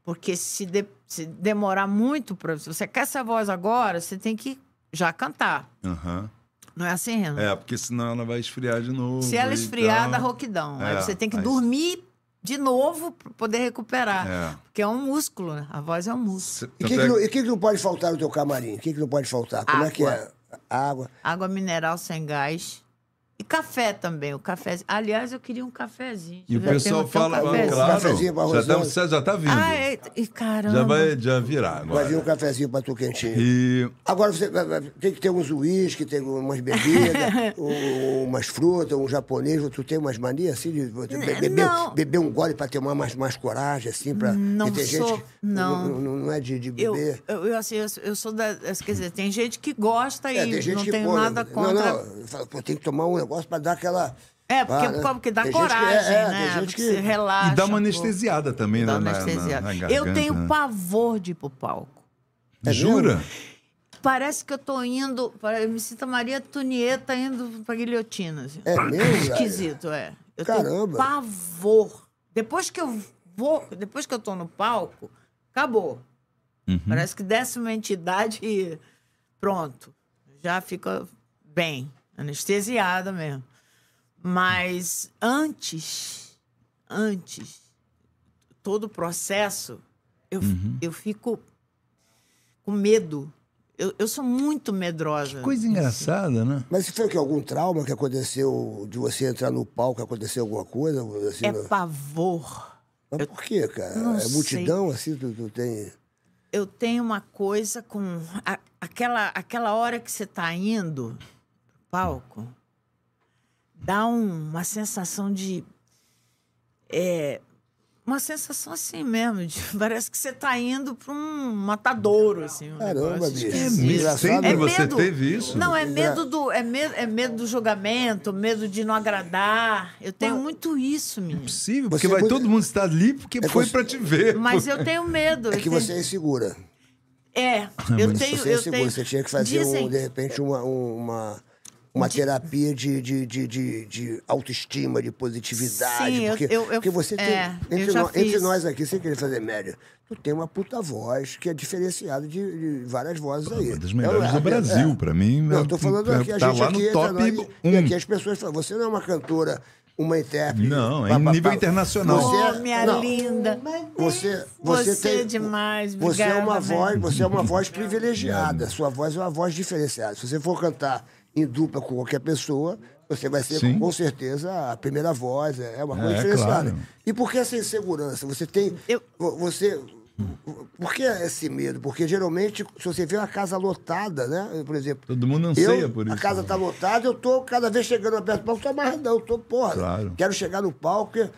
Porque se, de- se demorar muito, pra, se você aquece a voz agora, você tem que já cantar. Aham. Não é assim, Renan? É, porque senão ela vai esfriar de novo. Se ela e esfriar, tal. dá roquidão. então, É, aí você tem que aí- dormir de novo para poder recuperar. É. Porque é um músculo, né? A voz é um músculo. Se- E o que, tanto que é- não- e o que que não pode faltar no teu camarim? O que, que não pode faltar? Como é que é? Água. Água mineral sem gás. E café também, o café. Aliás, eu queria um cafezinho. E o Já tem pessoal até um fala, cafezinho. ah, claro, Cafezinho pra já tá, Rosana. você já tá vindo. Ah, é, e caramba. já vai já virar agora. Vai vir um cafezinho pra tu quentinho. E Agora você vai- vai- tem que ter uns uísque, tem umas bebidas, um- umas frutas, um japonês. Tu tem umas manias assim de você be- beber, não. beber um gole pra ter uma, mais, mais coragem, assim, pra. Não porque tem sou, gente que não. não, não é de, de Eu, beber. eu, eu, assim, eu, sou- eu sou da. Quer dizer, tem gente que gosta É, e tem gente não que tenho pô, nada contra. Não, não, fala, pô, tem que tomar um negócio pra dar aquela. É, porque, Ah, né? porque dá Tem gente que- coragem, é, é, né? Tem gente Você que. relaxa. E dá uma pô. anestesiada também, Dá né? na- uma na- anestesiada. na garganta, eu tenho né? pavor de ir pro palco. É Jura? Parece que eu tô indo. pare- Eu me sinto a Maria Tunieta indo pra guilhotina. assim. É mesmo? Braga? Esquisito, é. Eu tenho Caramba. pavor. Depois que eu vou, depois que eu tô no palco, acabou. Uhum. Parece que desce uma entidade e pronto. Já fica bem, anestesiada mesmo. Mas antes, antes, todo o processo, eu, Uhum. eu fico com medo. Eu, eu sou muito medrosa. Coisa engraçada, né? Mas se foi o quê? algum trauma que aconteceu de você entrar no palco, aconteceu alguma coisa? Assim, É não- pavor. Mas por quê, cara? não é multidão assim, tu, tu tem. eu tenho uma coisa com a- aquela aquela hora que você está indo pro palco dá um- uma sensação de é, uma sensação assim mesmo de- parece que você está indo para um matadouro assim um Caramba, negócio bicho. esquisito. É mesmo? Sempre É você medo. teve isso? não é medo do é medo, é medo do julgamento medo de não agradar eu tenho muito isso menino. Possível, porque Você vai pode- É todo mundo estar ali porque foi cons- pra te ver. mas eu tenho medo É eu que tenho- você é insegura. é eu tenho Você é eu insegura. tenho Você tinha que fazer, um, Dizem- de repente, uma, um- uma, uma terapia de, de, de, de, de autoestima, de positividade. Sim, eu- porque, eu- eu- porque você tem. é, eu entre, já nós, entre fiz. nós aqui, sem querer fazer média, tu tem uma puta voz que é diferenciada de, de várias vozes Ah, aí. Uma das É melhores uma- do Brasil, é. pra mim. Não, é- eu tô falando aqui, a tá gente lá aqui no entra top nós, e- 1. E aqui as pessoas falam, você não é uma cantora, uma intérprete. Não, é em nível internacional. Ô, Você é- minha não, linda. Você, você, Você tem, é demais, Você é obrigada, uma velho. voz, você é uma Uhum. voz privilegiada. Sua voz é uma voz diferenciada. Se você for cantar em dupla com qualquer pessoa, você vai ser Sim. com certeza a primeira voz. É uma coisa É, diferenciada. claro. E por que essa insegurança? Você tem, Eu- vo- você por que esse medo? Porque geralmente, se você vê uma casa lotada, né? Por exemplo. Todo mundo anseia eu, por isso. né? A casa tá lotada, eu tô cada vez chegando perto do palco, tô amarradão, eu tô, porra. Claro. Quero chegar no palco, porque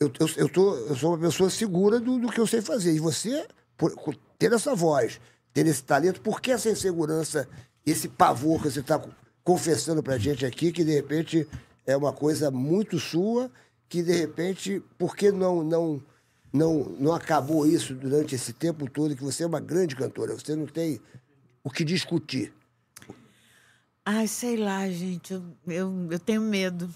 eu, eu, eu, tô, eu sou uma pessoa segura do, do que eu sei fazer. E você, por, por ter essa voz, ter esse talento, por que essa insegurança, esse pavor que você está confessando pra gente aqui, que de repente é uma coisa muito sua, que de repente, por que não, não, não, não acabou isso durante esse tempo todo, que você é uma grande cantora, você não tem o que discutir. Ai, sei lá, gente. Eu, eu, eu tenho medo.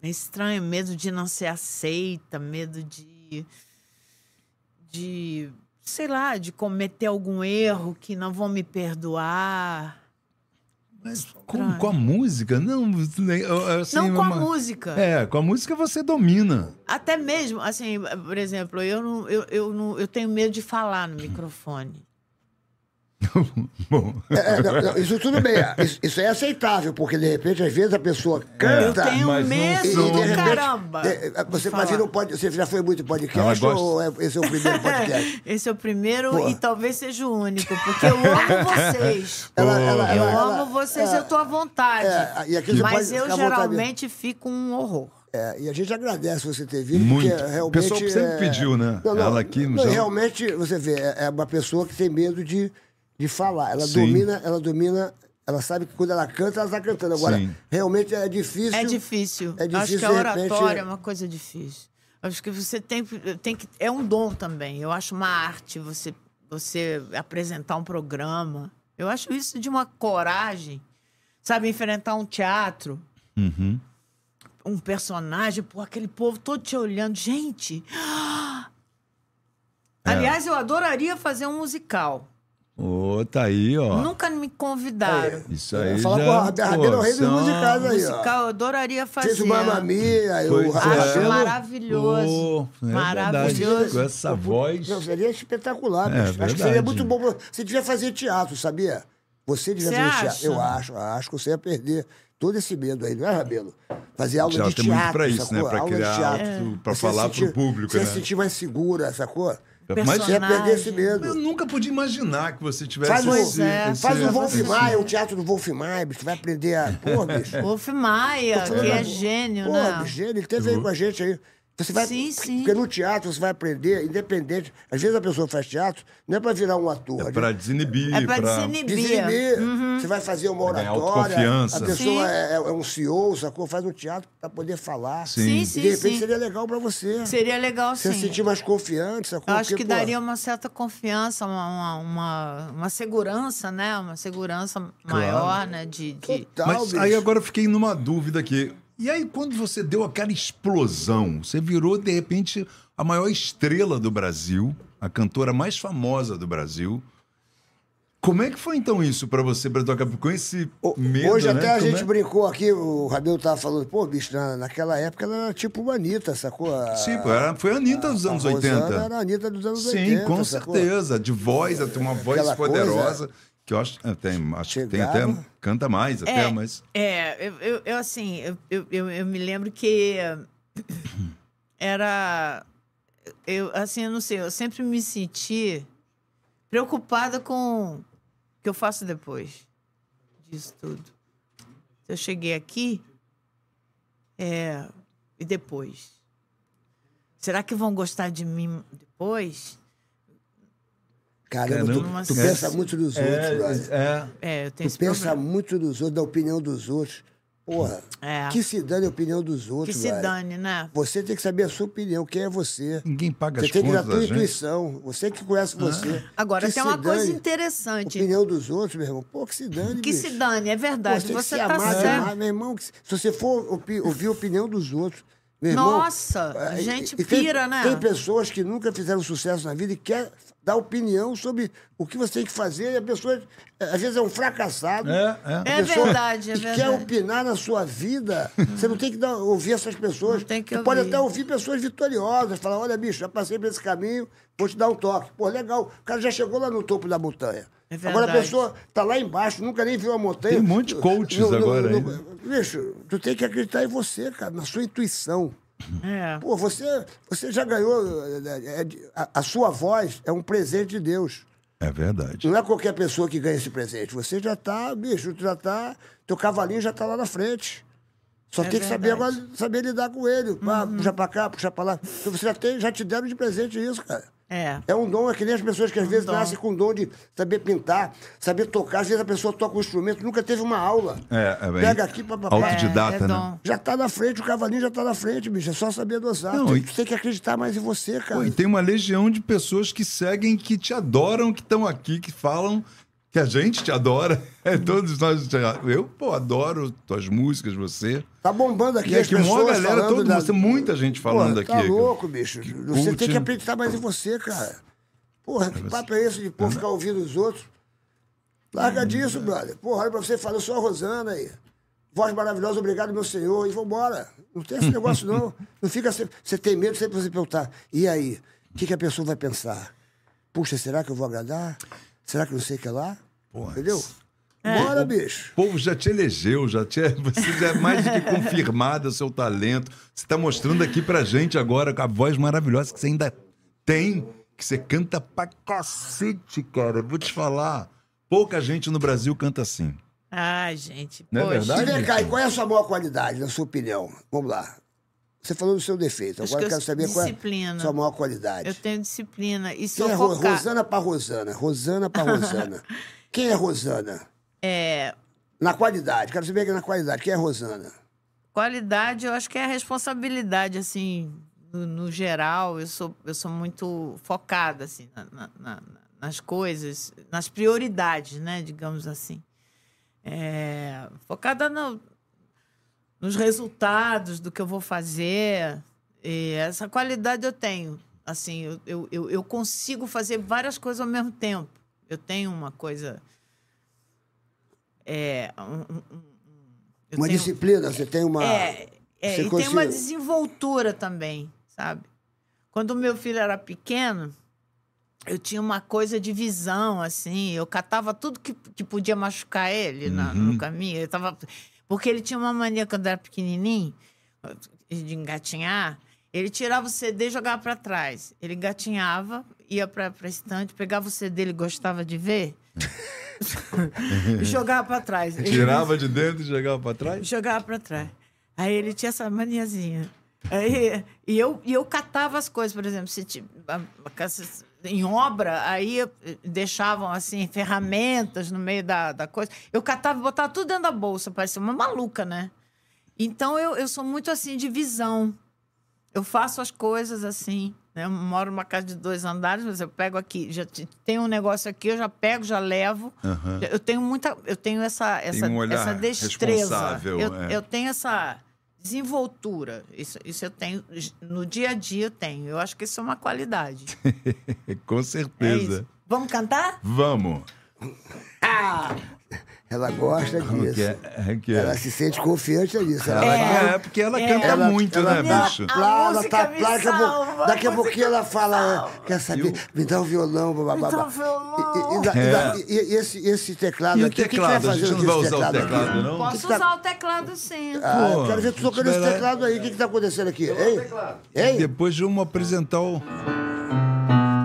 É estranho. Medo de não ser aceita, medo de. de. sei lá, de cometer algum erro que não vão me perdoar. Mas com, com a música? Não, assim, é não com a uma- música. É, com a música você domina. Até mesmo, assim, por exemplo, eu, não, eu, eu, não, eu tenho medo de falar no microfone. Bom, É, não, não, isso tudo bem. Isso, isso é aceitável, porque de repente, às vezes, a pessoa canta. eu tenho Ah, mas não medo sou. do E, de repente, caramba. É, é, Você, de vai vir falar. um pod- você já foi muito em Ela podcast gosta. ou é- esse é o primeiro podcast? Esse é o primeiro Pô. e talvez seja o único, porque eu amo vocês. Ela- ela- eu ela- amo ela- vocês, é, eu tô à vontade. é, e aqui você mas pode eu ficar à vontade geralmente fico um horror. É, e a gente agradece você ter vindo, Muito. porque O realmente. pessoal sempre é, pediu, né? Não, não, Ela aqui não, já- Realmente, você vê, é é uma pessoa que tem medo de, de falar. Ela Sim. domina, ela domina, ela sabe que quando ela canta, ela tá cantando. Agora, Sim. realmente é difícil. É difícil. É Acho difícil, que de a repente- oratória é uma coisa difícil. Acho que você tem, tem que. É um dom também. Eu acho uma arte você, você apresentar um programa. Eu acho isso de uma coragem. Sabe, enfrentar um teatro. um personagem, pô, aquele povo todo te olhando. Gente! Aliás, eu adoraria fazer um musical. Ô, tá aí, ó. Nunca me convidaram. É, Isso aí. Falar já, com a derradeira é o rei dos são- musicais aí, ó. é Musical, eu adoraria fazer. Fez o Mamma Mia, o assim, Pois é. Acho Marcelo? Rachelo. maravilhoso. Pô, é verdade, maravilhoso. Com essa voz. Não, seria espetacular, É, bicho. Acho que verdade. seria muito bom. pra- Você devia fazer teatro, sabia? Você devia Você fazer acha? teatro. Eu acho, acho que você ia perder todo esse medo aí, não é, Rabelo? Fazer aula Teatro de é muito teatro, pra isso, sacou? né? Pra aula criar de teatro. algo, pra Você ia falar pro sentir- público, Você ia né? sentir mais segura, sacou? Mas- Você ia perder esse Eu medo. nunca podia imaginar que você tivesse Faz um, esse, é, esse- faz um Wolf esse- Maia, um teatro do Wolf Maia, bicho. Vai aprender a. Pô, bicho. Wolf Maia, Tô falando que é da- gênio, Pô, né? gênio, ele teve Uhum. aí com a gente aí. Você vai, Sim, sim. Porque no teatro você vai aprender, independente. Às vezes a pessoa faz teatro, não é pra virar um ator. É pra desinibir. É pra desinibir. Desinibir. Você vai fazer uma Ganhar oratória. autoconfiança. A Uhum. Sim. pessoa é, é um CEO, sacou? Faz um teatro pra poder falar. Sim, Sim. E sim, de repente sim. seria legal pra você. Seria legal, Você sim. se sentir mais confiante, sacou? Eu acho Porque, que pô, daria um uma certa confiança, uma, uma, uma, uma segurança, né? Uma segurança maior, né? De, de- Total, Mas bicho. aí agora eu fiquei numa dúvida aqui. E aí, quando você deu aquela explosão, você virou, de repente, a maior estrela do Brasil, a cantora mais famosa do Brasil. Como é que foi então isso pra você, pra tua cabeça? Com esse O- medo, Hoje né? até a Como gente é- brincou aqui, o Rabelo tava falando, pô, bicho, na, naquela época ela era tipo uma Anitta, sacou? A- Sim, pô, era- foi a Anitta dos a anos Rosana 80. Era a Anitta dos anos Sim, 80. com sacou? certeza. De voz, ela tem uma voz Aquela poderosa. Que eu acho, é, tem, acho que tem até. Chegava. Canta mais até, É, mas. É, eu, eu, eu, assim, eu, eu, eu, eu me lembro que era. Eu, assim, eu não sei, eu sempre me senti preocupada com o que eu faço depois disso tudo. Eu cheguei aqui é, e depois. Será que vão gostar de mim depois? Caramba, Caramba, tu, tu é. pensa muito nos outros, brother. é. É, eu tenho Tu esse pensa problema. muito nos outros, da opinião dos outros. Porra, É. que se dane a opinião dos Que outros, se brother. dane, né? Você tem que saber a sua opinião, quem é você. Ninguém paga Você as tem que ir na contas tua da gente. intuição, você que conhece você. Agora, Que tem se uma coisa dane a interessante. Opinião dos outros, meu irmão. Pô, que se dane, Que se bicho. dane, é verdade. Pô, você tem que tá se amar certo. demais, meu irmão. que se se você for opi- ouvir a opinião dos outros, meu irmão, Nossa, a eh, gente e pira, tem, né? Tem pessoas que nunca fizeram sucesso na vida e quer dar opinião sobre o que você tem que fazer. E a pessoa, eh, às vezes, é um fracassado. É, é. É A pessoa- verdade, é e quer verdade. opinar na sua vida. Você não tem que dar- ouvir essas pessoas. Não tem que você pode ouvir. até ouvir pessoas vitoriosas, falar: olha, bicho, já passei por esse caminho, vou te dar um toque. Pô, legal, o cara já chegou lá no topo da montanha. É Agora a verdade. pessoa tá lá embaixo, nunca nem viu a montanha. Tem um monte de coaches agora aí. bicho, tu tem que acreditar em você, cara, na sua intuição. É. Pô, você, você já ganhou. é, é, a- a sua voz é um presente de Deus. É verdade. Não é qualquer pessoa que ganha esse presente. Você já tá, bicho, tu já tá. Teu cavalinho já tá lá na frente. Só tem que saber agora, verdade. saber lidar com ele. Pá, Puxa pra cá, puxa pra lá. Então você já, tem, já te deram de presente isso, cara. É. É um dom, é que nem as pessoas que às vezes dom. nascem com o dom de saber pintar, saber tocar. Às vezes a pessoa toca um instrumento, nunca teve uma aula. É, é bem. Pega aqui, papapá. Autodidata, É, né? é dom. Já tá na frente, o cavalinho já tá na frente, bicho. É só saber dosar. Não, Tem- e- Tu tem que acreditar mais em você, cara. Pô, e tem uma legião de pessoas que seguem, que te adoram, que estão aqui, que falam que a gente te adora. É, todos nós. te- Eu, pô, adoro tuas músicas, você. Tá bombando aqui E é as que mó pessoas galera, falando todo da... mundo, tem muita gente falando Porra, aqui. Tá louco, bicho. Você curte, tem que né? acreditar mais em você, cara. Porra, que papo é esse de né? pô, ficar ouvindo os outros? Uhum. Larga disso, brother. Porra, olha pra você falar, eu sou a Rosana aí. Voz maravilhosa, obrigado, meu senhor. E vambora. Não tem esse negócio, não. Não fica sempre... Você tem medo sempre você perguntar. E aí? O que, que a pessoa vai pensar? Puxa, será que eu vou agradar? Será que não sei o que é lá? Porra. Entendeu? Bora, bicho. O povo já te elegeu, já te, você já é mais do que confirmada o seu talento. Você está mostrando aqui pra gente agora com a voz maravilhosa que você ainda tem, que você canta pra cacete, cara. Eu Vou te falar. Pouca gente no Brasil canta assim. Ai, gente. Não é poxa. verdade? E vem cá, Isso. e qual é a sua maior qualidade, na sua opinião? Vamos lá. Você falou do seu defeito, Acho agora que eu eu quero saber qual é a disciplina. sua maior qualidade. Eu tenho disciplina. E sou Quem é Ro- focada. Rosana pra Rosana? Rosana pra Rosana. Quem é Rosana? É, Na qualidade, quero saber que na qualidade. Quem é Rosana? qualidade, eu acho que é a responsabilidade, assim, no, no geral. Eu sou, eu sou muito focada, assim, na- na- na- nas coisas, nas prioridades, né? Digamos assim. É, focada no, nos resultados do que eu vou fazer. E essa qualidade eu tenho. Assim, eu- eu, eu, eu consigo fazer várias coisas ao mesmo tempo. Eu tenho uma coisa. É, um- um- um- eu Uma tenho- disciplina, você tem uma. é, você é, e tem consiga- uma desenvoltura também, sabe? Quando o meu filho era pequeno, eu tinha uma coisa de visão, assim. Eu catava tudo que, que podia machucar ele na- no caminho. Eu tava... Porque ele tinha uma mania quando era pequenininho, de engatinhar. Ele tirava o CD e jogava pra trás. Ele engatinhava, ia pra, pra estante, pegava o CD, ele gostava de ver. e jogava pra trás. Ele- Tirava de dentro e jogava pra trás? jogava pra trás. Aí ele tinha essa maniazinha. Aí, e, eu, e eu catava as coisas, por exemplo, se ti- a- a casa- em obra, aí eu- eh, deixavam assim, ferramentas no meio da, da coisa. Eu catava e botava tudo dentro da bolsa, parecia uma maluca, né? Então eu, eu sou muito assim de visão. Eu faço as coisas assim. Né? Eu moro numa casa de dois andares, mas eu pego aqui, já te- tem um negócio aqui, eu já pego, já levo. Eu tenho muita, eu tenho essa essa, um olhar essa destreza. responsável, Eu, é. eu tenho essa desenvoltura. Isso, isso eu tenho no dia a dia eu tenho. Eu acho que isso é uma qualidade. Com É certeza. isso. Vamos cantar? Vamos. Ela gosta Como disso. que é? É que é? Ela se sente confiante nisso. Ela Ela- vai- é, porque ela canta Ela- muito, ela- é né, ela- bicho? a Lá, ela música tá me lá, daqui a pouquinho, salva, daqui a a pouquinho ela fala, "Ah, quer saber, me dá um violão, blá, blá, Me dá blá. um violão. E, e- e da- e É. da- e- e esse, esse teclado E o aqui, o que que teclado? vai A fazer gente não com vai esse usar o teclado aqui? teclado, não? Posso tá- usar o teclado sim. Ah, Pô, quero ver tu tocando esse vai lá. teclado aí, o que que tá acontecendo aqui? Ei, ei, Depois de uma apresentar o.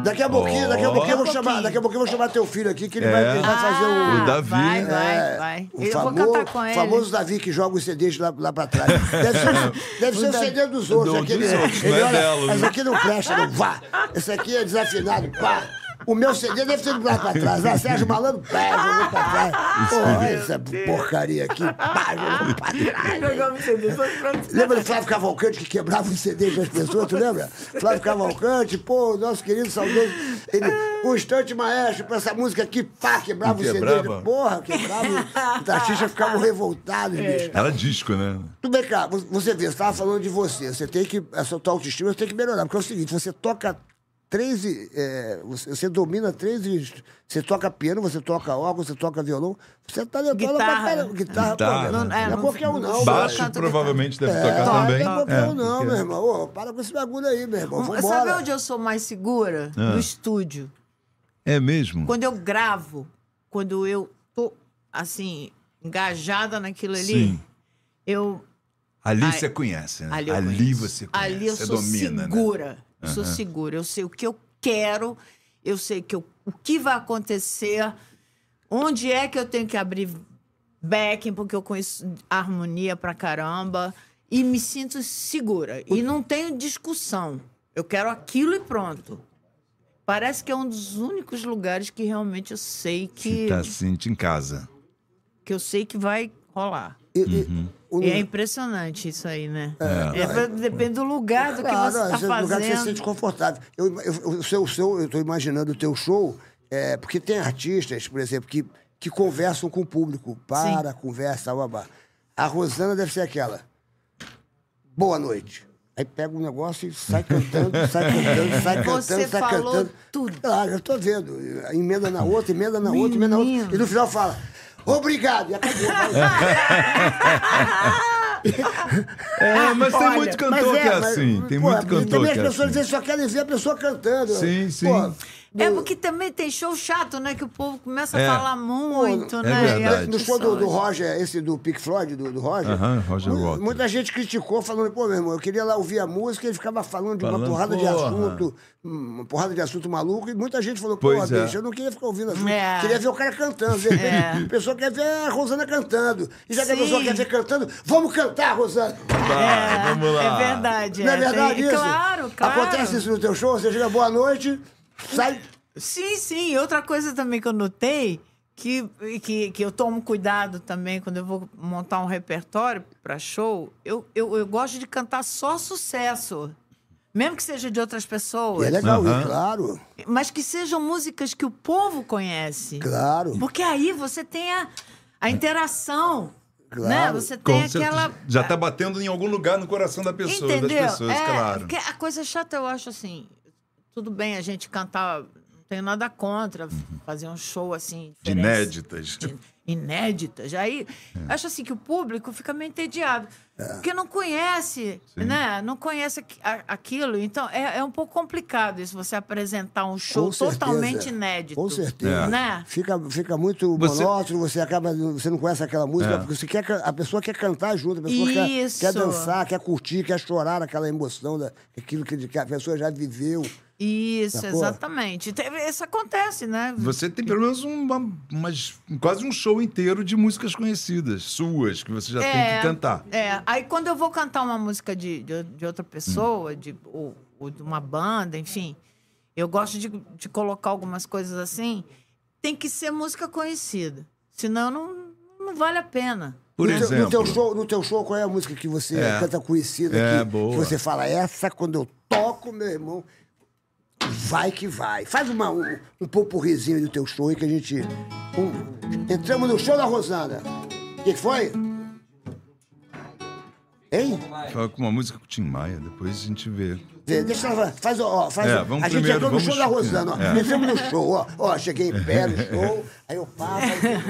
daqui a pouquinho, daqui a Ó. pouquinho eu vou Daqui a chamar, pouquinho. daqui a pouquinho eu vou chamar teu filho aqui, que ele É. vai, ele vai Ah, fazer o... O Davi. Vai, vai, É, vai. o eu famo- vou cantar com ele. famoso Davi que joga os CDs lá, lá pra trás. Deve ser, o- deve ser o CD dos outros. Do- aquele, dos outros, ele não é olha, dela, Mas né?" aqui não presta, não vá. Esse aqui é desafinado, pá. O meu CD deve ser do lado pra trás. Ah, Sérgio Malandro, pá, jogou pra trás. Pô, olha essa porcaria aqui, pá, jogou pra trás. Jogamos CD, foi pra- Lembra do Flávio Cavalcante que quebrava os CDs das pessoas, tu lembra? Flávio Cavalcante, pô, nosso querido saudoso. Ele, o instante maestro, pra essa música aqui, pá, quebrava os CDs. Quebrava? Porra, quebrava. Os artistas ficavam revoltados, É. bicho. Era disco, né? Tudo bem, cara, vo- você vê, você tava falando de você. Você tem que. A sua tua autoestima você tem que melhorar. Porque é o seguinte, você toca três. e- é, você, você domina três. inst- Você toca piano, você toca órgão, você toca violão. Você tá dentro Guitarra. Guitarra, Guitarra. pô, não, Não- é, não é não- qualquer um, não. Só Baixo canto provavelmente deve É, tocar não também. é qualquer um, É, não, porque- meu irmão. Ô, para com esse bagulho aí, meu irmão. Vambora. Sabe onde eu sou mais segura? No estúdio. É mesmo? Quando eu gravo, quando eu tô, assim, engajada naquilo ali, Sim. eu. Ali Ai, você conhece, né? Ali, Ali, eu conheço. você conhece. Ali eu você sou domina, né? segura. Eu Sou segura. Eu sei o que eu quero, eu sei que eu- o que vai acontecer, onde é que eu tenho que abrir backing, porque eu conheço harmonia pra caramba. E me sinto segura. E não tenho discussão. Eu quero aquilo e pronto. Parece que é um dos únicos lugares que realmente eu sei Você que, tá sentindo em casa. que eu sei que vai rolar. E- e- Uhum. o- E é impressionante isso aí, né? É. É, pra- depende do lugar do que Claro, você está esse é o lugar que você se fazendo. sente confortável. Eu, eu, eu- o seu, o seu, eu tô imaginando o teu show, é, porque tem artistas, por exemplo, que, que conversam com o público. Para, conversa, babá. A Rosana deve ser aquela. Boa noite. Aí pega um negócio e sai cantando, sai cantando, sai cantando, Você sai falou cantando. tudo. Claro, eu tô vendo. Emenda na outra, emenda na outra, emenda na outra. E no final fala, obrigado, e acabou. É, mas tem Olha, muito Mas cantor que é mas, assim. Tem pô, muito E também cantor as que é pessoas às assim. vezes só querem ver a pessoa cantando. Sim, sim. É porque também tem show chato, né? Que o povo começa É. a falar muito, né? verdade. E as No show do, do pessoas- Roger, esse do Pink Floyd, do, do Roger, Aham, Roger mu- Waters. muita gente criticou, falando, pô, meu irmão, eu queria lá ouvir a música, ele ficava falando de uma Falando, porrada de porra. assunto, hum, uma porrada de assunto maluco, e muita gente falou, Pois porra, é. bicho, eu não queria ficar ouvindo assunto, É. queria ver o cara cantando. De repente, a pessoa quer ver a Rosana cantando. E já que a Sim. pessoa quer ver cantando, vamos cantar, Rosana! Vai, É, vamos lá. É verdade. não é verdade tem- isso? Claro, claro. Acontece isso no teu show, você chega, boa noite, sai... é Sim, sim. E Outra coisa também que eu notei, que, que, que eu tomo cuidado também quando eu vou montar um repertório para show, eu, eu, eu gosto de cantar só sucesso. Mesmo que seja de outras E pessoas. é legal Aham. isso, claro, Mas que sejam músicas que o povo conhece. claro. Porque aí você tem a, a interação. Né? Claro. Você tem Com certeza. aquela. Já tá batendo em algum lugar no coração da pessoa, Entendeu? das pessoas, é, claro. porque a coisa chata, eu acho assim. Tudo bem a gente cantar, não tenho nada contra, fazer um show assim. De diferente, inéditas. É. de- Inéditas. Aí, acho assim que o público fica meio entediado. Porque não conhece, Sim. né? Não conhece aqui- a- aquilo. Então, é, é um pouco complicado isso, você apresentar um show Com certeza. totalmente inédito. Com certeza. Né? É. Fica, fica muito Você- monótono, você acaba. Você não conhece aquela música, porque você quer, can- a pessoa quer cantar junto, a pessoa quer, Isso. quer dançar, quer curtir, quer chorar aquela emoção, da, aquilo que, que a pessoa já viveu. Isso, Sacou? exatamente. Teve- Isso acontece, né? Você tem pelo menos uma, umas- quase um show inteiro de músicas conhecidas, suas, que você já tem que cantar. É, aí quando eu vou cantar uma música de, de, de outra pessoa, de, ou, ou de uma banda, enfim, eu gosto de, de colocar algumas coisas assim, tem que ser música conhecida. Senão não, não vale a pena. Por no, teu- exemplo. no teu show, no teu show, qual é a música que você É. canta conhecida? É, que, boa. que você fala, essa quando eu toco, meu irmão, vai que vai. Faz uma, um, um popurrizinho do teu show aí que a gente. um- entramos no show da Rosana. O que que foi? Hein? Fala com uma música com o Tim Maia, depois a gente vê. Vê, Hum. Deixa ela faz, ó, ó, faz É, o- vamos a gente primeiro, entrou no vamos show da Rosana, ó. é. Entramos no show, ó. Ó, cheguei em pé no show, aí eu passo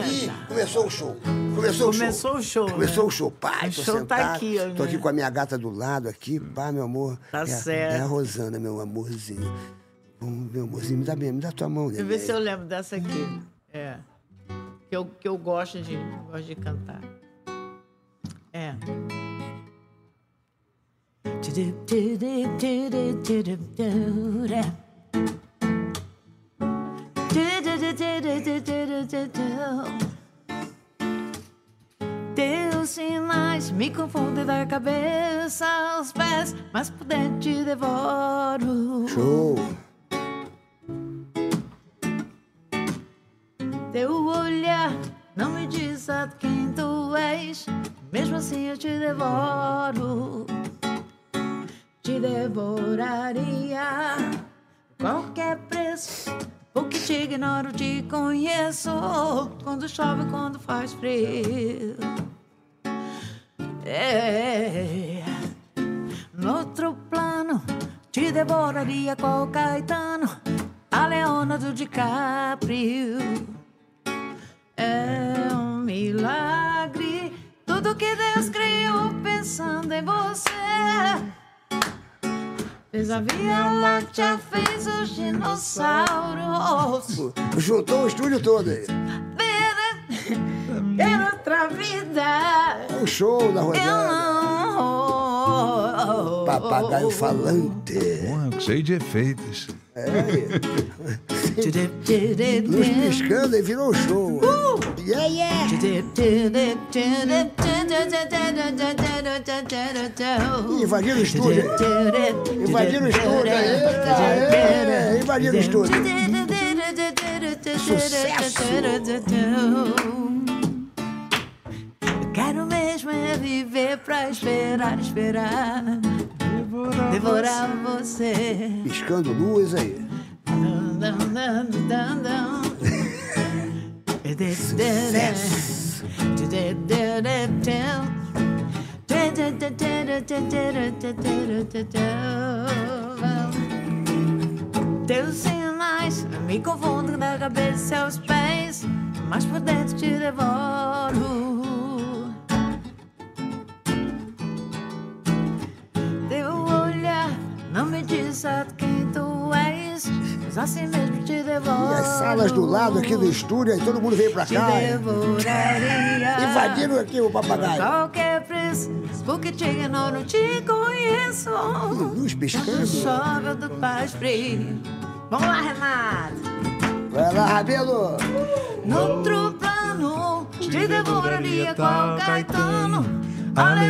e começou o show. Começou, Começou o o show. show, Começou né? o show. Pai, O tô show tá sentado, aqui, ó, Tô aqui né? com a minha gata do lado aqui, pá, meu amor. Tá é, certo. É a Rosana, meu amorzinho. Hum, Meu amorzinho, me dá bem, me dá tua mão, Deixa eu ver se eu né? lembro dessa aqui. É. Que eu, que eu gosto, de, gosto de cantar. É. Teus sinais me confundem da cabeça aos pés, mas por dentro te devoro. Show. Teu olhar não me diz a quem tu és, mesmo assim eu te devoro. Te devoraria qualquer preço, porque te ignoro, te conheço. Quando chove, quando faz frio. É. No outro plano, te devoraria qual Caetano, a Leonardo DiCaprio. É um milagre, tudo que Deus criou pensando em você. Fez a Via Láctea, fez os dinossauros. Juntou o estúdio todo aí. né? Era outra vida. É o show da Eu Rosana. não. Papagaio falante. Porra, cheio de efeitos. Luz piscando e virou show. Uh! Yeah, yeah. Invadiram o estúdio. Invadiram o estúdio. Eita, é. Invadiram o estúdio. Eu Quero mesmo é viver pra esperar, esperar, devorar você. Piscando luz aí. Sucesso. Teus sinais me confundem da cabeça aos pés, mas por dentro te devoro. Teu olhar não me diz a quem tu és, mas assim mesmo te devoro. E as salas do lado aqui do estúdio, aí todo mundo veio pra Te cá. é. devoraria. Invadiram aqui o papagaio. Qualquer preço, porque te ignoro, te conheço. Luz Quando piscando. chove, eu dou paz frio. Vamos lá, Renato. Vai lá, Rabelo. Noutro plano, te devoraria qual Caetano, a a Leonardo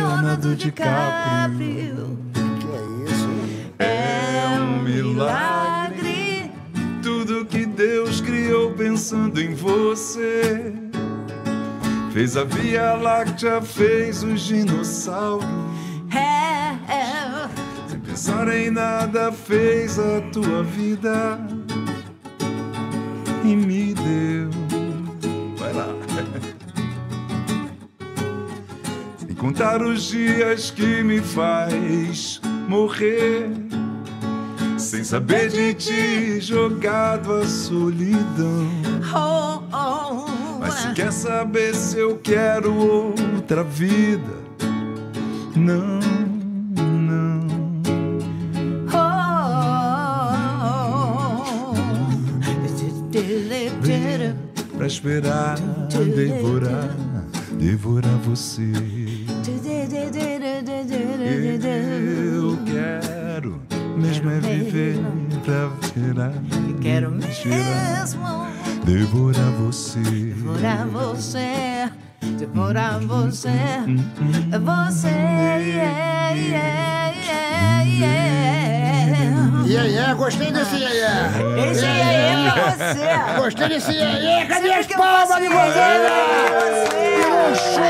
Leonardo DiCaprio. Que é isso? É um milagre. milagre. Tudo que Deus criou pensando em você. Fez a Via Láctea, fez os dinossauros. É, é. Sem pensar em nada, fez a tua vida. E me deu. Vai lá. contar os dias que me faz morrer. Sem saber de ti, jogado à solidão. Oh, oh, Mas se quer saber se eu quero outra vida, não, não. oh, oh, oh. Pra esperar devorar, devorar você. Eu quero mesmo é viver pra virar. Quero tirar, mesmo Devorar você. devorar você, devorar você, você, yeah, yeah, yeah, yeah. E aí, é, gostei desse aí, é. Esse aí é pra você. Gostei desse aí, é. Cadê Será as que eu palmas faço de isso? vocês? Virou um show!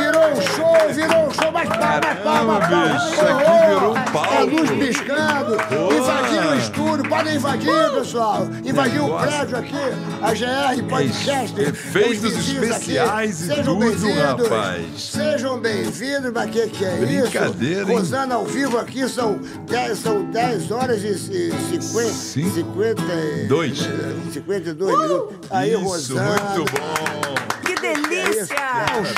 Virou um show, virou um show, mais palmas, mais palmas, palmas. bicho, isso aqui Oh, virou um A luz palco. piscando, invadiram o estúdio, podem invadir, pessoal. Invadiu o Negócio. prédio aqui, a GR Podcast. efeitos os vizinhos aqui. especiais e Sejam tudo, bem-vindos. rapaz. Sejam bem-vindos, mas que que é Brincadeira, isso? hein? Rosana ao vivo aqui são 10, são 10 horas e 50, Cinco. 50 e- Dois. Uh! é, 52 minutos. Aí, Isso, Rosana. muito bom. Que É um delícia!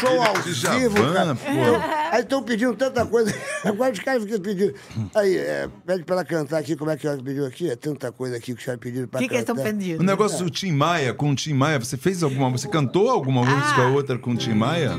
show ao Djavan, vivo, cara. pô. Aí estão pedindo tanta coisa. Agora os caras ficam pedindo. Aí, é, pede pra ela cantar aqui. Como é que ela pediu aqui? É tanta coisa aqui que os caras pediram O pra que, que eles cantar. estão O pedindo? Um negócio do Tim Maia, com o Tim Maia, você fez alguma Você cantou Ah. alguma música ou outra com o Tim Maia?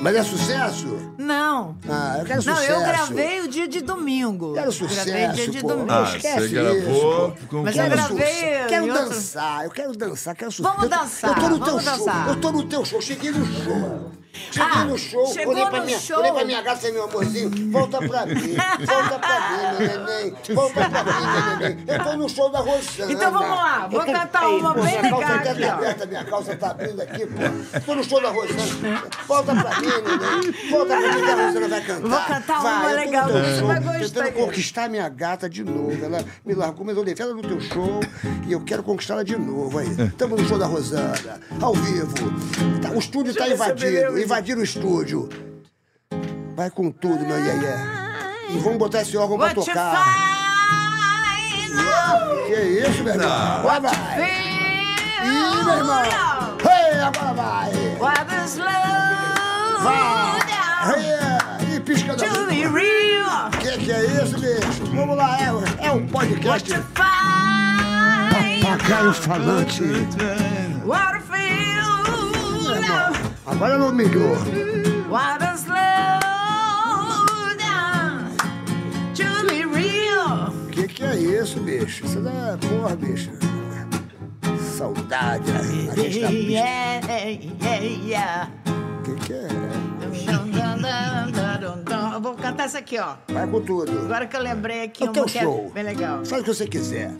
Mas é sucesso? Não. Ah, eu quero Não, sucesso. eu gravei o dia de domingo. Quero sucesso, Gravei o dia de pô. domingo. Ah, você esquece gravou. isso, com- Mas é com- Quero eu gravei sucesso. Quero em outro- dançar, eu quero dançar, quero sucesso. Vamos Eu tô- dançar, Eu tô no teu vamos show. dançar. Eu tô no teu show. Cheguei no show. Cheguei Ah, no show. chegou olhei pra no minha, show. Olhei pra minha gata e falei, meu amorzinho, volta pra mim. Volta pra mim, meu neném. Volta pra mim, meu neném. Eu tô no show da Rosana. Então vamos lá, vou Eu tô- cantar uma bem minha calça legal até aqui, tá ó. aberta, minha calça tá abrindo aqui, pô. Tô no show da Rosana. Volta pra mim, neném. Volta pra mim que a Rosana vai cantar. Vou cantar Vai, uma eu tô no legal, teu você show, vai gostar. Tentando conquistar minha gata de novo. Ela me largou, mas eu levei ela no teu show e eu quero conquistá-la de novo. Aí, estamos no show da Rosana, ao vivo. Tá- o estúdio tá é invadido, invadiram o estúdio. Vai com tudo, meu iê E vamos botar esse órgão pra What you tocar. find out? Que isso, meu irmão? Agora vai. Ih, meu irmão. Ei, agora vai. What is love? Vai. Ei, é, E pisca da To be O real. que, que é isso, bicho? Vamos lá, é, é um What podcast. you find Papagaio falante. What I feel Agora não humilhou. What is love? To be real. O que, que é isso, bicho? Isso daí é porra, bicho. Saudade. A gente tá bicho. É. Yeah, yeah, yeah. O que, que é? Eu vou cantar essa aqui, ó. Vai com tudo. Agora que eu lembrei aqui, É o teu uma que é show. bem legal. Faz o que você quiser.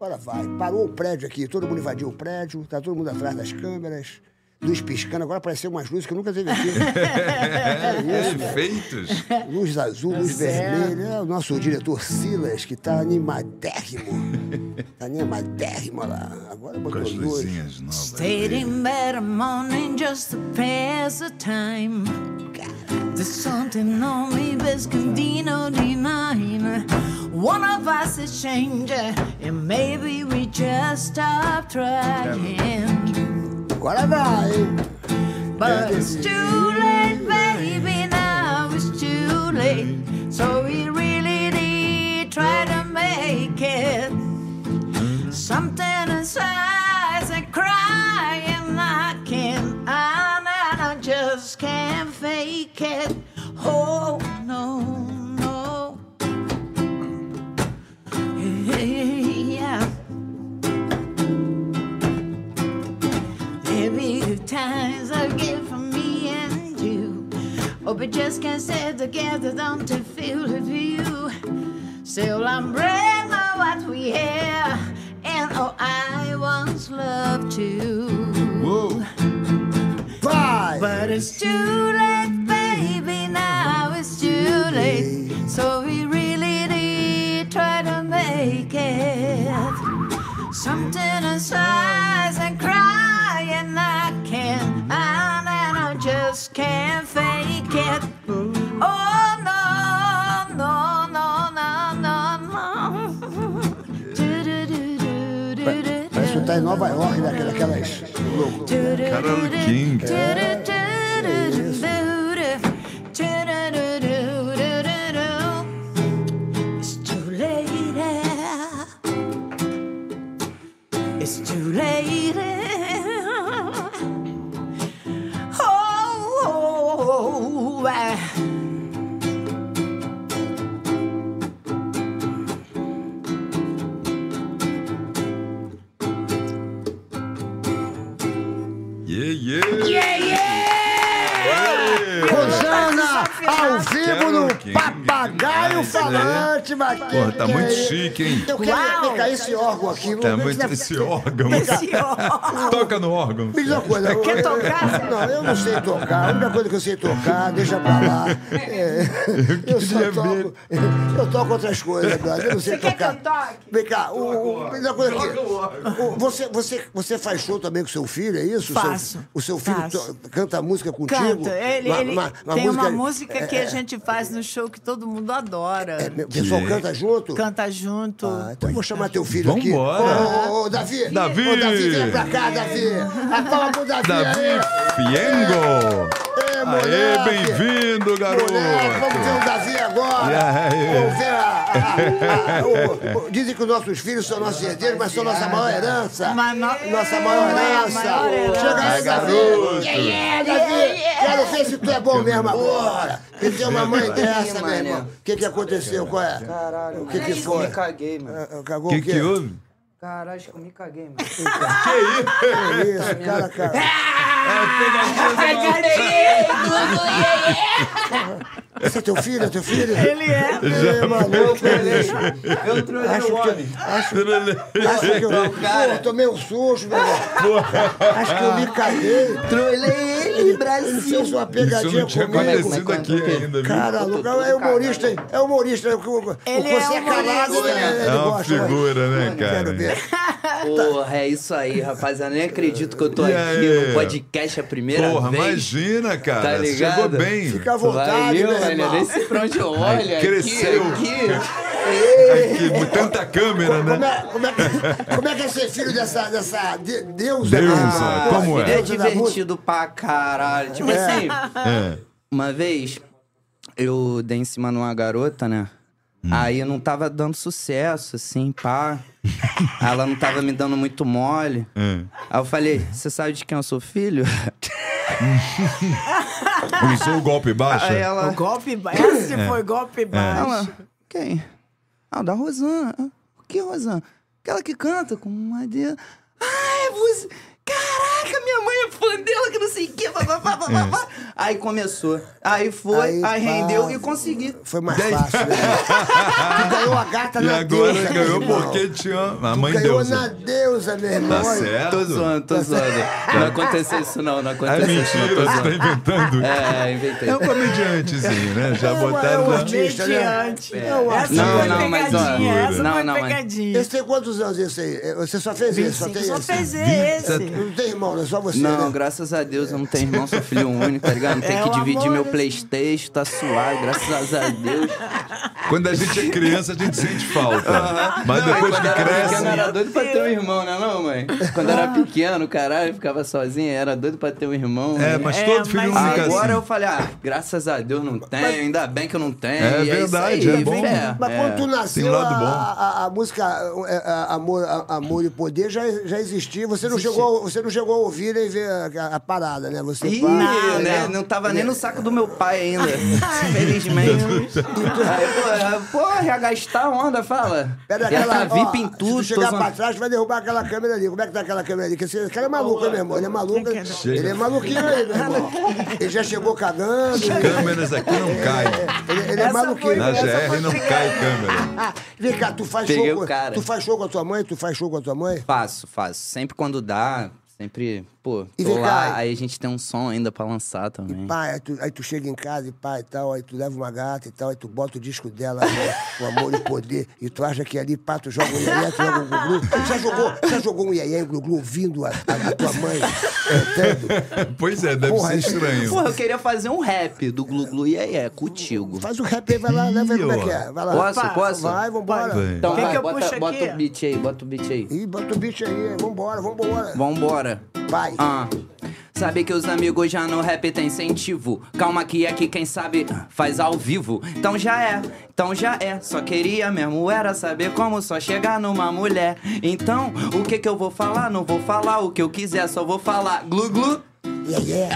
Agora vai. Parou o prédio aqui, todo mundo invadiu o prédio, tá todo mundo atrás das câmeras. Luz piscando, agora apareceu umas luzes que eu nunca teve aqui. né? é, É Efeitos. Luz azul, luz Tá vermelha. É o nosso diretor Silas, que tá animadérrimo. Tá animadérrimo olha lá. Agora Com botou as luz. luzinhas novas. Stayed in bed a morning just to pass the time. There's something on me that's can deno denying. One of us is changing, and maybe we just stop trying. Agora vai, hein? But it's too late, baby, now it's too late. So we really did try to make it. Something inside is crying, I can't, I, I just can't fake it. Oh, no, no. Yeah. Every good times I get from me and you. Oh, but just can't stay together, don't you feel the view? Still, I'm brave of what we have, and oh, I once loved you. Uou. Vai! But it's too late, baby, now it's too late. So we really did try to make it. Something inside and crying, I can't, and I don't just just can't fake it. Oh no, no, no, no, no, no. Du, du, du, du, du, du, Parece que du. tá em Nova York, né? daquelas. louco. Carole King. It's too late. It's too late. Oh, I- Yeah, yeah. yeah, yeah! Rosana, ao vivo Carol no King, Papagaio demais, né? Falante, mas que Porra, tá que é muito isso? chique, hein? Eu quero Uau! vem cá, esse órgão aqui. Tá não- muito esse órgão. Esse ó- Toca no órgão. Me diz uma coisa. Quer eu- tocar? Não, eu não sei tocar. A única coisa que eu sei tocar, deixa pra lá. É, eu só queria toco. Eu toco outras coisas, brother. Eu não sei Você quer que tocar. eu toque? Vem cá, o, o, me diz uma coisa aqui. Joga o órgão. O- você, você, você faz show também com seu filho, é isso? O seu- Faço, O seu, filho faço. to- canta música contigo? Canta. Ele, ele- tem uma música que a gente faz no show que todo mundo adora. O pessoal canta junto? Canta junto. Ah, então eu vou chamar teu filho aqui. Vambora. Ô, ô, ô, Davi. Davi. Ô, Davi, vem pra cá, Davi. A palma pro Davi, Davi aí. Fiengo. Ê, Aê, moleque. bem-vindo, garoto. Moleque, vamos ver o Davi agora. E aí? Vamos ver a- a- a- o- o- dizem que os nossos filhos são nossos herdeiros, mas são nossa maior herança. Mas no- Nossa maior Não é a herança. maior herança. Chega Vai, aí, Davi. garoto. Yeah, é yeah, um Davi. Quero ver se tu é bom mesmo agora. Me deu uma mãe dessa, meu irmão. O que que aconteceu? Qual é? Caralho, O que que acho foi? eu me caguei, mano. Ah, Cagou O que o quê? que houve? Caralho, acho que eu me caguei, mano. Que Tá isso, cara, cara. Esse é teu filho? É teu filho? Ele é. Ele é maluco. Eu trolei Acho o que- homem. Acho que eu é Cara. Pô, tomei um susto, meu irmão. Acho que eu me caguei. Trolei ele, Ele Brasil. fez uma Isso pegadinha não tinha comigo. acontecido como é que- aqui como é que- ainda, viu? Cara, Lucão é humorista, hein? É humorista. O que o- o que Ele é você é calado, humorista. né? É Ele uma gosta. né? figura, né, Quero cara? ver. Porra, é isso aí, rapaz. Eu nem acredito que eu tô E aqui aí? no podcast é a primeira Porra, vez. imagina, Tá cara. ligado? Chegou bem. Fica à vontade, Valeu, né, velho. irmão? Nem sei pra onde eu olho. Aqui, cresceu. Aqui, Que tanta câmera, Como né? é, como é que, como é que é ser filho dessa, dessa de- deusa? Deusa, Ah, como é? Ele é deusa da música. divertido pra caralho. Tipo assim, É. uma vez eu dei em cima de uma garota, né? Aí eu não tava dando sucesso, assim, pá. Ela não tava me dando muito mole. Hum. é. Aí eu falei, você sabe de quem eu sou filho? Usou o golpe baixo. Aí O ela. golpe baixo. Esse foi golpe Ela, baixo. quem? Ah, da Rosana. Ah, O que Rosana? Aquela que canta com madeira. Ai, você... Caraca, minha mãe é fã dela, que não sei o que. Aí começou. Aí foi, Aí, aí, pá. rendeu e consegui. Foi mais fácil, né? Tu ganhou a gata E na agora deusa, ganhou meu irmão. porque te ama. A mãe Ganhou deusa. na deusa, meu irmão. Tá Olha, certo. Tô zoando, tô zoando. Não aconteceu isso não, não É aconteceu isso não, mentira, tô você tá zoando. inventando. É, inventei. É um comediantezinho, né? Já É uma- é botaram uma lá. artista. Mediante. né? Eu acho Essa que- foi Não, não, mas, ó, pegadinha. Essa não, foi não, mas- pegadinha. Esse tem quantos anos esse aí? É, Você só fez esse? Só tem Só esse? fez esse. Não tem irmão, é só você, Não, né? graças a Deus eu não tenho irmão, sou filho único, tá ligado? Não É tem que o dividir amor meu desse- Playstation, tá suave, graças a Deus. Quando a gente é criança, a gente sente falta. Mas Mas depois quando que era cresce. pequeno, era doido pra ter um irmão, né, não, mãe? Quando Ah. era pequeno, caralho, ficava sozinho, era doido pra ter um irmão. É, né? mas É, todo filho mas único é assim. Agora eu falei, ah, graças a Deus não tenho, ainda bem que eu não tenho. É e verdade, isso aí, é bom. fé. Mas quando tu nasceu, Tem lado a, bom. a- a música é, a- Amor, a- Amor e Poder já, já existia. Você não, chegou, a- você não chegou a ouvir e ver a, a- a parada, né? Você Ih, pá, né? não, né? Não tava nem no saco do meu pai ainda. Felizmente. Aí, pô, porra, ia gastar onda, fala. Era já aquela, tá VIP ó, em se tudo. tu tô chegar zoando. pra trás, tu vai derrubar aquela câmera ali. Como é que tá aquela câmera ali? Que Esse cara é maluco, né, meu irmão? Ele é maluco. Quem que Ele é maluquinho aí, meu irmão. Ele já chegou cagando. Ele, Câmeras aqui não caem. ele- ele é Essa maluquinho. foi- Na Essa GR foi não pegar- cai câmera. Ah, vem cá, tu faz Peguei show. o com- cara. Tu faz show com a tua mãe? Tu faz show com a tua mãe? Faço, faço. Sempre quando dá, sempre. pô, E tô vem lá, cá. aí a gente tem um som ainda pra lançar também. Pá, aí tu, aí tu chega em casa e pá e tal, aí tu leva uma gata e tal, aí tu bota o disco dela, amor, o amor e poder, e tu acha que ali, pá, tu joga um iê tu joga um glu-glu. Já jogou, já jogou um iê um glu-glu ouvindo a, a- a tua mãe cantando? Pois é, deve Porra, ser isso- estranho. Pô, eu queria fazer um rap do Glu Glu e aí é contigo. Faz o rap aí, vai lá, leva aí como é que é. Vai lá. Posso, Pá, posso? Vai, vambora. Vai. Então Quer vai, que eu puxe bota, aqui? bota o beat aí, bota o beat aí. Ih, bota o bicho aí, vambora, vambora. Vambora. Vai. Ah, sabe que os amigos já no rap tem incentivo. Calma que aqui quem sabe faz ao vivo. Então já é, então já é. Só queria mesmo era saber como só chegar numa mulher. Então, o que que eu vou falar? Não vou falar o que eu quiser, só vou falar glu glu. Iê, iê.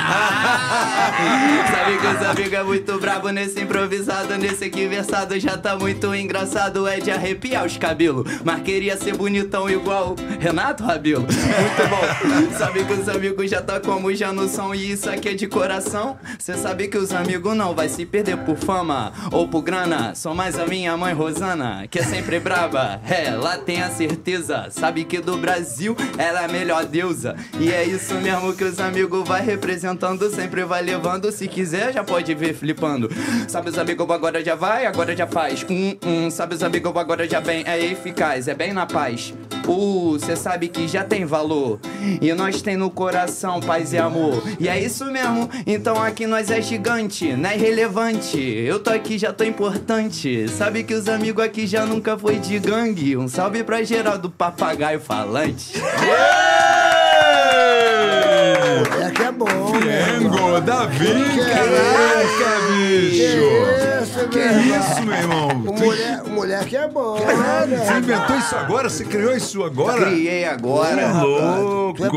Sabe que os amigos é muito brabo nesse improvisado, nesse aqui versado já tá muito engraçado, é de arrepiar os cabelos. Mas queria ser bonitão igual Renato Rabelo. Muito bom. Sabe que os amigos já tá como já no som e isso aqui é de coração. Cê sabe que os amigos não vai se perder por fama ou por grana. Só mais a minha mãe Rosana, que é sempre braba. É, lá tem a certeza. Sabe que do Brasil ela é a melhor deusa. E é isso mesmo que os amigos vai representando, sempre vai levando. Se quiser, já pode vir flipando. Sabe os amigos agora já vai, agora já faz. Hum, hum, sabe os amigos agora já bem, é eficaz, é bem na paz. Uh, cê sabe que já tem valor. E nós tem no coração paz e amor. E é isso mesmo, então aqui nós é gigante, não é relevante. Eu tô aqui, já tô importante. Sabe que os amigos aqui já nunca foi de gangue. Um salve pra geral do papagaio falante. É que é bom, né? Engo, Davi, caraca, bicho! Isso, Que é meu irmão. isso, meu irmão? O Tu- moleque, o moleque é bom. Caralho, né? você inventou isso agora? Você criou isso agora? Criei agora. Porra, Tu é bom, louco, tu é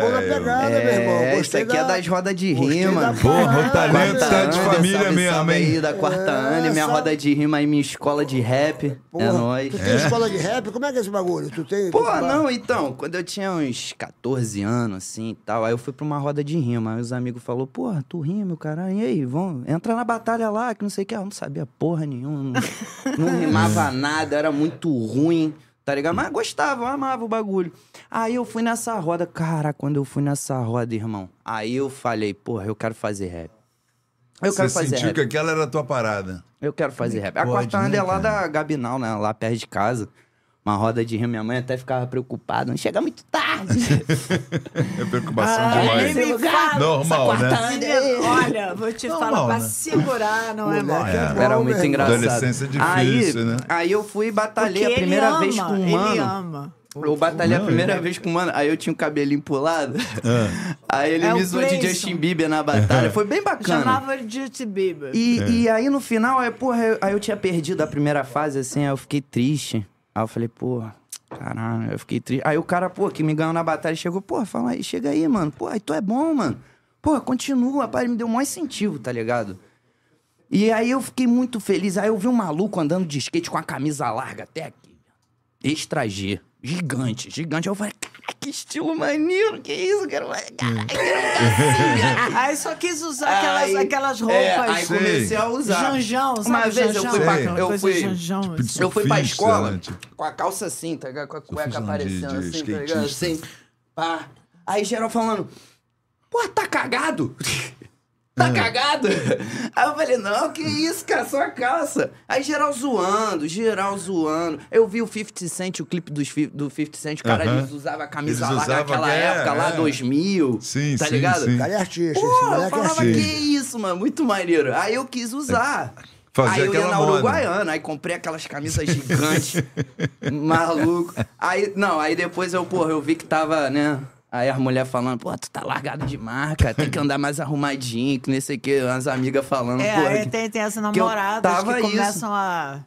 bom na velho. pegada, meu irmão. É, isso Gostei aqui é da- das rodas de gostei da rima. Porra, o parada. talento tá de Ana, família salve, mesmo, salve hein? aí da quarta É, Ana, minha salve. roda de rima e minha escola de rap. Porra, é nóis. Tu tem escola de rap? Como é que é esse bagulho? Tu tem. Pô, tu- não, então, quando eu tinha uns 14 anos, assim e tal, aí eu fui pra uma roda de rima. Aí os amigos falaram, porra, tu rima, caralho, e aí, vamos, entra na batalha lá, que não sei o que. Eu não sabia porra nenhuma, não, não rimava nada, era muito ruim, tá ligado? Mas gostava, eu amava o bagulho. Aí eu fui nessa roda, cara, quando eu fui nessa roda, irmão, aí eu falei, porra, eu quero fazer rap. Eu Você quero fazer sentiu rap. que aquela era a tua parada. Eu quero fazer rap. A pode, quarta né, anda é lá cara? da Gabinal, né? Lá perto de casa. Uma roda de rima. Minha mãe até ficava preocupada. Não chega muito tarde. É preocupação Ah, nem demais. me fala. Normal, essa quarta né? Ande- anda- Olha, vou te Não, falar, não, pra né? segurar não é mole. Moleque é É. bom, Era meu muito irmão. engraçado. Adolescência é aí, difícil, né? Aí eu fui e Porque batalhei a ele primeira ama, vez com um Ele mano. ama. Eu batalhei a Não, primeira ele- vez com o mano, aí eu tinha o cabelinho pulado. Ah. Aí ele É o me zoou de Gleison. Justin Bieber na batalha. Foi bem bacana. Chamava ele de Justin Bieber. E, e aí no final, aí, porra, eu- aí eu tinha perdido a primeira fase, assim, aí eu fiquei triste. Aí eu falei, porra, caralho, eu fiquei triste. Aí o cara, pô, que me ganhou na batalha, chegou, porra, fala aí, chega aí, mano. Pô, aí tu é bom, mano. Porra, continua, pai, ele me deu o maior incentivo, tá ligado? E aí eu fiquei muito feliz. Aí eu vi um maluco andando de skate com a camisa larga até aqui. Extra G. Gigante, gigante. Aí eu falei, caralho, que estilo maneiro, que isso, cara? Caralho, que Aí só quis usar aquelas, Aí- aquelas é, aí roupas. Sei. comecei a usar. Janjão, sabe? Uma vez eu janjão? fui pra. Sei. Eu Coisa fui, janjão, assim. eu fui pra Surfista, escola Tipo, né, tipo? com a calça assim, tá ligado? Com a cueca Surfista não, aparecendo de- de assim, tá ligado? skatista. Assim. Pá. Aí geral falando. Pô, tá cagado! É. Tá cagado? Aí eu falei, não, que isso, cara, só a calça. Aí geral zoando, geral zoando. Eu vi o 50 Cent, o clipe dos, fi- do 50 Cent, cara, Aham. eles usavam a camisa Eles larga usavam, naquela é, época, lá é. 2000, Sim, tá sim, ligado? sim. O cara é artista, esse Pô, eu moleque é falava, artista. que assim. isso, mano, muito maneiro. Aí eu quis usar. Fazer aí eu ia aquela na moda. Uruguaiana, aí comprei aquelas camisas gigantes, maluco. Aí, não, aí depois eu, porra, eu vi que tava, né... Aí as mulheres falando, pô, tu tá largado de marca, tem que andar mais arrumadinho, que nem sei o que, as amigas falando, É, pô. aí que- tem, tem essas que eu namoradas que, tava isso. começam a.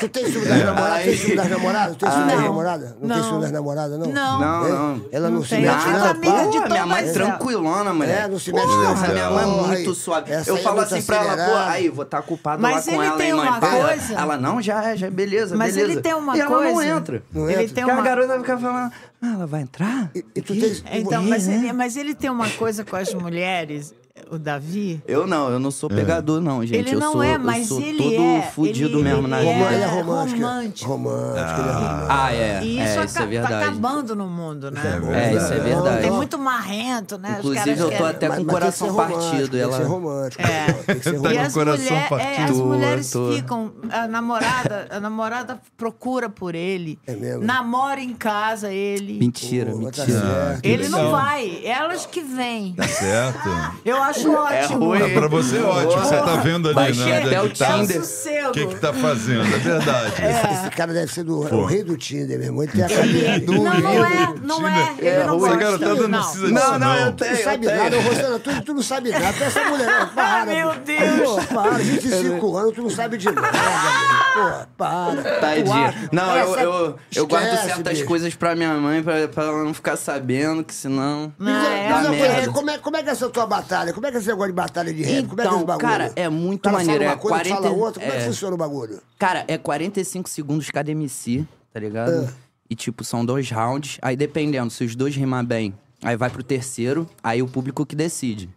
Tu tem ciúme das namoradas? Tem ciúme das namoradas? Tem ciúme das Ai. namoradas? Não tem Não. ciúme das namoradas, não? Não. Ah, Não, É? não. Ela não, Não se tem. mete, Ela fica não, amiga pá? de Pô, minha todas mãe elas. tranquilona, mulher. É, não se mete, não, Porra, cara. minha mãe é Porra, muito aí. suave. Essa eu aí é falo muito assim pra ela, pô, acelerada. aí, vou estar culpado Mas lá com ele ela, tem hein, mãe? uma Para. coisa- Ela, não, já é, já é beleza, Mas beleza. ele tem uma e ela não coisa- entra. Não é? Ele entra. tem Porque a uma. garota fica falando, ah, ela vai entrar? E, e tu né? tem... É, Então, mas ele, mas ele tem uma coisa com as mulheres. O Davi? Eu não, eu não sou pegador, não, gente. ele eu não sou, é, eu mas sou ele todo é. fudido ele, mesmo ele é na vida. Ele é romântico. romântico. Romântico, ele é romântico. Ah, é. E é, isso, isso é aca- tá verdade. acabando no mundo, né? É, isso é verdade. Tem muito marrento, né? Os Inclusive, caras eu tô querem- até com o tem que ser coração romântico, partido. Tem que ser Ela... romântico. É. Tem que Tá ser com E romântico. as, o coração mulher- é, as partido, mulheres tô. ficam, a namorada, a namorada procura por ele, É mesmo? namora em casa ele. Mentira, Pô, tá mentira. certo. Ele não Não. vai, elas que vêm. Tá certo. Eu acho ótimo. Ah, pra você é ótimo, você tá vendo ali, Baixei né? até o onde tá, Tinder. sossego. O que que tá fazendo, é verdade. Esse cara deve ser do o rei do Tinder, meu irmão. Ele tem a Do cabeça. Não, não Tinder. é, tá não é. Ele Essa não gosta. garotada não Não. precisa disso, não. Tu sabe nada, Rosana, tu, tu não sabe nada. Tu é essa mulher, não, para. Ah, Meu pô. Deus. Pô, para, 25 anos, tu não sabe de nada. meu. Pô, para. Tadinha. Tá Não, eu, Essa- eu, eu guardo Esquece, certas bicho. coisas pra minha mãe, pra, pra ela não ficar sabendo, que senão. Não, Diz- é, diz uma dá coisa, merda. como, é, como é que é essa tua batalha? Como é que é esse negócio de batalha de rap? como é que é esse Então, bagulho? cara, é muito O cara maneiro, Fala é uma coisa, 40 fala outra. Como é que é. funciona o bagulho? Cara, é 45 segundos cada MC, tá ligado? Ah. E tipo, são dois rounds. Aí dependendo, se os dois rimar bem, aí vai pro terceiro, aí o público que decide.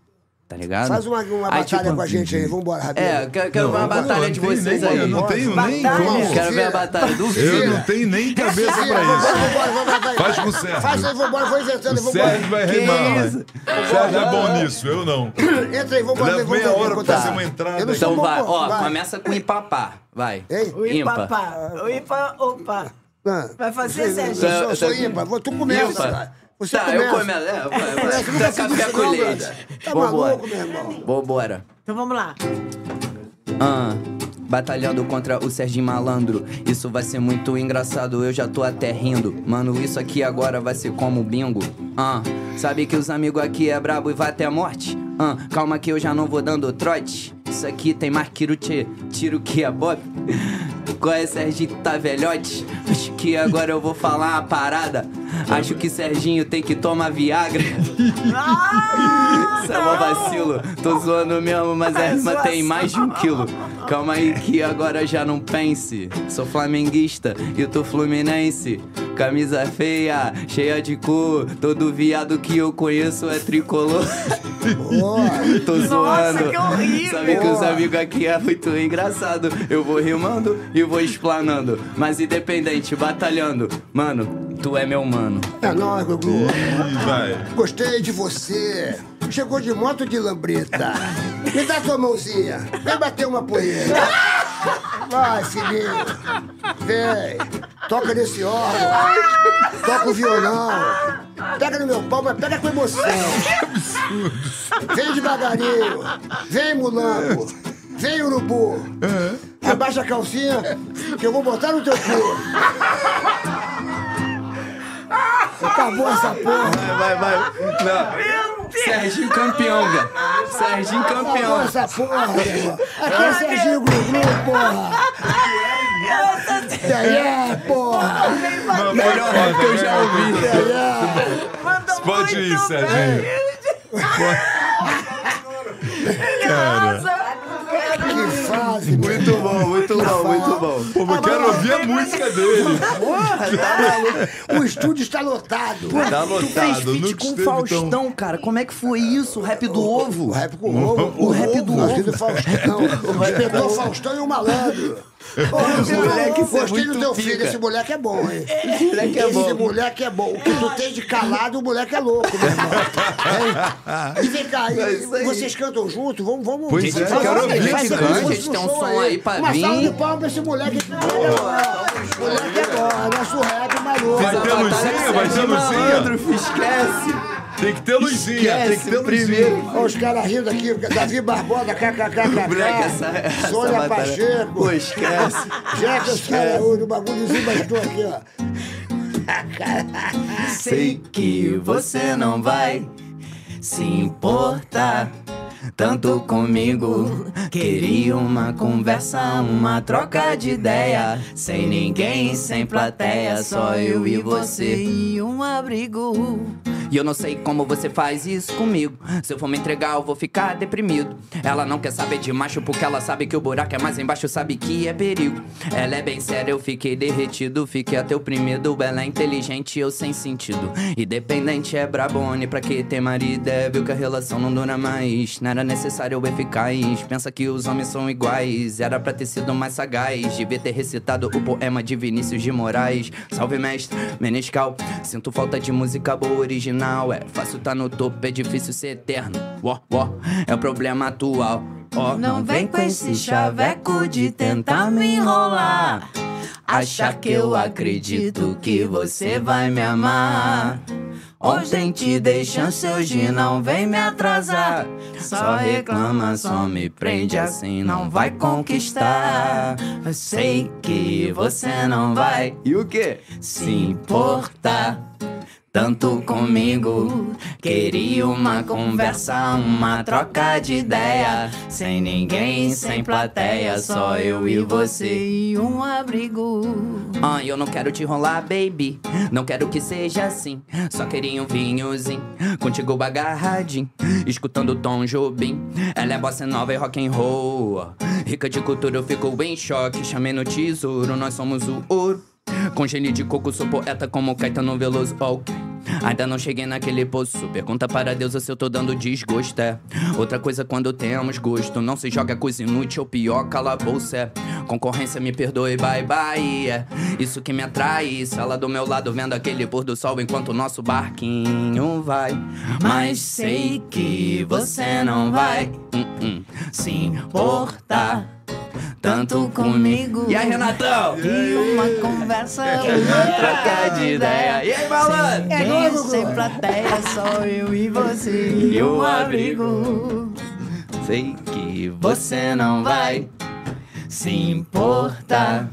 Tá ligado? Faz uma, uma Aí, batalha tipo, com a gente aí. Vambora, Rabino. É, quero, quero ver uma não, batalha não de tem vocês nem- aí. Eu não tenho nem Batalha. como. Quero ver a batalha do Eu filho. não tenho nem cabeça pra isso. isso. Faz com o Sérgio. Faz aí, vambora, vou inventando, O vambora. Sérgio vai remar. isso? O Sérgio é bom nisso, eu não. Entra aí, vambora, Leva vamos ver meia hora quanto pra dá. fazer uma entrada. Eu não sou Então bom, vai, pô, ó, vai. começa com Ipapá, vai. Ei. O Ímpar. Ipapá. O Ipa, opa. Ah. Vai fazer, Eu Sérgio? sou- Eu sou Tá- ímpar, vou- tu começa, Ímpar. cara. Você Tá, começa. eu começo. É, vai, vai. Você nunca fez Café isso, com não, leite. brother. Tá Vambora. maluco, meu irmão? Vambora. Então vamos lá. Ah, batalhando contra o Serginho Malandro. Isso vai ser muito engraçado, eu já tô até rindo. Mano, isso aqui agora vai ser como bingo. Ah, sabe que os amigos aqui é brabo e vai até a morte? Ah, calma que eu já não vou dando trote. Isso aqui tem mais quiro tiro, tiro que é bob. Qual é, Serginho? Tá velhote? Acho que agora eu vou falar uma parada. Acho que Serginho tem que tomar Viagra. Isso é mó vacilo. Tô zoando mesmo, mas É a rima tem mais de um quilo. Calma aí que agora já não pense. Sou flamenguista e tu fluminense. Camisa feia, cheia de cu. Todo viado que eu conheço é tricolor. Tô zoando. que horrível. Sabe que os amigos aqui é muito engraçado. Eu vou rimando e vou explanando. Mas independente, batalhando. Mano, tu é meu mano. É nóis, Gugu. Ih, vai. Gostei de você. Chegou de moto de lambreta. Me dá sua mãozinha. Vem bater uma poeira. Vai, filhinho. Vem. Toca nesse órgão. Toca o violão. Pega no meu pau, mas pega com emoção. Vem devagarinho. Vem, mulambo. Vem, urubu. Abaixa a calcinha que eu vou botar no teu cu. Acabou essa porra. Vai, vai, vai. Não. Serginho campeão, velho. Serginho Acabou campeão. essa porra, meu irmão. Aqui é Serginho Grugru, porra. E aí, é, porra. Não, foi Melhor foda, que eu já né? ouvi. Mandou Pode muito ir, bem. Serginho. Que fase, meu irmão. Muito bom, muito bom, muito bom. Pô, eu quero ouvir a música dele. O estúdio está lotado. Tá Tu lotado, fez feat nunca com o esteve Faustão, tão... cara. Como é que foi isso? O rap do ovo? O rap com o ovo. O rap do Aqui ovo. do Faustão. O inspetor Faustão e o malandro. Ô, Luciano, moleque, isso é gostei do muito teu pica. filho. Esse moleque é bom, hein? Esse moleque é Esse bom. moleque é bom. O que tu tem de calado, o moleque é louco, meu irmão. Hein? E vem cá, e É isso aí. vocês cantam junto? Vamos, vamos. Pois é, vamos- quero vamos- ouvir faz que isso, cante, vamos gente, tem um pro som aí pra Uma salva vir. de palmas pra esse moleque. que moleque é bom. Moleque é bom, é nosso rap maluco. Vai ter A batalha é luzinha, do vai ter Serginho luzinha. Malandro, fi, esquece. Tem que ter luzinha, tem que ter Esquece, luzinha. primeiro. Olha os caras rindo aqui, Davi Barbosa, Moleque, essa, kkkk, essa Sônia batalha. É. Pô, Pacheco, esquece. Jefferson Araújo, o bagulhozinho bastou aqui, ó. Sei que você não vai se importar tanto comigo. Queria uma conversa, uma troca de ideia. Sem ninguém, sem plateia, só eu e você. E um abrigo. E eu não sei como você faz isso comigo. Se eu for me entregar, eu vou ficar deprimido. Ela não quer saber de macho, porque ela sabe que o buraco é mais embaixo, sabe que é perigo. Ela é bem séria, eu fiquei derretido, fiquei até oprimido. Ela é inteligente, eu sem sentido. Independente é brabone, pra que ter marido? É, viu que a relação não dura mais, né? Não era necessário eu eficaz. Pensa que os homens são iguais. Era pra ter sido mais sagaz. Devia ter recitado o poema de Vinícius de Moraes. Salve, mestre, meniscal. Sinto falta de música boa original. É fácil tá no topo, é difícil ser eterno. Ó, ó, é o problema atual. Ó, Não vem com esse chaveco de tentar me enrolar. Achar que eu acredito que você vai me amar. Ontem te dei chance, hoje não vem me atrasar. Só reclama, só me prende assim, não vai conquistar. Eu sei que você não vai E o quê? se importar tanto comigo. Queria uma conversa, uma troca de ideia. Sem ninguém, sem plateia, só eu e você e um abrigo. Ah, eu não quero te enrolar, baby. Não quero que seja assim. Só queria um vinhozinho, contigo agarradinho. Escutando Tom Jobim. Ela é bossa nova e rock and roll. Rica de cultura, eu fico em choque. Chamei no tesouro, nós somos o ouro. Com gene de coco, sou poeta como Caetano Veloso. ok. Ainda não cheguei naquele poço. Pergunta para Deus se eu tô dando desgosto. É. Outra coisa quando temos gosto. Não se joga coisa inútil, pior calabouço. É. Concorrência me perdoe, bye bye. É. Isso que me atrai. Sala do meu lado vendo aquele pôr do sol enquanto o nosso barquinho vai. Mas sei que você não vai Hum, hum. se importar tanto comigo. E aí, Renatão? E uma conversa, uma Troca de ideia. E aí, malandro? Ninguém sem plateia, só eu e você e um abrigo. Sei que Você não vai se importar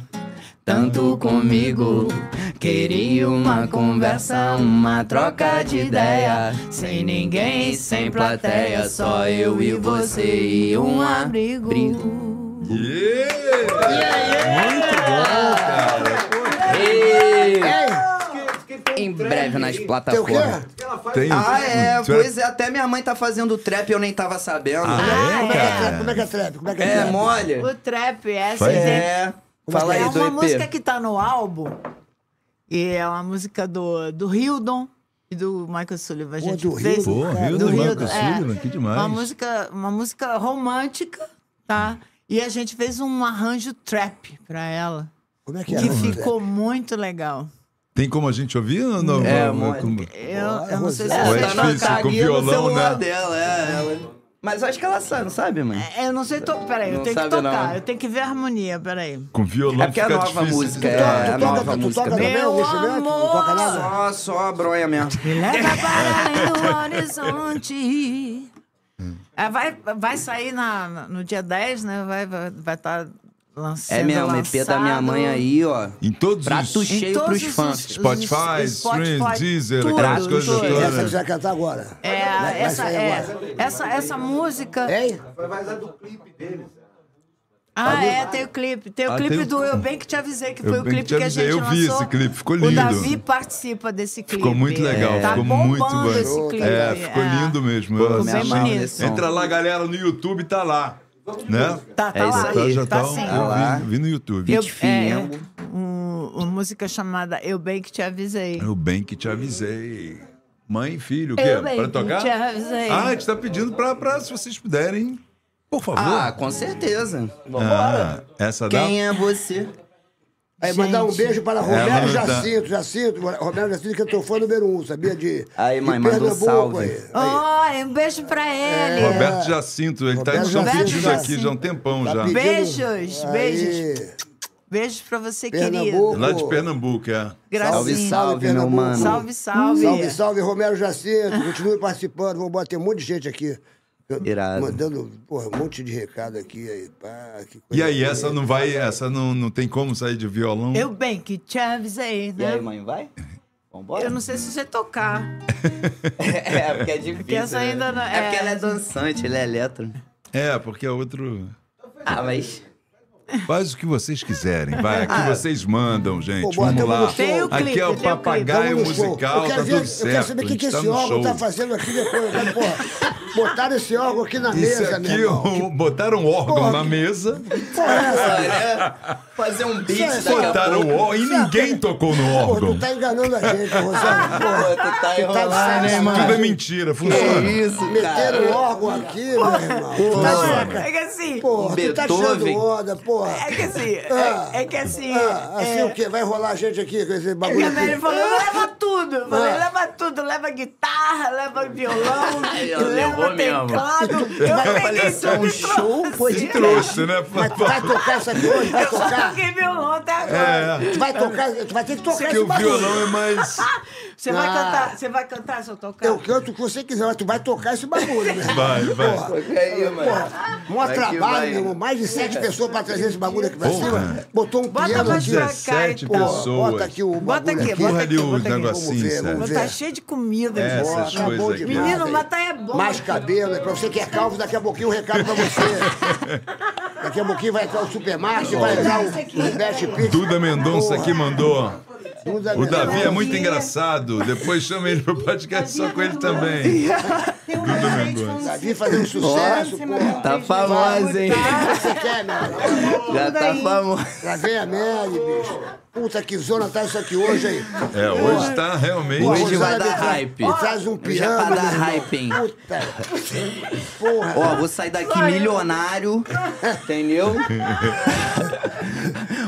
tanto comigo. Queria uma conversa, uma troca de ideia. Sem ninguém, sem plateia, só eu e você e um abrigo. Yeah! Muito bom, cara. em breve nas Tem o quê? plataformas. Tem, um Hum, Ah, é, tu pois é, até minha mãe tá fazendo trap e eu nem tava sabendo. Ah, é, cara? Como é que é trap? Como é que é, é, trap? mole. O trap, essa Faz- É. é, Fala aí é do uma música EP. que tá no álbum. E é uma música do, do Hildon e do Michael Sullivan. A Pô, gente do fez. Hildon, Pô, cara. Rio do do Rio, Marco é. Sullivan, que demais. Uma música, uma música romântica, tá? E a gente fez um arranjo trap pra ela, Como é que é? que Vamos ver. ficou muito legal. Tem como a gente ouvir? ou Não, É, Como- mole. como- Eu, Olha, eu não sei se Rosana. você É tá- difícil, com caguinha violão, celular né? dela, é, ela. Mas eu acho que ela sabe, não sabe, mãe? É, Eu não sei tocar. Peraí, eu Não tenho que sabe não, tocar. né? Eu tenho que ver a harmonia, peraí. Com violão É porque é fica nova difícil. né? música, Tu é. toca- tu a nova toca- tu música toca também dela. o instrumento? Não toca nada? É. Só, só a bronha mesmo. Me leva para além do horizonte. É, vai, vai sair na, na- no dia 10, né? Vai estar vai, vai tá lan- É sendo mesmo, lançado. EP da minha mãe aí, ó. Em todos Prato os... Em cheio todos pros os- fãs. os- Spotify, os- streams, Deezer, tudo, aquelas coisas tudo. todas. Essa que você vai cantar agora. É, Vai- vai essa, sair é, agora. essa, essa música. Hein? Ah, é, tem o clipe. Tem o Ah, clipe tem o- do Eu Bem Que Te Avisei, que Eu foi o Bem Que clipe que, Te a gente Avisei, eu vi lançou. esse clipe, ficou O lindo. Davi participa desse clipe. Ficou muito legal, Tá ficou muito bombando bom. esse clipe. É, ficou lindo mesmo. Eu bem assisti. bonito. Entra lá, galera, no YouTube, tá lá. Né? Tá, tá É isso lá. aí, já tá tá, sim. eu lá. vi, vi no YouTube. Eu, é, fiel. um- uma música chamada Eu Bem Que Te Avisei. Eu bem que te avisei. Mãe e filho, o quê? Eu bem Pra que tocar? te É avisei. Ah, a gente tá pedindo pra, pra se vocês puderem. Por favor. Ah, com certeza. Ah, Vambora. essa dá? Quem é você? Aí mandar um Gente. beijo para Ela Romero não tá- Jacinto. Jacinto, Romero Jacinto, que eu tô fã número um, sabia? De, Aí, mãe, de manda um Pernambuco, Tá salve. aí. Aí. Olha, um beijo pra É. ele. Roberto Jacinto, ele tá é? Roberto estão Jacinto. pedindo aqui já há um tempão Tá já. pedindo- Beijos, Aí. beijos. Beijos pra você, Pernambuco. querido. Lá de Pernambuco, é. um Salve, Gracinha. salve, Hum, meu Pernambuco. mano. Salve, salve. Salve, salve, Romero Jacinto. Continue participando. Vamos bater um monte de gente aqui. Eu- Irado. Mandando porra, um monte de recado aqui. Aí, pá, que E coisa aí, bonita. essa não vai, essa não, não tem como sair de violão? Eu bem que te avisei, E né? aí, mãe, vai? Vambora? Eu não sei se você tocar. É, porque é difícil. Porque essa né? ainda não- é... porque é. ela é dançante, ela é eletro. É, porque é outro. Ah, mas. Faz o que vocês quiserem, vai. Aqui vocês mandam, gente. Ah. Pô, bota Vamos no lá. show. Tem o aqui clipe, é tem o o clipe. papagaio Vamos no show. musical, eu tá quero, ver, tudo eu quero certo. saber o a que, gente que tá esse no órgão show. tá fazendo aqui depois. né, porra? Botaram esse órgão aqui na Isso mesa, meu aqui, é um irmão. o- botaram órgão Porra, na que- mesa, Porra, é essa? Olha, fazer um beat daqui a botaram pouco. o órgão e ninguém tocou no Porra, tu órgão. tá enganando a gente, Rosana. Porra, Pô, tu tá de enrolando, né, sacanagem. mano? Tudo é mentira, Que funciona. isso, cara. Meteram o órgão aqui, meu irmão. Não, Tá é, saca? é que assim. Porra, tu tá tirando Beethoven. onda, porra. É que assim. Ah. É, é que assim. Ah, assim é, o quê? Vai enrolar a gente aqui com esse é que bagulho a Mary aqui? falou, leva tudo. Eu falei, Ah. leva tudo. Leva guitarra, leva violão, Aí, ó, leva levou mesmo. teclado. Eu Eu falei, peguei isso é tudo um e show, trouxe. pô, Que trouxa, né? Mas tá tu vai tocar isso aqui hoje? Vai Eu só tocar? toquei violão até agora. Tu vai tocar? Tu vai ter que tocar Porque esse é. o bagulho. violão é mais. Você vai Ah. cantar, você vai cantar se eu tocar? Eu canto É o que você quiser, mas tu vai tocar esse bagulho, meu irmão. Vai, vai. Tá Porra. Toca aí, mano. Mó Vai que trabalho, vai. meu irmão. Mais de sete pessoas pra trazer esse bagulho aqui pra Porra. cima. Botou um Bota piano mais aqui. pra cá, 17 então. Ó, Bota pessoas. aqui o Bota bagulho aqui, aqui. bota Empurra aqui, ali os bota aqui. negocinhos, Vamos ver, Sérgio. vamos Tá ver. cheio de comida, É, gente. essas tá coisas bom aqui. demais. Menino, matar é bom. Mais cabelo, é pra você que é calvo, daqui a pouquinho um recado pra você. daqui a pouquinho vai entrar o supermarket, vai entrar o, o Best Pix. Duda Mendonça aqui mandou. Duda O Davi é Mendonça. muito engraçado. Depois chama ele pro podcast é só com ele também. Duda Mendonça. Davi fazendo sucesso, porra. Tá famosa, hein? O que você quer, meu irmão? Já tá famosa. Lá vem a Mary, bicho. Puta que zona tá isso aqui hoje aí. É, hoje tá realmente. Hoje Rosana vai dar me tra- hype. me Traz um Hoje é pra piano. dar meu irmão. hype, hein? Puta. Porra. Ó, vou sair daqui milionário, entendeu?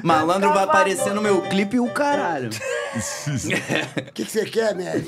Malandro vai aparecer no meu clipe e o caralho. O que que você quer, Mary?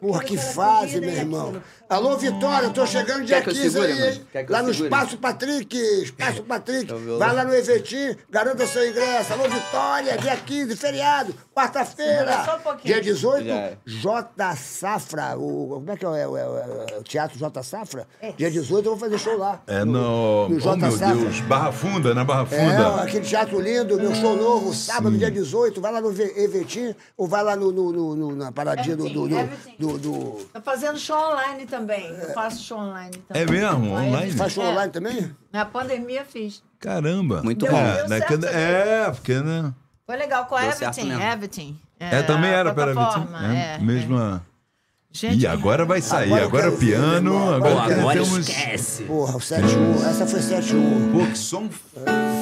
Porra, que fase, meu irmão. Alô, Vitória, eu tô chegando dia né, Quer que eu 15 segure, aí. mano? Quer que eu Lá no segure? Então, Espaço Patrick, Espaço Patrick. violão. Vai lá no Eventim, garanta seu ingresso. Alô, Vitória, dia 15, feriado, quarta-feira. Só um pouquinho. Dia 18, Já é. J Safra. O, como é que é? o- é o- é o- é o Teatro J Safra? É. Dia 18 eu vou fazer show lá. É no. Oh, J meu Safra. Deus. Barra Funda, na Barra É, Funda. aquele teatro lindo, meu show novo, sábado, dia 18. Vai lá no Ve- Eventim ou vai lá no, no- no- no- na paradinha do- do- do- Everything, do- do Tá fazendo show online também. Eu faço show online também. É mesmo? Aí, Online? Faz show É. online também? Na pandemia fiz. Caramba. Muito é, bom. Deu né, certo. que- É, porque, né? Foi legal com a Deu certo Everton. mesmo. Everton. É, também a era para plataforma, né? é, Vitinho. Mesma. é. E Gente, agora vai sair. Agora eu Agora é quero o piano. Agora, ver, agora Pô, eu quero agora temos. esquece. Porra, o 7-1. Essa foi 7-1. Pô, que som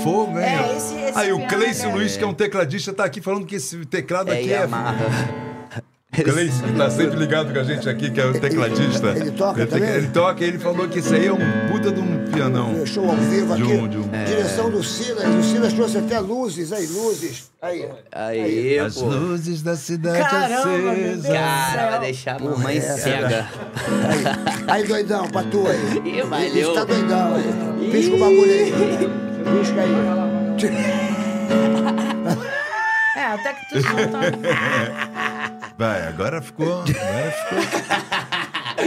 fogo, hein? É, esse- esse Aí o piano, Cleice né? Luiz, que é um tecladista, tá aqui falando que esse teclado É, aqui e é. amarra. Cleice, que tá sempre ligado com a gente aqui, que é o tecladista. ele toca ele, também? ele toca, ele falou que isso aí é um puta de um pianão. Meu Show ao vivo De aqui. É. um- de um- Direção do Silas. O Silas trouxe até luzes aí, luzes. Aí. Aê, As pô. luzes da cidade Caramba, meu acesa. Deus. Cara, vai deixar a mamãe Porra, é. cega. Aí, doidão, pra tu aí. Ih, Ele valeu. está doidão aí. Pisca o bagulho aí. Pisca aí. é, até que tudo não tá. Vai, agora ficou. né? Agora ficou.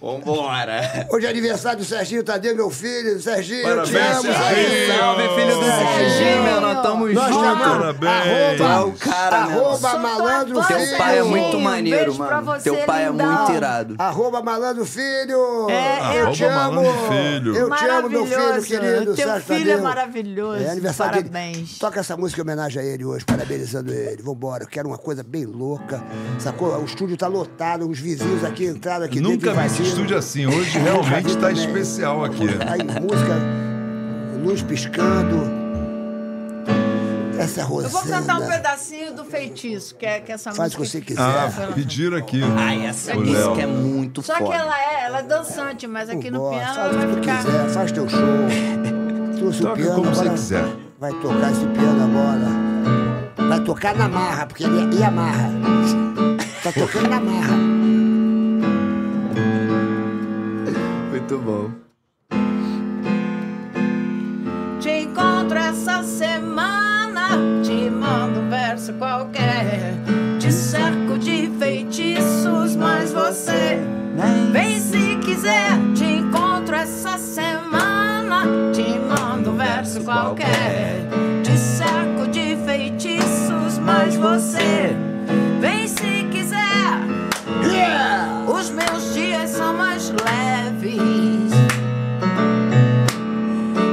Vambora. Hoje é aniversário do Serginho Tadeu, meu filho. Serginho, te Parabéns, amo. Serginho. Salve, filho do Serginho, meu. Nós tamo Nós te junto. amamos. Parabéns. Tu é Arroba, o cara, né? tá arroba malandro Teu filho. Teu pai é muito Serginho, maneiro, beijo pra mano. você, Teu pai é lindão. muito irado. Arroba malandro filho! É, eu eu- te Arroba amo! malandro filho. Eu te amo, meu filho Maravilhoso. querido! Teu Sérgio filho Tadeu. é maravilhoso. É aniversário dele. Tá Parabéns. Toca essa música em homenagem a ele hoje, parabenizando ele. Vambora, eu quero uma coisa bem louca. Sacou? O estúdio tá lotado, os vizinhos aqui entraram aqui Nunca dentro. vi esse invadiram. estúdio assim. Hoje realmente tá Também. especial aqui. Tá Aí, música, luz piscando. Essa é a Eu vou cantar um Rosana. pedacinho do feitiço, que é que essa Faz o que você música. quiser. Ah, pediram aqui. Ai, essa Ô, música Léo. é muito Só que foda. ela é, ela é dançante, mas aqui no Vambora, piano faz ela o que vai tu ficar. quiser, faz teu show. Trouxe o Toca piano como você agora quiser. Vai tocar esse piano agora. Vai tocar na marra, porque ele é amarra. Tá tocando na marra. Muito bom. Te encontro essa semana, te mando um verso qualquer. Te cerco de feitiços, mas você vem se quiser. Te encontro essa semana, te mando um verso qualquer. Te cerco de feitiços, mas você vem se quiser. Os meus dias são mais leves.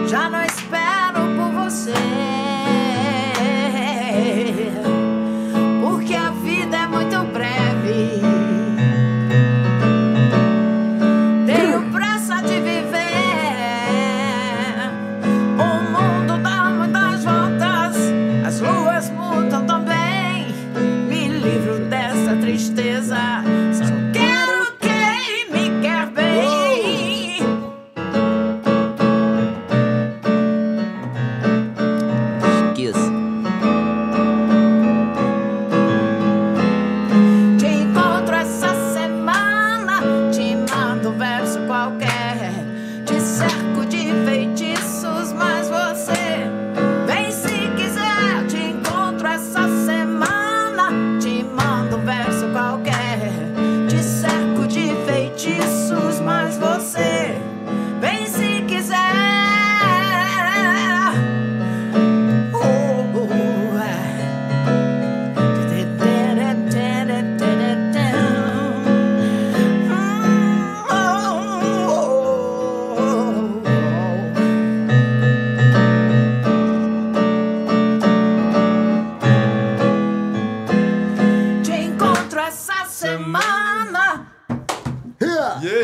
Já não espero por você. é um um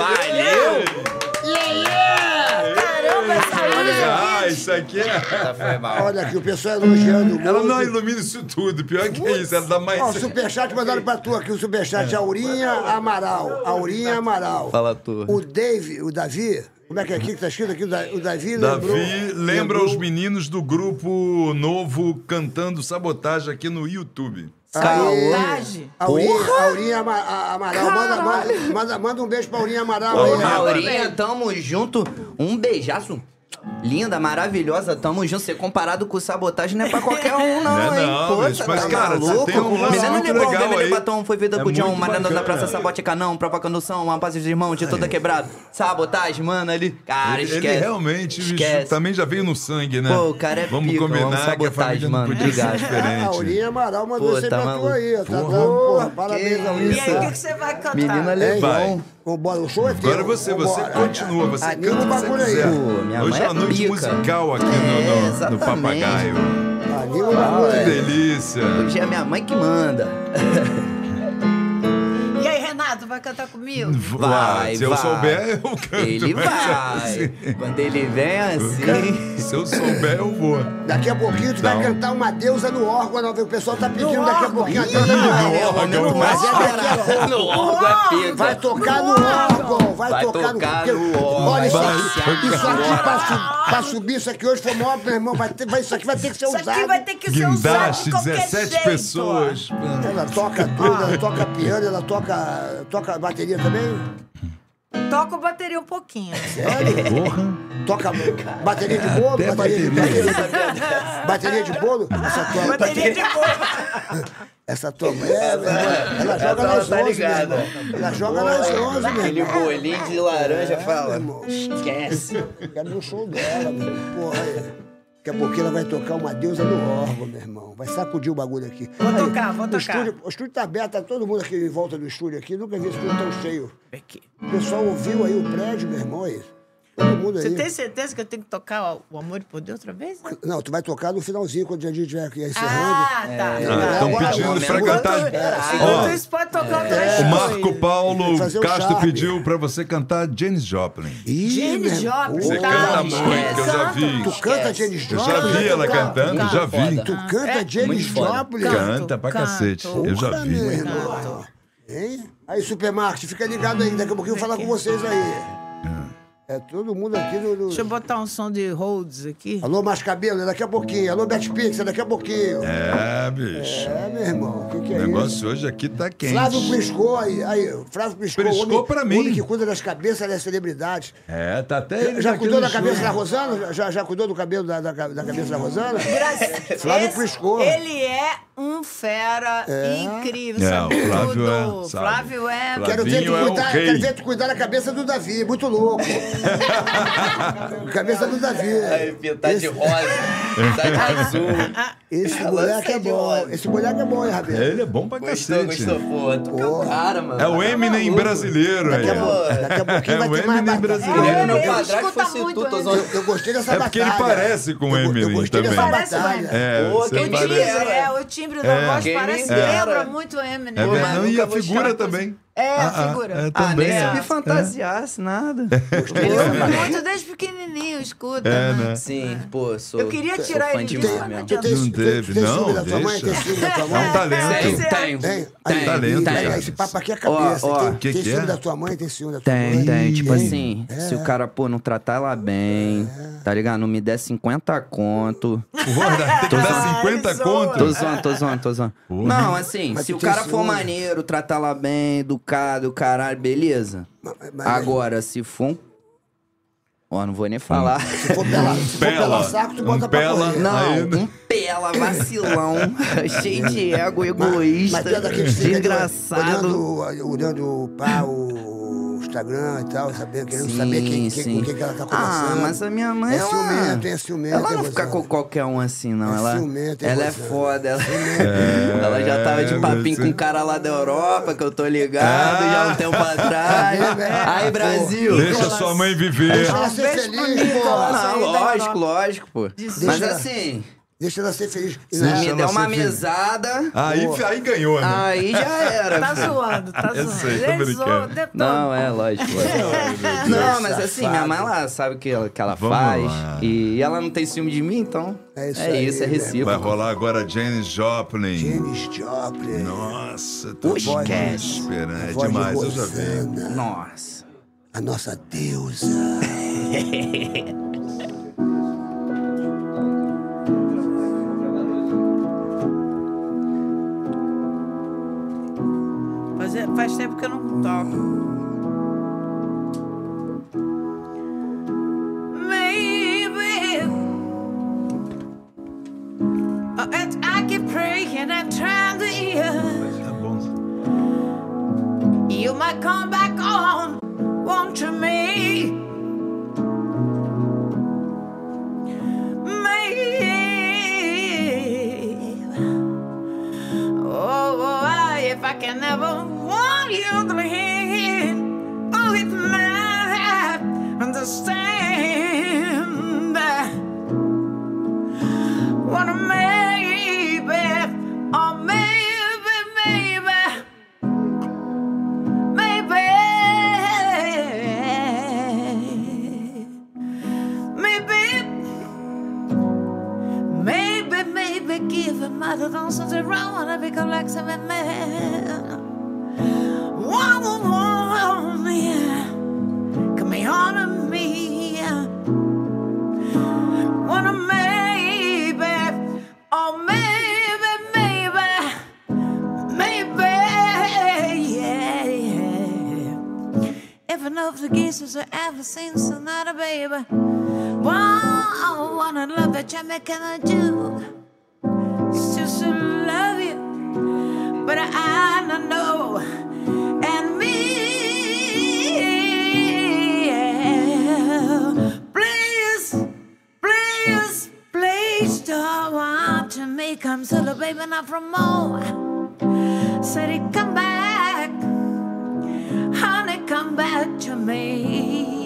Oh, é. Ah, isso aqui é. Foi mal. Olha aqui, o pessoal elogiando muito. Ela não ilumina isso tudo. Pior que isso, ela dá mais. Ó, o superchat mandaram pra tu aqui, o É. superchat Aurinha Amaral. Aurinha Amaral. Fala tu. O Dave, o Davi, como é que é aqui que tá escrito aqui? O Da- o Davi Davi lembrou... lembra lembrou- os meninos do grupo novo cantando sabotagem aqui no YouTube. Aê. Verdade. Aurinha, Aurinha Ama- A- Amaral, manda, manda, manda, manda um beijo pra Aurinha Amaral aí. Aurinha rapaz. Aurinha, tamo junto. Um beijaço. Linda, maravilhosa, tamo junto. Ser comparado com sabotagem não é pra qualquer um, não, Não é hein? não, bicho, mas, tá cara, você maluco? tem um lance Menina muito Leblon, legal vermelho aí. batom, foi vida É pro John, muito Mariana da bacana. É. Praça Sabote Canão, Prova Candução, uma paz de irmão, de toda quebrada. Sabotagem, mano, ali. Cara, Ele, esquece. ele realmente bicho, tá esquece. também já veio no sangue, né? Pô, o cara é Vamos pica, combinar vamos que a sabotagem, família mano. não podia ser Obrigado. A diferente. Aurinha Amaral mandou Pô, isso aí tá pra tu maluco. aí, ó. Tá Porra. dando, porra, parabéns, que Aurinha. E aí, o que, que você vai cantar? Menina Ei, Vai. Leblon. O, bora, o show é teu. Agora você, você Vambora. continua, você Anima canta o o que bagulho você aí. quiser. Pô, minha Hoje mãe é é uma noite pica. musical aqui É, no- no, no, exatamente. Papagaio. Anima o bagulho Que aí. delícia. Hoje é minha mãe que manda. E aí, Renato, vai cantar comigo? Vai, Vai, se eu vai. souber, eu canto. Ele mas assim, vai. Quando ele vem assim. Se eu souber, eu vou. Daqui a pouquinho tu vai Não. cantar uma deusa no órgão, não, o pessoal tá pedindo daqui a órgão? pouquinho a Ih, É, deusa no órgão. órgão, Mas é daqui a pouco. No órgão é pica. Vai tocar no órgão, vai, Vai tocar, tocar no no órgão, Olha, isso vai aqui, tocar isso aqui no pra, su- pra subir, isso aqui hoje foi mó, meu irmão, vai ter- vai- isso aqui vai ter que ser Isso usado. aqui vai ter que ser usado Guindaste, de qualquer 17 jeito. pessoas. Ela toca tudo, ela toca piano, ela toca, toca bateria também. Toca o bateria um pouquinho. Sério? Toca bateria de bolo, Até bateria de bateria. bateria, bateria de bolo. Essa tua, Bateria de boa. Essa tua mulher, meu irmão, ela joga ela nas 11, tá meu ligada. irmão. Ela joga nas 11, meu Aquele irmão. bolinho de laranja, fala. irmão. Esquece. Eu Quero ver o show dela, meu irmão. Porra, é. Daqui a pouquinho ela vai tocar uma deusa no órgão, meu irmão. Vai sacudir o bagulho aqui. Vou tocar, vou o tocar. Estúdio, o estúdio tá aberto, tá todo mundo aqui em volta do estúdio aqui. Nunca vi esse estúdio tão cheio. Aqui. O pessoal ouviu aí o prédio, meu irmão, aí. Todo mundo aí. Você tem certeza que eu tenho que tocar o- o Amor e Poder outra vez? Não, tu vai tocar no finalzinho, quando a gente estiver aqui encerrando. Ah, tá. Ah, Estão Agora, pedindo agora, pra agora, cantar. Enquanto Ó, é, isso, pode tocar outra o vez. Marco Paulo Fazer o Castro charme. pediu pra você cantar Janis Joplin. Ih, meu Jane irmão. Joplin. Você tá? canta esquece. muito, que eu já Tu vi. canta Janis Eu já Joplin? vi ela Canta, cantando, canta. já vi. Tu canta Janis muito foda. Joplin? Canta. Canta pra Canto, cacete, eu já Porra, vi. meu irmão. Hein? Aí, Supermarket, fica ligado aí. Daqui a pouquinho eu vou falar com vocês aí. É todo mundo aqui no... no- Deixa eu botar um som de Rhodes aqui. Alô, Mais Cabelo, é daqui a pouquinho. Alô, Bet Pix, é daqui a pouquinho. É, É, bicho. meu irmão, o que, que O é isso? negócio hoje aqui tá quente. Flávio Priscou, aí, aí, Flávio Priscou, Priscou homem, pra mim. homem que cuida das cabeças das celebridades. É, tá até ele Já aqui cuidou no da cabeça estúdio. da Rosana? Já, já cuidou do cabelo da, da, da cabeça da Rosana? Flávio Flávio Priscou. Ele é um fera incrível. É, sabe o Flávio tudo. é, sabe. Flávio é. Quero ver, tu Flavinho é o cuidar, rei. quero ver tu cuidar da cabeça do Davi, muito louco. cabeça do Davi. Aí, pintar de Esse- rosa, pintar de azul. Esse Ela moleque sai é de bom. rosa. Esse moleque é bom, hein, Rabelo? Ele é bom pra Gostou, cacete. gostou, pô. Tu é o cara, mano. É Tá o Eminem brasileiro aí. Daqui a, ó. pouco- daqui a pouquinho É vai o ter mais Eminem batalha. brasileiro. É, Meu ele padrasto escuta foi muito, tudo, ele- zona- Eu gostei dessa É batalha. porque ele parece com o Eu go- Eu Eminem gostei dessa também. batalha. É, Pô, você O quem diria, timbre, parece- né? é, o timbre da voz Quem parece que me dera. lembra muito o Eminem. É verdade. nunca e a vou figura chorar com também. É, a Ah, ah, figura. é, Ah, também. nem se é. me fantasiasse, nada. Ele usa muito desde pequenininho, escuta. né? É, né? né? Sim, pô, sou. Eu queria sou tirar fã ele disso, demais mas não mesmo. Tu tem- Não tu tem- teve, tu tem não, ciúme da tua mãe? Tem deixa. ciúme da tua É um mãe? Tem, talento. Tenho, Tem? tenho, Aí, Talento, tem, cara. Esse papo aqui é cabeça. Ó, ó. Tem- Que tem que ciúme é? da tua mãe, tem ciúme da tua Tem, mãe. tem. Tipo assim, se o cara, pô, não tratar ela bem, tá ligado? Não me der 50 conto. Porra, tem que dar Ah, 50 ele conto. Tô zoando, tô zoando, tô zoando. Não, assim, Mas se tu o tem cara for ciúme? maneiro, tratar ela bem, educado, caralho, beleza. Ma- mas- Agora, se for um. Ó, não vou nem falar. Se for pela, se for Um pela Pela. saco, tu Um bota pra pela. correr. Não, Aí- um pela vacilão, cheio de ego, né? Mas egoísta, tem daqueles que ficam desgraçado. Olhando, olhando o pá, o Instagram e tal, saber, querendo saber quem, quem, com quem que ela tá Ah, conversando. mas a minha mãe, É ela... ciumenta, é ciumenta, Ela é não fica gozada. com qualquer um assim, não. É ela ciumenta, é ela é gozada. foda. Ela, ela já tava É, de papinho você- com um cara lá da Europa, que eu tô ligado, Ah. já há um tempo atrás. é, Aí, Brasil. Deixa sua mãe viver. Deixa ela ser Beijo feliz, pro pô. Nicolas. Não, Aí, lógico, não, não. lógico, pô. Deixa Mas ela- assim... Deixa ela ser feliz. E Sim. na- Deixa Me deu ela é uma ser feliz. mesada. Aí, aí ganhou, né? Ah, Aí já era. Tá filho. zoando, tá assim. Eu zoando. sei, tô Ele brincando. zoou, detona. Não, é lógico. é. não, mas assim, minha mãe ela sabe o que ela, que ela Vamos faz. lá. E ela não tem ciúme de mim, então. É É isso isso, aí, é, né? Vai recíproco. rolar agora Janis Joplin. Janis Joplin. Nossa, tô Os muito cats. esperando. É voz de demais, eu já vi. Rosana, Nossa. A nossa deusa. Mas é- faz tempo que eu não toco. Maybe uh, and I keep praying and trying to hear Tá bom. you might come back on, won't you, me? Maybe. Oh, why if I can never want you to hear Oh, it might understand Wanna maybe, or maybe, maybe Maybe Maybe Maybe, maybe give a mother don't something wrong when I become like some man. One woman, yeah. Come here on me, yeah. Wanna maybe, oh maybe, maybe, maybe, yeah, yeah. If enough the geese are ever seen, so not a baby. Wow, I wanna love that you make and I do. It's just to love you, but I don't know. And me, yeah. please, please, please don't want to me come so the baby not from more. Said he come back, honey, come back to me.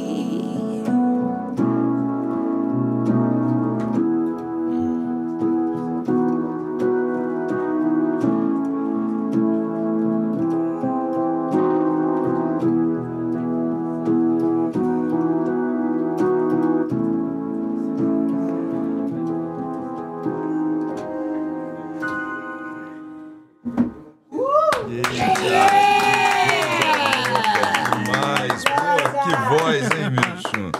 Demais. Pô, que voz, hein, bicho?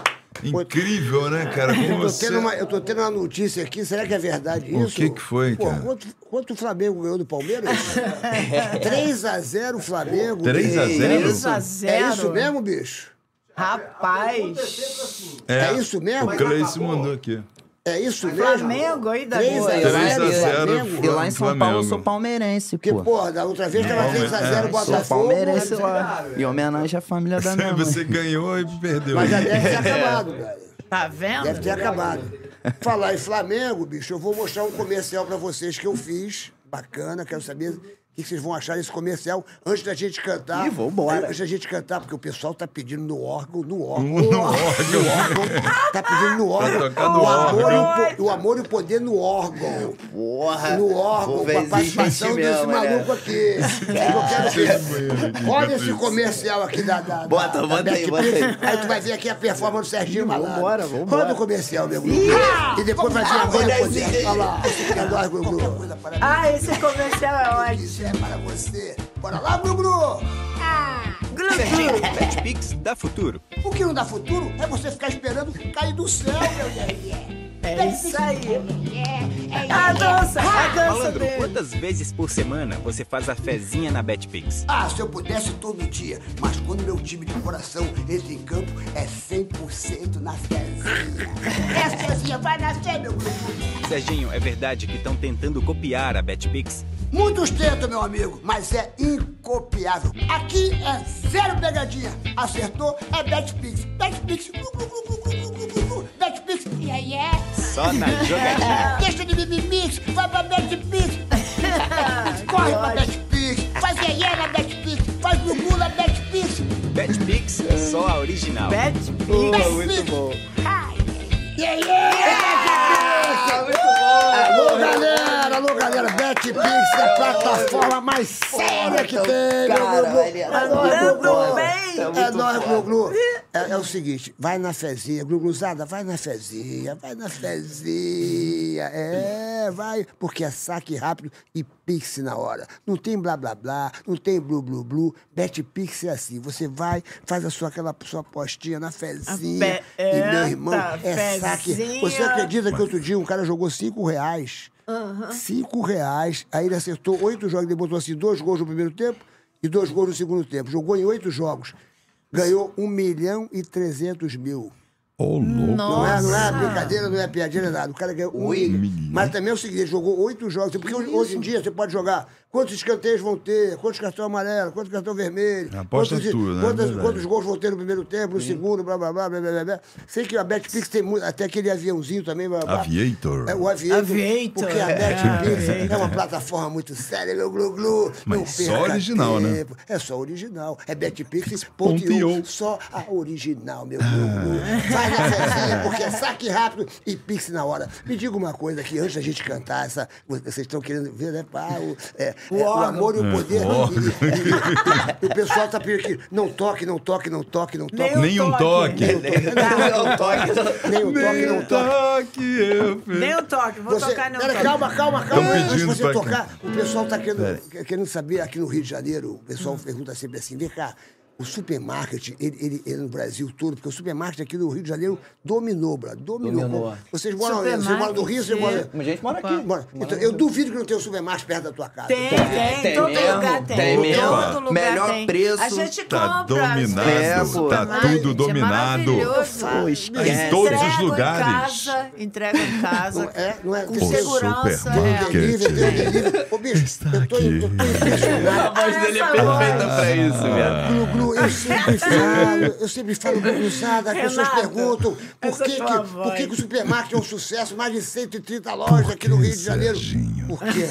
Incrível, né, cara? Como Eu tô, você... É. tendo uma, eu tô tendo uma notícia aqui, será que é verdade O isso? que que foi, Pô, cara? Quanto, quanto o Flamengo ganhou do Palmeiras? 3x0 o Flamengo. 3 a 0? 3 a É 0. isso mesmo, bicho? Rapaz. É, isso mesmo? O Cleice mandou aqui. É isso mesmo? Flamengo aí da 3 a é boa. 0 3 a 0 E Flamengo? lá em São Flamengo. Paulo eu sou palmeirense, Porque, pô. porra, da outra vez tava 3x0 é. sou Botafogo. palmeirense lá. Em homenagem à família da minha mãe. Você ganhou e perdeu. Mas já deve ter acabado, cara. Tá vendo? Deve ter acabado. Falar em Flamengo, bicho, eu vou mostrar um comercial pra vocês que eu fiz. Bacana, quero saber o que vocês vão achar desse comercial antes da gente cantar. Ih, vambora. Antes da gente cantar, porque o pessoal tá pedindo no órgão, no órgão. No órgão. tá pedindo no órgão. tocar no o, amor órgão. E o, po- o amor e o poder no órgão. Porra. No órgão, com a participação desse né? maluco aqui. Eu quero ver. Olha esse comercial aqui da. da Bota, da, bota da aí, Backstreet. bota aí. Aí tu vai ver aqui a performance do Serginho Malandro. vambora, vambora. Roda o comercial, meu grupo. E depois vai ver agora o poder. Olha lá. É nóis, Gugu. Ah, esse comercial é ótimo. Isso é para você. Bora lá, Gugu. Glu, Serginho, glu. BetPix dá futuro. O que não dá futuro é você ficar esperando cair do céu, meu Deus. É isso aí. A dança, a dança Malandro, dele. quantas vezes por semana você faz a fezinha na BetPix? Ah, se eu pudesse todo dia, mas quando meu time de coração entra em campo, é 100% na fezinha. É fezinha, vai nascer, meu grupo. Serginho, é verdade que estão tentando copiar a BetPix? Muitos tentam, meu amigo, mas é incopiável. Aqui é zero pegadinha. Acertou, é BetPix. BetPix. Gu, gu, gu, gu, gu, gu, gu, gu. BetPix. Yeah, yeah. Só na jogadinha. Deixa de mimimix, vai pra BetPix. Corre pra BetPix. Faz iê na BetPix. Faz gugu na BetPix. BetPix, só a original. Bad BetPix. Muito bom. Yeah, yeah. Muito bom. BetPix é a plataforma mais séria que tem, meu Cara, Gugu. ele é É nóis, andando Gugu. bem. É muito nóis, foda. Gugu. É, é o seguinte, vai na fezinha, Gluguzada, vai na fezinha, vai na fezinha. É, vai, porque é saque rápido e Pix na hora. Não tem blá blá blá, não tem blu blu blu. BetPix é assim, você vai, faz a sua aquela sua postinha na fezinha. Pe- E meu irmão, é Eita, saque. fezinha. Você acredita que outro dia um cara jogou cinco reais? Cinco reais, aí ele acertou oito jogos, ele botou assim dois gols no primeiro tempo e dois gols no segundo tempo. Jogou em oito jogos. Ganhou um milhão e trezentos mil. Ô, louco. Não é, não é Nossa. brincadeira, não é piadinha, nada. O cara ganhou um milhão. milhão. Mas também é o seguinte, ele jogou oito jogos. Porque hoje, hoje em dia você pode jogar quantos escanteios vão ter, quantos cartão amarelo, quantos cartão vermelho. A aposta é quantos, tua, né? quantas- Verdade. quantos gols vão ter no primeiro tempo, no segundo, blá, blá, blá, blá, blá, blá, blá. Sei que a Betpix tem muito, até aquele aviãozinho também. Blá, blá. Aviator. É o Aviator. Aviator. Porque a É, Netflix é, Aviator. uma plataforma muito séria, meu glu-glu. Mas Não só perca original, né? tempo. É só original. É Ponto betpix.io. io. Só a original, meu glu-glu. Vai na fezinha, porque é saque rápido e pix na hora. Me diga uma coisa aqui, antes da gente cantar essa... Vocês estão querendo ver, né? Pá, o, é, é, o órgão. amor e o poder. o órgão. E- e- e o pessoal tá pedindo aqui, não toque, não toque, não toque, não toque. Nem Nem um um toque. toque. Não toque. Nem o toque, não toque. tá eu fiz. Dê um toque, vou Você- tocar no Pera, toque. calma, calma, calma. Tão Antes de pedindo você pra- É. tocar, o pessoal tá querendo, querendo saber aqui no Rio de Janeiro, o pessoal pergunta sempre assim, vem cá, o supermarket, ele, ele- ele é no Brasil todo, porque o supermarket aqui no Rio de Janeiro dominou, Bra, dominou. Dominou. Vocês moram, vocês Supermarket, moram no Rio, vocês é. moram... Mas a gente mora aqui. Bora. Então, eu duvido que não tenha um supermarket perto da tua casa. Tem, Então, tem, Tem todo mesmo, lugar tem. tem mesmo. Todo lugar Melhor tem. preço. A gente Tá compra. dominado, É, É, pô. tá tá tudo dominado. Tá Pô, esquece. Em todos os entrega lugares. Em casa, entrega em casa. é, não é? Com Tem segurança. supermarket. é. Delivery, tem o delivery. Ô, bicho, eu tô, eu tô impressionado. A voz dele é um Ah, perfeita pra isso, velho. Glu-glu, eu sempre falo, eu sempre falo glu-gluzada, as pessoas Renato, perguntam por essa é que, que, tua por que, voz. que o supermarket é um sucesso, mais de 130 lojas aqui no que, Rio de Janeiro. Serginho? Porque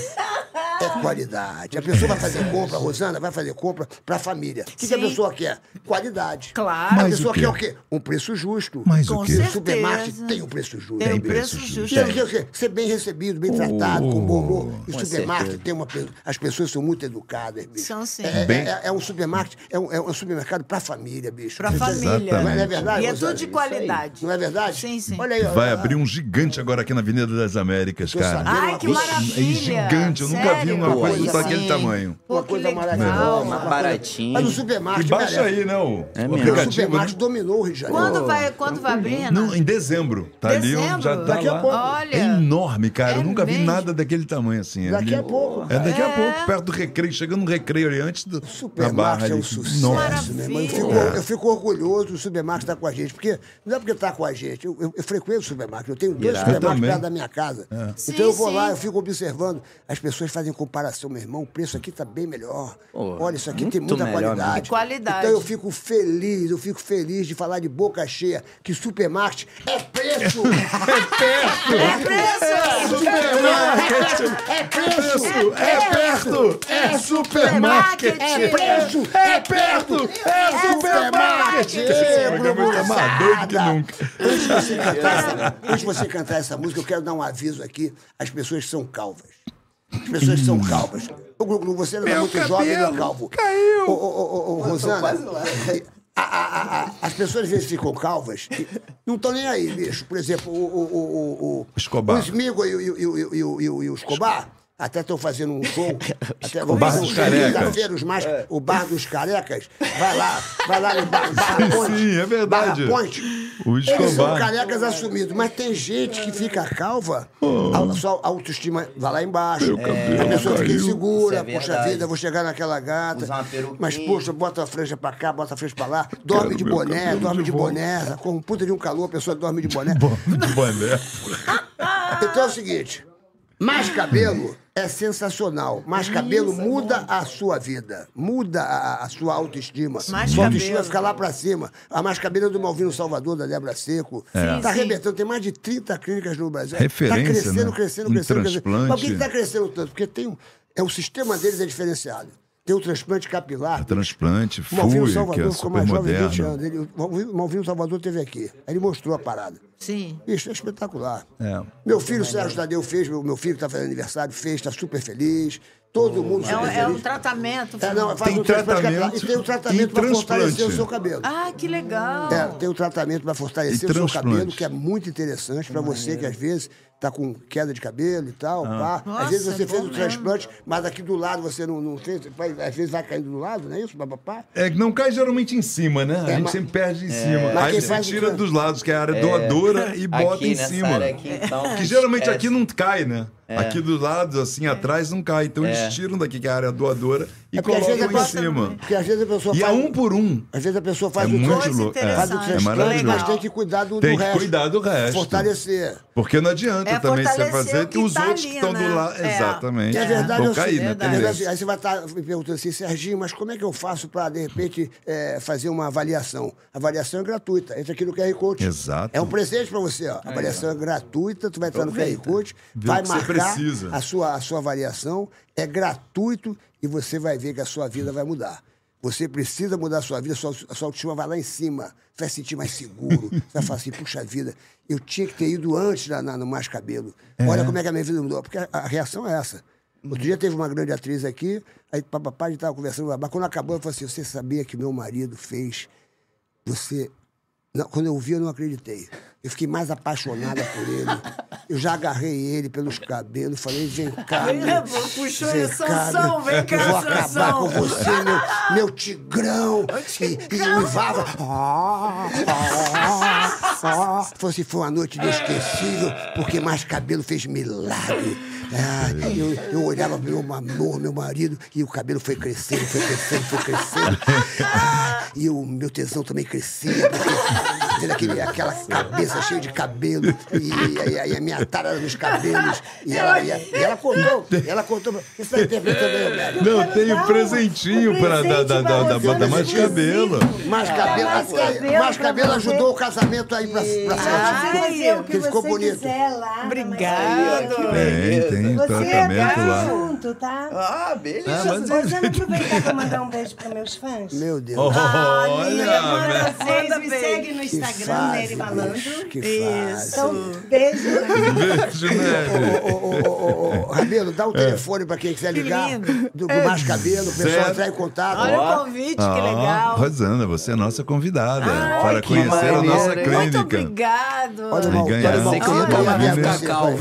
é qualidade. A pessoa vai fazer compra, a Rosana vai fazer compra para a família. O que, que a Sim. pessoa quer? Qualidade. Claro. A Mas o pessoa quê? quer o quê? Um preço justo. Mas o Com quê? O supermarket certeza. tem um preço justo. Tem o bicho? preço justo. Tem que- que ser bem recebido, Uh, bem tratado, com bom humor. E o supermarket tem uma. pe- As pessoas são muito educadas, bicho. São sim. É, Bem- é- é- é um supermarket, é um, é um supermercado pra família, bicho. Pra Você- família. Não é, não é Exatamente. verdade? E é Rosana? tudo de Isso aí. qualidade. Não é verdade? Sim, sim. Olha aí, ó. Vai abrir um gigante agora aqui na Avenida das Américas, Eu cara. É sabia. Ai, que Vixe, maravilha. gigante, eu nunca vi uma Sério? coisa Pô, daquele assim. tamanho. Pô, Uma que coisa legal. maravilhosa. Mas uma coisa- baratinho. Mas o E supermarket. baixa merece. aí, né? O, É o mesmo. O aplicativo. né? supermarket dominou o Rio de Janeiro. Quando vai, É quando vai abrir, Renato? Não, em dezembro. Tá ali, ó, Dezembro? já tá Daqui a lá. pouco. Olha. É enorme, cara. É eu nunca vi mesmo. nada daquele tamanho assim. Daqui ali. a pouco. É daqui a É. pouco, perto do recreio, chegando no recreio ali antes do, da barra. Supermarket é ali. um sucesso, Nossa. né, mano? Eu fico, Maravilha. eu fico orgulhoso do Supermarket estar com a gente, porque não é porque está com a gente, eu, eu- eu frequento o Supermarket, eu tenho dois Irado. Eu Supermarkets também. perto da minha casa. Então Sim, eu vou sim. lá, eu fico observando, as pessoas fazem comparação, meu irmão, o preço aqui está bem melhor. Pô, Olha, isso aqui tem muito muita melhor qualidade. mesmo. Qualidade. Então eu fico feliz, eu fico feliz de falar de boca cheia que Supermarket é preço! É preço! Supermarket é preço! É perto! É supermarket! É preço! É perto! É supermarket! Esse programa tá mais doido que nunca. Antes de, você cantar essa, antes de você cantar essa música, eu quero dar um aviso aqui às pessoas que são calvas. As pessoas que são calvas. Ô, Glu-Glu, você não é Meu muito jovem, não é cabelo calvo. caiu. Ô, ô, ô, ô, ô, Rosana. a- a- a- a- as pessoas às vezes ficam calvas e não estão nem aí, bicho. Por exemplo, o, o, o, o, o Escobar. o Smigo e, o- e o- e o- e o- e o- e o Escobar. Até estão fazendo um show. Até um Bar dos Carecas. Quinta-feira, os mais- O Bar dos Carecas. Vai lá, vai lá no Bar, Barra Ponte. sim, é verdade. Barra Ponte. é O Eles são Escobar. carecas assumidos, mas tem gente que fica calva, a sua autoestima vai lá embaixo. Oh. É, Meu cabelo a pessoa fica caiu. insegura, Isso é poxa verdade. vida, vou chegar naquela gata. Usar uma peruquinha. Mas, poxa, bota a franja pra cá, bota a franja pra lá, dorme Quero de meu boné, cabelo dorme de de volta. boné, com um puta de um calor, a pessoa dorme de boné. Bom, de boné. Então é o seguinte: mais cabelo é sensacional. Mais cabelo é muda a sua vida, muda a, a sua autoestima. Mais sua cabelo. autoestima vai ficar lá pra cima. A mais cabelo é do Malvino Salvador, da Débora Seco. É. Tá Sim, sim. arrebentando, tem mais de 30 clínicas no Brasil. Referência, tá crescendo, né? crescendo, Um crescendo, crescendo. transplante. Mas por que, que tá crescendo tanto? Porque tem um. É, o sistema deles é diferenciado. Tem o transplante capilar. Transplante, O Malvinho fui, que é Salvador ficou super mais jovem, 20 moderno. anos. Ele, o Malvinho- o Malvinho Salvador esteve aqui. Aí ele mostrou a parada. Sim. Isso é espetacular. É. Meu filho, Sérgio Tadeu, fez, meu, meu filho que está fazendo aniversário, fez, está super feliz. Todo Oh, mundo É, super um- é um feliz. tratamento. É, não, faz Tem um transplante tratamento capilar. E tem o e tratamento para fortalecer o transplante. seu cabelo. Ah, que legal. É, tem o tratamento para fortalecer E o seu transplante. cabelo, que é muito interessante para você que às vezes está com queda de cabelo e tal. Ah. pá. Nossa, às vezes você é fez bom o transplante, mas aqui do lado você não, não fez. vai- Às vezes vai caindo do lado, não é isso? Papapá. É que não cai geralmente em cima, né? A É, gente mas- sempre perde em cima. Mas Aí quem você faz o tira quê? dos lados, que é a área doadora, e bota aqui, em nessa cima. área aqui, então, Que geralmente esquece. aqui não cai, né? Aqui dos lados, assim, atrás não cai. Então É. eles tiram daqui, que é a área doadora, e É porque às colocam vezes em é cima. Porque às vezes a pessoa E é faz. um por um. Às vezes a pessoa É faz o muito transplante. coisa louco. É, Faz o interessante. é transplante, mas legal. maravilhoso. tem que cuidar do, do Tem que resto. cuidar do resto. Fortalecer. Porque não adianta É também você fortalecer fazer o que que os tá outros que ali, estão do né? lado. É. Exatamente. E a verdade, Vão eu cair, sei, né? a verdade, Tendência. aí você vai estar me perguntando assim, Serginho, mas como é que eu faço para, de repente, eh, fazer uma avaliação? A avaliação é gratuita. Entra aqui no QR Code. Exato. É um presente para você. Ó. A avaliação é gratuita, tu vai entrar no QR Code, Vê o vai que você marcar precisa. a sua, a sua avaliação, é gratuito e você vai ver que a sua vida vai mudar. Você precisa mudar a sua vida, a sua, a sua autoestima vai lá em cima. Você vai se sentir mais seguro. você vai falar assim, puxa vida, eu tinha que ter ido antes na, na- no Mais Cabelo. Olha como é que a minha vida mudou. Porque a, a reação é essa. Outro dia teve uma grande atriz aqui, aí papai estava conversando, mas quando acabou, eu falei assim, você sabia que meu marido fez você. não, quando eu vi, eu não acreditei. Eu fiquei mais apaixonada por ele. Eu já agarrei ele pelos cabelos, falei: vem cá. Ele meu, levou, puxou vem ele, Sansão, meu, vem cá, eu Vou acabar Sansão." com você, meu, meu tigrão. E, e uivava. Ah, ah, ah. Falei assim: foi uma noite inesquecível, porque mais cabelo fez milagre. Ah, eu, eu olhava pro meu amor, meu marido, e o cabelo foi crescendo, foi crescendo, foi crescendo. Ah, e o meu tesão também crescia, porque vendo aquele, aquela cabeça cheia de cabelo, e aí aí a minha tara era nos cabelos, e ela, e ela, e ela contou, ela contou, pra- isso tá interpretando aí, velho. Não, tem o Não, presentinho o para dar, presente dar, dar, pra dar, você botar no mais exclusivo. cabelo. Mais cabelo, Ah, mais cabelo mais pra cabelo você. ajudou o casamento aí pra, pra frente. Você fazer o que que ficou você bonito. quiser lá. Obrigado. Tem, tem o Você é tratamento lá. junto, tá? Ah, Ah, beleza. mas é- Vamos aproveitar para mandar um beijo para meus fãs. Meu Deus. Olha, Agora vocês Manda me beijo. seguem no que Instagram, Nery fase, Malandro. que fase. Então, beijo. beijo, né? Ô, ô, ô, ô, ô, Rabelo, dá o telefone pra quem quiser Que ligar lindo. do, do Mais Cabelo, o pessoal Zero. entrar em contato. Olha o convite, que legal. Rosana, você é nossa convidada para que conhecer a nossa maneiro, Muito clínica. obrigado. Olha o Ele Mal- ganha. olha o Sei que você Malvino, toma olha o vinho Malvino, cacau. olha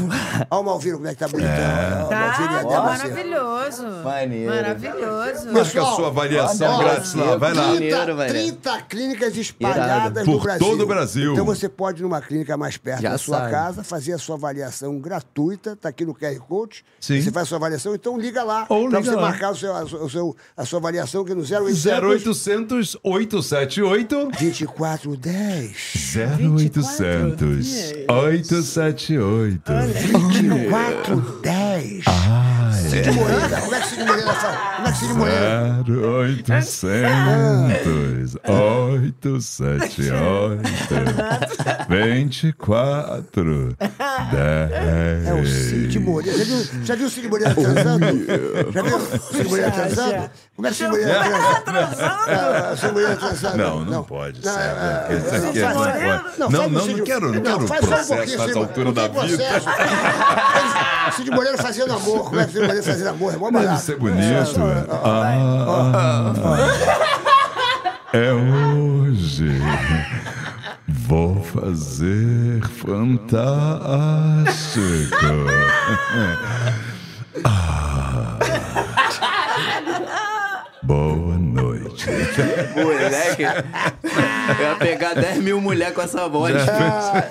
o Malvino como é que tá bonitão. Olha, o Malvino é Tá, até tá você. maravilhoso. Maneiro. Maravilhoso. Marca a Pessoal, sua é avaliação ó, assim, grátis lá, vai lá. Maneiro, 30, velho. 30 clínicas espalhadas Irado. no Por Brasil. todo o Brasil. Então você pode ir numa clínica mais perto Já da sua sabe. casa, fazer a sua avaliação gratuita, tá aqui no QR Code. Sim. Você faz a sua avaliação, então liga lá Ou pra liga você lá. marcar o seu, a, o seu- a sua avaliação que é no 0800 0800 878 2410 0800 878 2410 Ah. Cid Moreira, como é que Cid Moreira fala? Como é que Cid Moreira? 0800 878 24 É o Cid Moreira. Já viu, já viu o Cid Moreira transando? Já viu o Cid Moreira transando? Como é que o Cid Moreira transa? Ah, o Cid Moreira transando? Não, não, pode, né? Não, Sérgio. é, é, Isso aqui faz- não pode. Não, faz não, o não, Cid- quero, não quero faz só um processo pouquinho, nessa Cid- altura não da tem vida. processo. Cid Moreira fazendo amor. Como é que o Cid Moreira fazendo amor? É mó Deve barato. ser bonito. é. Ah, é hoje. Vou fazer fantástico. Ah. Boa noite. Moleque. Eu né, ia pegar 10 mil mulheres com essa voz. Ah.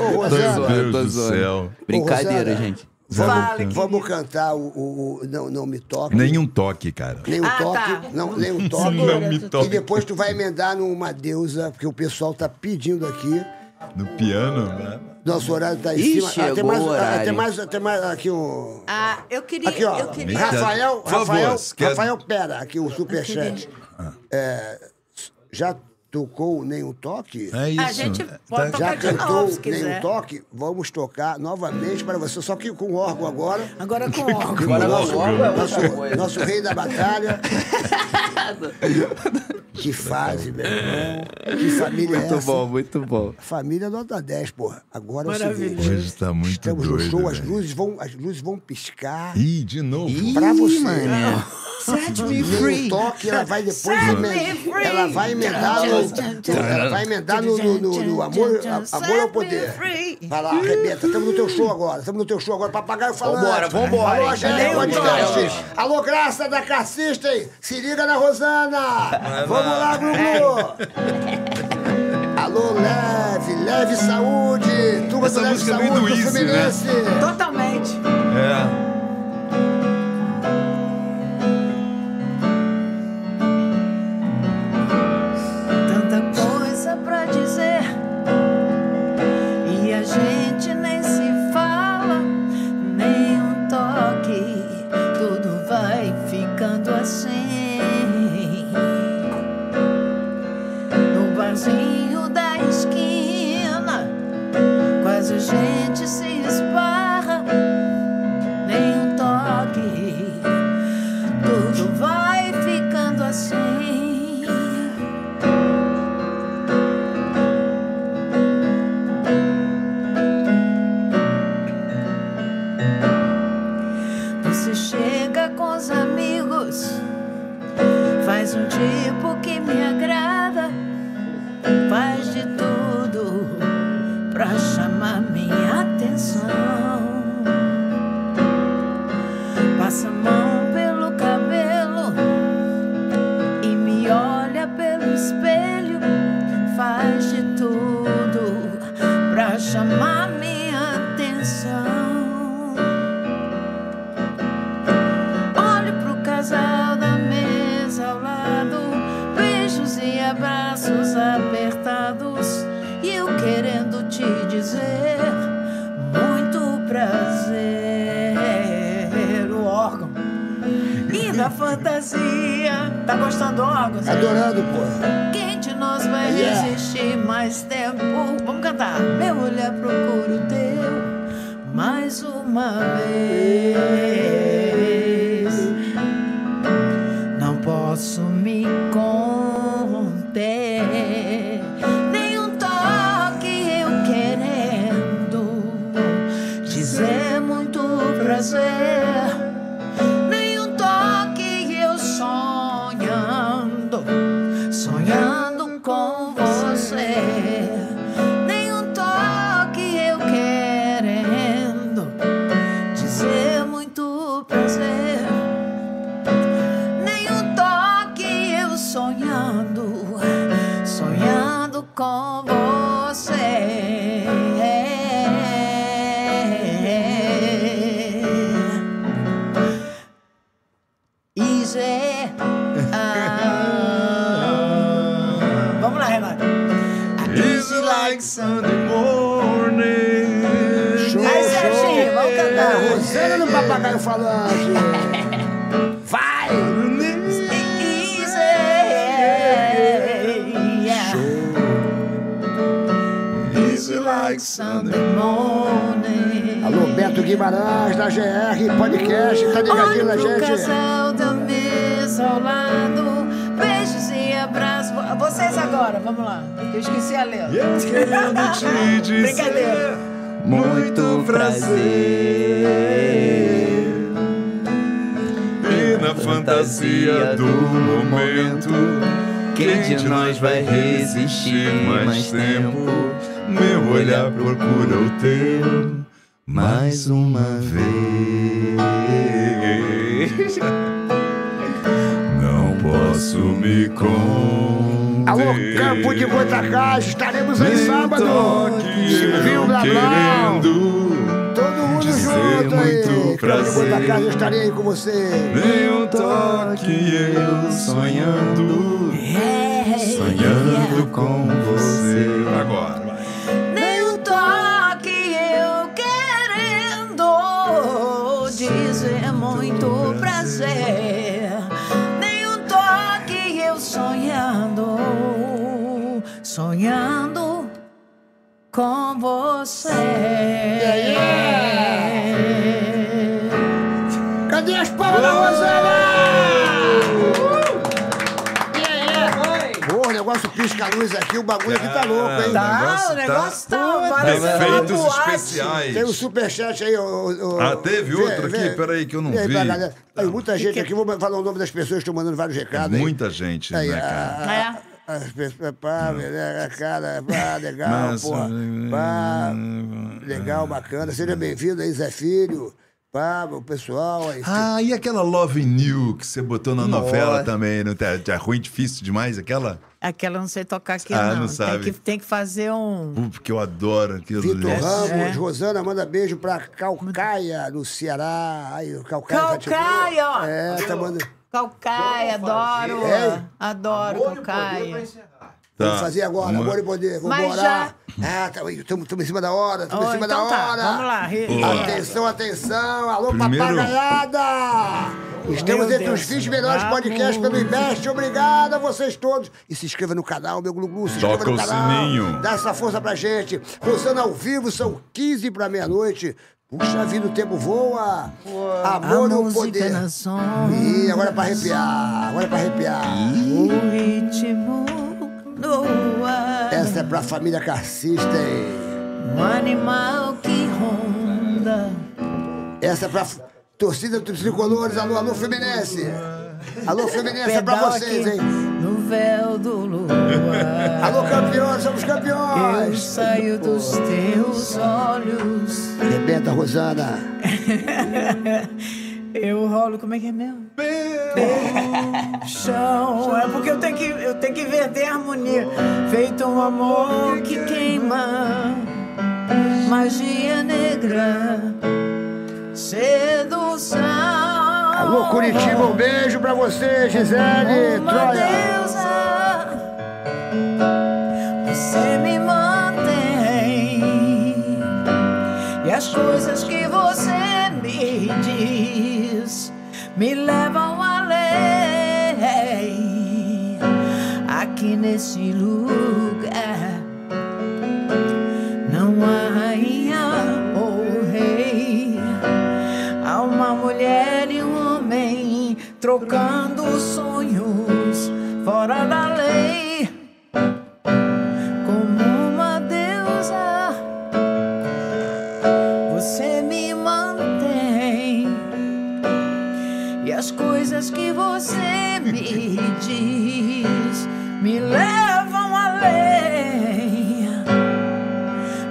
Ô, Rosana, Meu tô Deus do zoando. céu. Brincadeira, Ô, Rosana. gente. vamos, vamos cantar o, o- o não, não Me Toque. Nenhum toque, cara. Nem o Ah, toque, tá. não, nem o toque. um. Não me toque. E depois tu vai emendar numa deusa, porque o pessoal tá pedindo aqui. No piano, né? Nosso horário tá em Ih, cima. Ah, tem chegou mais, o ah, horário. tem mais, tem mais aqui um. Ah, eu queria. Aqui, ó. Eu queria... Ra- Rafael, Por favor, Rafael, se quer- Ah. Rafael Pera, aqui o superchat. É, já tocou Nenhum Toque, É isso. A gente pode Tá- tocar já de novo, cantou se Nenhum quiser. Toque, vamos tocar novamente para você, só que com órgão agora. Agora com órgão. Agora não, nosso, logo é outra nosso, coisa. nosso rei da batalha. que fase, meu irmão. Que família é Muito essa? bom, muito bom. Família nota 10, porra. Agora é o Maravilhoso. seguinte. Hoje tá muito Estamos doido. no show, as velho. luzes, vão, as luzes vão piscar. Ih, de novo. Pra você. Set me Nenhum free. toque, ela vai depois. Set emen- me free. Ela vai emendar no. Ela vai emendar no, no, no- no amor, a- amor ao poder. Vai lá, arrebenta. Estamos no teu show agora. Estamos no teu show agora. Papagaio falando. Vambora, vambora, Alô, hein? Angélica Valeu, Podcast. Alô, Graça da Car System. Se liga na Rosana. Vamos lá, Gugu. Alô, Leve. Leve Saúde. Turma Essa do Leve música é meio Saúde do do Easy, Fluminense. Totalmente. É. Tanta coisa pra dizer e a gente nem se fala, nem um toque. Tudo vai ficando assim. No barzinho da esquina, quase a gente se esbarra, nem um toque. Tudo vai ficando assim. Você chega com os amigos, faz um tipo que me agrada, faz de tudo pra chamar minha atenção. Passa a mão pelo cabelo e me olha pelo espelho, faz de tudo pra chamar minha atenção. Olho pro casal da mesa ao lado, beijos e abraços apertados. E eu querendo te dizer, muito prazer. O órgão. E da fantasia. Tá gostando do órgão? Zé? Adorando, pô. Quem de nós vai Yeah. resistir mais tempo? Vamos cantar. Meu olhar procura o teu mais uma vez. Não posso me conter. Nenhum toque eu querendo dizer muito prazer. Nenhum toque eu sonhando sonhando com você. Nenhum toque eu querendo dizer muito prazer. Nenhum toque eu sonhando, sonhando com você. Isso é. Ah. Vamos lá, Renato. Is it like Sunday morning? Show, Aí, Serginho, Tá vamos É, cantar. Rosana no papagaio falante. Vai! Isso é. Is it like Sunday morning. Alô, Beto Guimarães, da GR Podcast, tá ligadinho na Olho pro gente? casal da mesa ao lado, beijos e abraços. Vocês agora, vamos lá. que Eu esqueci a letra. Eu querendo te dizer Brincadeira. muito prazer E na fantasia do momento Quem de nós vai resistir mais tempo? Meu olhar procura o teu mais uma vez Não posso me conter Alô, Campo de Goitacás, estaremos aí sábado. Silvio Blablau, querendo todo mundo dizer junto aí. muito Campo de prazer. Goitacás, eu estarei aí com você. Nenhum um toque eu sonhando Sonhando com você Agora Nem um toque eu querendo dizer muito prazer. Nem um toque eu sonhando. sonhando com você. Cadê as palmas da Rosana? Porra, o negócio pisca-luz aqui, o bagulho aqui tá louco, hein? Tá, Ah, É, negócio o negócio tá, Pô, parece Defeitos uma boate. especiais. Tem um superchat aí, ô. ô- Ah, teve vê- outro aqui? vê- Peraí que eu não vê aí vi. pra galera. Tem muita gente que- é? aqui, vou falar o nome das pessoas que estão mandando vários recados. aí. Muita gente, Aí, né, a- cara? É. As pessoas, pá, beleza, cara, pá, legal, Mas, ah, porra. Ah. eh, Pá, legal, bacana. Seja bem-vindo aí, Zé Filho. Pá, o pessoal aí. Ah, e aquela Love New que você botou na Nossa. novela também, não tá, tá ruim, difícil demais aquela? Aquela eu não sei tocar aqui, Ah, não. não sabe. Tem, que, tem que fazer um. Pup, que eu adoro aquilo Vitor ali. Ramos, É. Rosana, manda beijo pra Calcaia, no Ceará. Aí, o Calcaia. já te viu? Calcaia, ó. É, tá mandando. Calcaia, adoro. É. Adoro calcaia. Vamos fazer agora, Tá. Uma- amor e poder. Vamos Mas orar. Ah, estamos em cima da hora, estamos em Ó, cima então da tá, hora. vamos lá, Rê. Boa. Atenção, atenção. Alô, Primeiro- papagaiada! Estamos Meu entre os Deus. 20 melhores Vamos. podcasts pelo Invest. Obrigado a vocês todos. E se inscreva no canal, meu Glu Glu. Se inscreva Toca no o canal. sininho. Dá essa força pra gente. Cruzando ao vivo, são 15 pra meia-noite. Puxa vida, o tempo voa. Amor e A o música poder. na sombra, Ih, agora é pra arrepiar. Agora é pra arrepiar. o ritmo do ar. Essa é pra família Carcista, hein? Um animal que ronda. Essa é pra f- torcida dos tricolores, alô, alô Fluminense. Alô Fluminense é pra pedal vocês, aqui hein? No véu do luar. Alô campeões, somos Eu campeões. saio dos teus olhos. Rebenta, Rosana. Eu rolo, como é que é mesmo? Pelo chão. É porque eu tenho que, eu tenho que inverter a harmonia. Feito um amor que queima, magia negra, sedução. Alô Curitiba, um beijo pra você, Gisele, Uma Troia. deusa, você me mantém. E as coisas que você me diz me levam além. Aqui nesse lugar não há rainha ou rei. Há uma mulher e um homem trocando sonhos fora da lei. Como uma deusa, você me mantém. E as coisas que você me diz me levam além.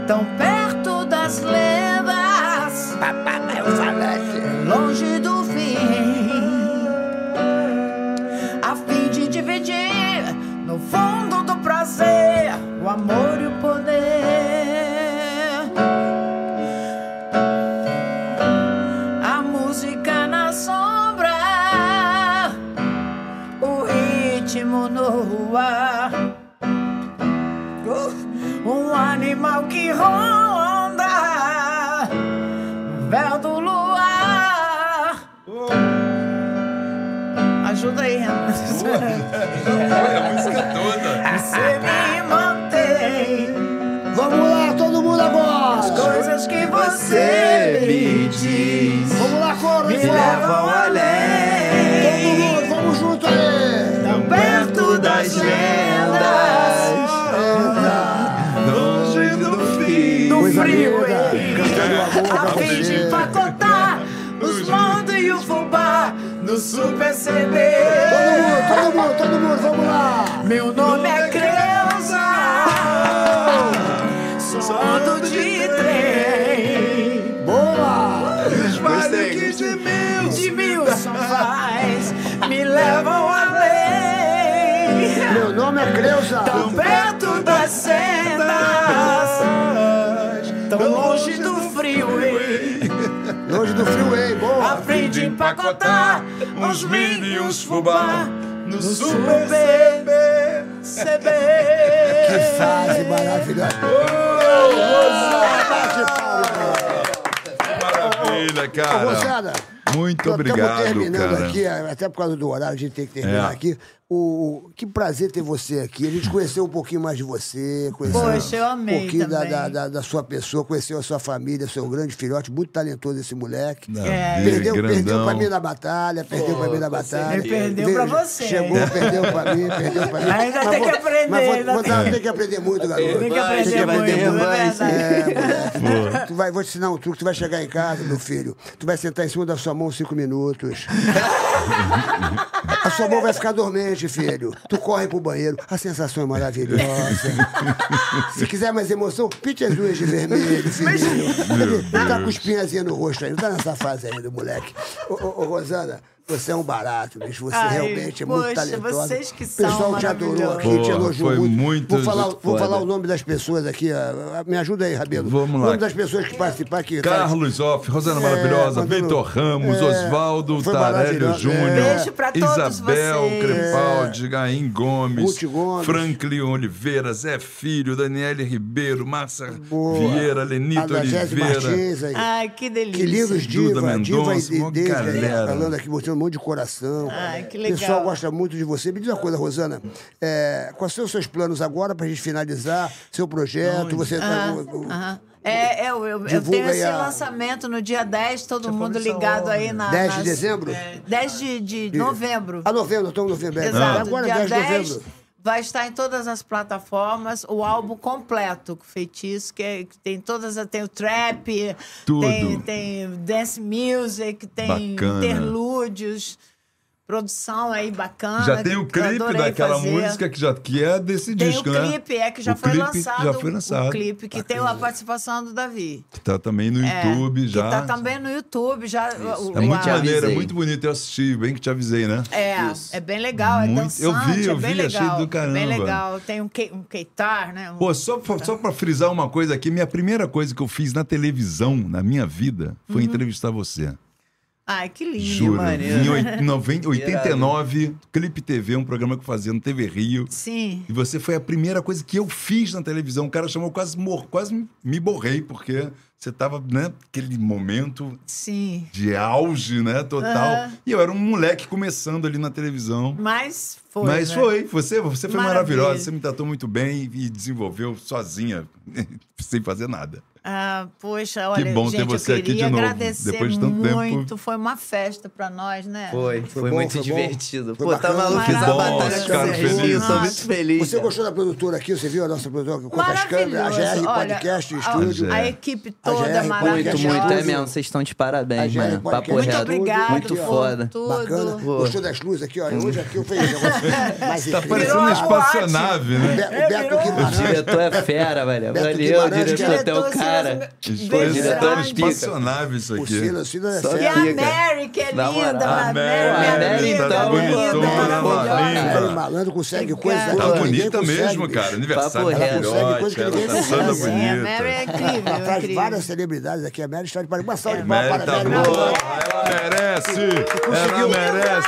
Tão perto das lendas. Longe do fim, a fim de dividir no fundo do prazer o amor e o poder. A música na sombra, o ritmo no ar. Uh, um animal que ronda um véu do luar. Ajuda aí, Renato. a música toda. Você me mantém. Vamos lá, todo mundo agora. Coisas que você me diz. Vamos lá, coro, Me fora. levam Todo além. mundo, vamos junto aí. Tão perto das lendas. Longe do fim. Do Coisa frio, linda. Cantando amor A pra fim de você. empacotar os montes e o fubá no Super CB. Todo mundo, todo mundo, todo mundo, vamos lá. Meu nome é Creuza, sou ando de trem. Boa. Gostei. De Wilson faz, me levam além. Meu nome é Creuza. Tão perto das sendas, tão longe do freeway. Longe do freeway, A boa. fim de empacotar os milho e os fubá no Super CB. Que fase maravilhosa. Bate palma. Maravilha, cara. Moçada, Muito Nós estamos obrigado, terminando cara. aqui, até por causa do horário, a gente tem que terminar É. aqui. o, o- que prazer ter você aqui. A gente conheceu um pouquinho mais de você, conheceu Poxa, eu um amei pouquinho da, também. da, da- da sua pessoa, conheceu a sua família, seu grande filhote, muito talentoso esse moleque. É. Perdeu, perdeu grandão. pra mim na batalha, perdeu pra mim na batalha. Ele perdeu pra Veja, você. né? Chegou, perdeu pra mim, perdeu pra mim. Ainda tem que aprender, Mas vou, ainda vou dar- tem- tem que aprender muito, garoto. Tem que Vai, aprender vai, muito, é vai, verdade. É, moleque. Tu vai, vou te ensinar um truque. Tu vai chegar em casa, meu filho. Tu vai sentar em cima da sua mão cinco minutos. A sua mão vai ficar dormente, filho. Tu corre pro banheiro. A sensação é maravilhosa. Se quiser mais emoção, pinte as unhas de vermelho, filho. Tá com espinhazinha no rosto ainda. Tá nessa fase ainda, moleque. Ô, ô, ô, Rosana. Você é um barato, bicho. Você Ai, realmente é muito poxa, talentosa. vocês que O pessoal são te adorou aqui, maravilhosos. te Pô, elogiou foi muito. Vou muito falar, gente vou falar foda. o nome das pessoas aqui. ó. Ah, Me ajuda aí, Rabelo. Vamos O lá. nome das pessoas que participaram aqui. Carlos Off, Rosana Maravilhosa, mandando- Vitor Ramos, É, Oswaldo foi Tarélio maravilhoso, Júnior, é. Beijo pra todos Isabel vocês. Crepaldi, Gaim Gomes, Ruth Gomes. Franklin Oliveira, Zé Filho, Daniele Ribeiro, Márcia Boa. Vieira, Lenito Anagésio Oliveira. Martins aí. Ai, que Que delícia. Duda lindos diva, diva e Mendonça, mó Dede, galera. falando aqui, mostrando um monte de coração. Ai, que O legal. pessoal gosta muito de você. Me diz uma coisa, Rosana, é, quais são os seus planos agora pra gente finalizar seu projeto? Você Ah, tá- o- o- Aham. É, é, eu, eu- eu Divulga tenho aí esse a- lançamento no dia 10, todo mundo ligado aí na. 10 de nas- dezembro? É, 10 de, de novembro. Ah, novembro, estamos em novembro. é. Exato. Agora, dia 10 de 10 novembro. vai estar em todas as plataformas o álbum completo, feitiço, que, é- que tem todas, tem o trap, Tudo. tem, tem dance music, tem Bacana. interlúdios, produção aí bacana. Já tem que o eu clipe adorei daquela fazer. música que, já, que é desse Tem disco, o né? clipe, é que já O foi clipe lançado. Já foi lançado. Ah, O clipe, que tem a participação do Davi. Que tá também no É, YouTube já. Que tá também no YouTube. Já, o- É o- muito a- maneiro, é avisei. muito bonito. Eu assisti, bem que te avisei, né? É, é bem legal, é Muito- dançante, eu vi, eu é bem vi, achei legal. do caramba. Bem legal, tem um, que, um keitar, né? Um- Pô, só, pra- só pra frisar uma coisa aqui, minha primeira coisa que eu fiz na televisão, na minha vida, foi entrevistar você. Ai, que lindo. Juro. maneiro. Em oit- noventa- 89, Clipe TV, um programa que eu fazia no TV Rio. Sim. E você foi a primeira coisa que eu fiz na televisão. O cara chamou, eu quase, mor quase me- me borrei, porque você tava, né, aquele momento Sim. de auge, né, total. Aham. E eu era um moleque começando ali na televisão. Mas foi. Mas né? foi, você, você foi Maravilha. maravilhosa, você me tratou muito bem e desenvolveu sozinha, sem fazer nada. Ah, poxa, olha, bom ter gente, você eu aqui de queria novo, agradecer depois de tanto tempo. muito. Foi uma festa pra nós, né? Foi, foi, bom, muito foi bom? divertido. Foi Pô, tá bacana? maluco, fiz a Maravilhoso. batalha com é Ficaram o Serginho, eu sou felizes. muito feliz. Você gostou da produtora aqui? Você viu a nossa produtora com as Maravilhoso. câmeras? A GR Olha, Podcast a- Estúdio. É. A, A GR. equipe A toda GR Muito, Podcast maravilhosa. muito. É Maravilhoso. mesmo, vocês estão de A parabéns, GR mano. Podcast. Papo Muito Muito reto. obrigado Muito por foda. tudo. Bacana. Gostou das luzes aqui, ó. Hoje aqui eu fiz um negócio mais Tá incrível. parecendo uma Virou espaçonave, O Be- né? É, o Beto O Guimarães. diretor é fera, velho. Beto Valeu, Guimarães, diretor, até o Diretor, cara. Silas- Foi Beijo Diretor grande. Spica. espaçonave isso O aqui. Silas, o Silas é Só Tipo assim, E sério. a tá Fica. Mary, que é Na linda. moral. A A Mary, Mary, né? linda, né? tá linda, bonitona, maravilhosa. linda. Sério, malandro consegue coisa. que Tá né? Tá ninguém bonita consegue, mesmo, bicho. cara. Aniversário Papo da reto. Coisa filhote, que ela ninguém tá toda consegue. Sim, a Mary é bonita. incrível, Ela traz incrível. várias celebridades aqui. A Mary está de parabéns. Uma salva de palmas Mary para tá a Mary. boa, Maravilhosa. ela merece, ela Conseguiu. merece.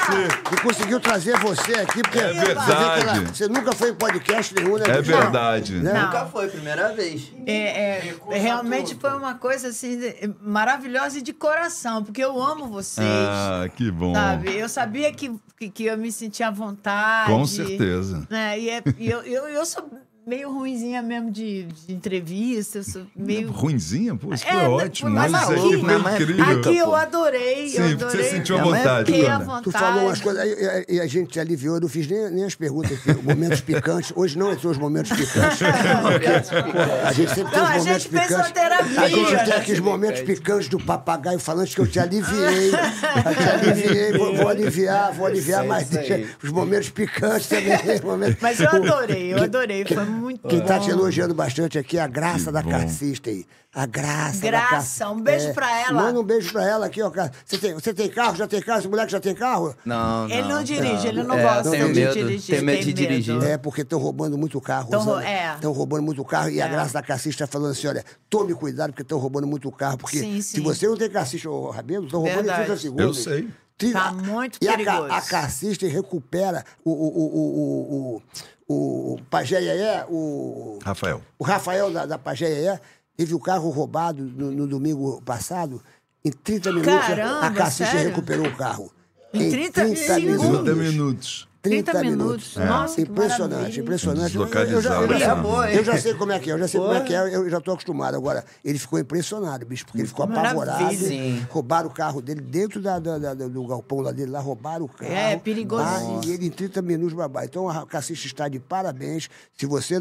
E conseguiu trazer você aqui, porque É você vê que ela- verdade. você nunca foi em podcast nenhum, né? É bicho? verdade. Né? Não. Nunca foi, primeira vez. É, é, realmente foi uma coisa assim de- maravilhosa e de coração, porque eu amo vocês. Ah, que bom. Sabe? Eu sabia que, que, que eu me sentia à vontade. Com certeza. Né? E, é- e eu, eu, eu sou meio ruinzinha mesmo de, de entrevista, eu sou meio. Ruinzinha? Pô, isso É, foi né, ótimo. mas Isso aqui- aqui foi mas incrível. Aqui eu adorei. eu Sim, você adorei. sentiu a Eu vontade, fiquei à Ana. vontade. Tu falou umas coisas e, e- e a gente te aliviou. Eu não fiz nem, nem as perguntas, que- momentos picantes. Hoje não entrou os momentos picantes. Porque, pô, a gente sempre tem Não, os a gente momentos fez uma picantes. terapia. né? A gente tem aqui os momentos picantes do papagaio falante que eu te aliviei. Eu te aliviei. Vou, vou aliviar, vou aliviar, aí, mas isso aí. deixa os momentos picantes também. os momentos- É Mas eu adorei, eu adorei. Foi muito Quem tá bom. te elogiando bastante aqui é a Graça Que da bom. Carcista aí. A Graça da Graça, Carcista. um beijo pra ela. Manda um beijo pra ela aqui, ó. Car- Você tem, você tem carro? Já tem carro? Esse moleque já tem carro? Não, não. Ele não dirige, ele não É, gosta tenho de medo, dirigir, Tenho medo tem de medo. dirigir. É, porque estão roubando muito carro. Então Tão rou- Rosana. é. Tão roubando muito carro. E a É. Graça da Cassista está falando assim: olha, tome cuidado, porque estão roubando muito carro. Porque Sim, se sim. você não tem cassista ou rabelo, estão roubando em Verdade. 30 segundos. Eu sei. né? Tira- Tá muito e a, perigoso. ca- a cassista recupera o. o, o, o, o, o, o Pajé Yé, o. Rafael. O Rafael da, da Pajé Yé teve o carro roubado no, no domingo passado. Em 30 minutos, a Caramba, cassista sério? recuperou o carro. Em 30 30 segundos? minutos. 30, 30 minutos. É. minutos. Nossa, que impressionante, maravilha. impressionante. Eu- eu- Eu, já, Deslocalizado, eu, já, né? Boa, hein? eu já sei como é que é, eu já sei como é que Ah. é, eu já estou acostumado. Agora, ele ficou impressionado, bicho, porque ele ficou Maravilha, apavorado. sim. Roubaram o carro dele dentro da, da- da- do galpão lá dele, lá roubaram o carro. É, perigosíssimo. Ah, e ele em 30 minutos babá. Então a Cacixa está de parabéns. Se você.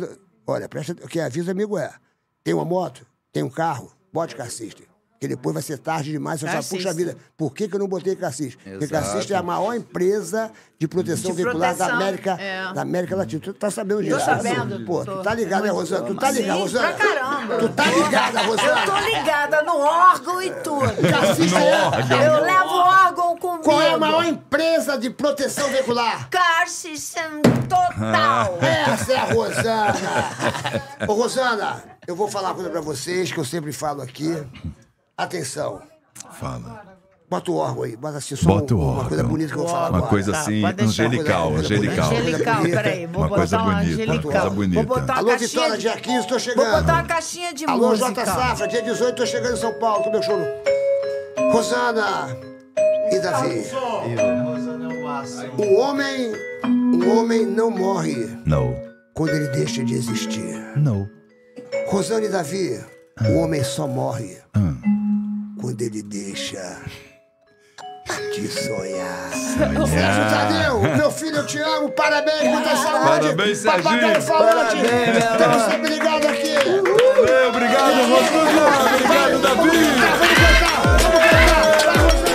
Olha, presta que avisa, amigo, é. Tem uma moto, tem um carro, bote Cacixa. Porque depois vai ser tarde demais, você vai falar, Cacixa. puxa vida, por que, que eu não botei Cacixa? Porque Exato. Cacixa é a maior empresa de proteção De veicular da proteção, América, é. da América Latina. Tu tá sabendo disso? sabendo, Pô, tô. tu tá ligado, né, Rosana? Tu tá ligado, Sim, Rosana? pra caramba. Tu tá ligada, Rosana? Eu tô ligada no órgão e tudo. Cacixa é... Eu levo o órgão comigo. Qual é a maior empresa de proteção veicular? Carciça total. Ah, Essa é a Rosana! Ô, Rosana, eu vou falar uma coisa pra vocês que eu sempre falo aqui. Atenção. Fala. Bota o órgão aí. Bota, assim, só Bota o uma órgão. coisa bonita que eu vou falar Uma agora. coisa Tá, assim, pode deixar. angelical, Uma coisa angelical. Angelical, bonita. peraí. Vou Uma coisa botar uma bonita, uma angelical. coisa bonita. Vou botar uma Alô, caixinha Vitória, de- dia 15, tô Vou chegando. botar uma caixinha de Alô, música. Jota Safra, dia 18, tô chegando em São Paulo, tô meu choro. Rosana e Davi. O homem, o homem não morre Não, quando ele deixa de existir. não. Rosana e Davi, o homem só morre quando ele deixa de sonhar. Ô, Sérgio Tadeu, meu filho, eu te amo, parabéns, muita saúde. tá Parabéns, Papagaio Serginho. falante, estamos sempre ligados aqui. Valeu, obrigado, Rosana. Obrigado, Davi. Vamos cantar, vamos cantar, pra Rosana.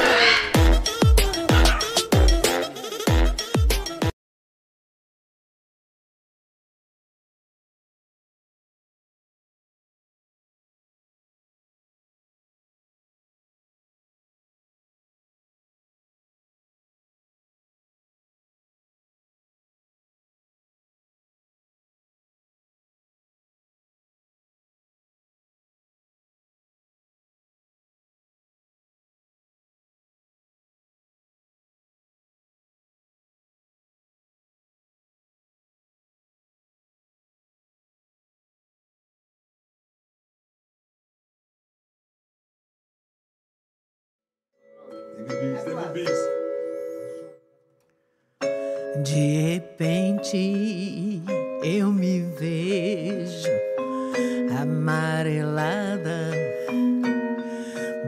De repente eu me vejo amarelada,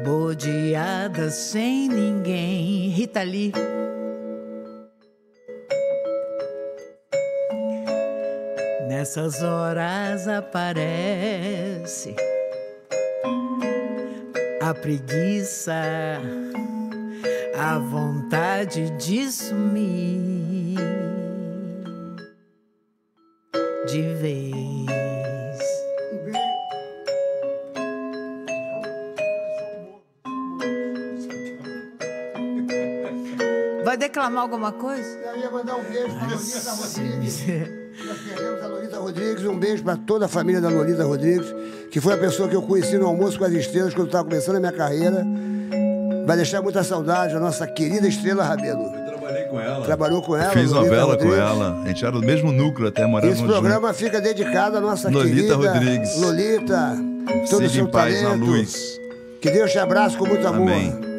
bodeada sem ninguém. Rita Lee. Nessas horas aparece a preguiça a vontade de sumir de vez. Vai declamar alguma coisa? Eu ia mandar um beijo pra Lolita Rodrigues. Nós perdemos a Lolita Rodrigues. Um beijo pra toda a família da Lolita Rodrigues, que foi a pessoa que eu conheci no Almoço com as Estrelas quando estava começando a minha carreira. Vai deixar muita saudade a nossa querida Estrela Rabelo. Trabalhei com ela. Trabalhou com ela. Fiz Lolita novela com Rodrigues. ela. A gente era do mesmo núcleo até, morávamos Esse juntos. programa fica dedicado à nossa Lolita querida Rodrigues. Lolita. é Todo o Siga seu em paz talento. na luz. Que Deus te abrace com muito amor. Amém.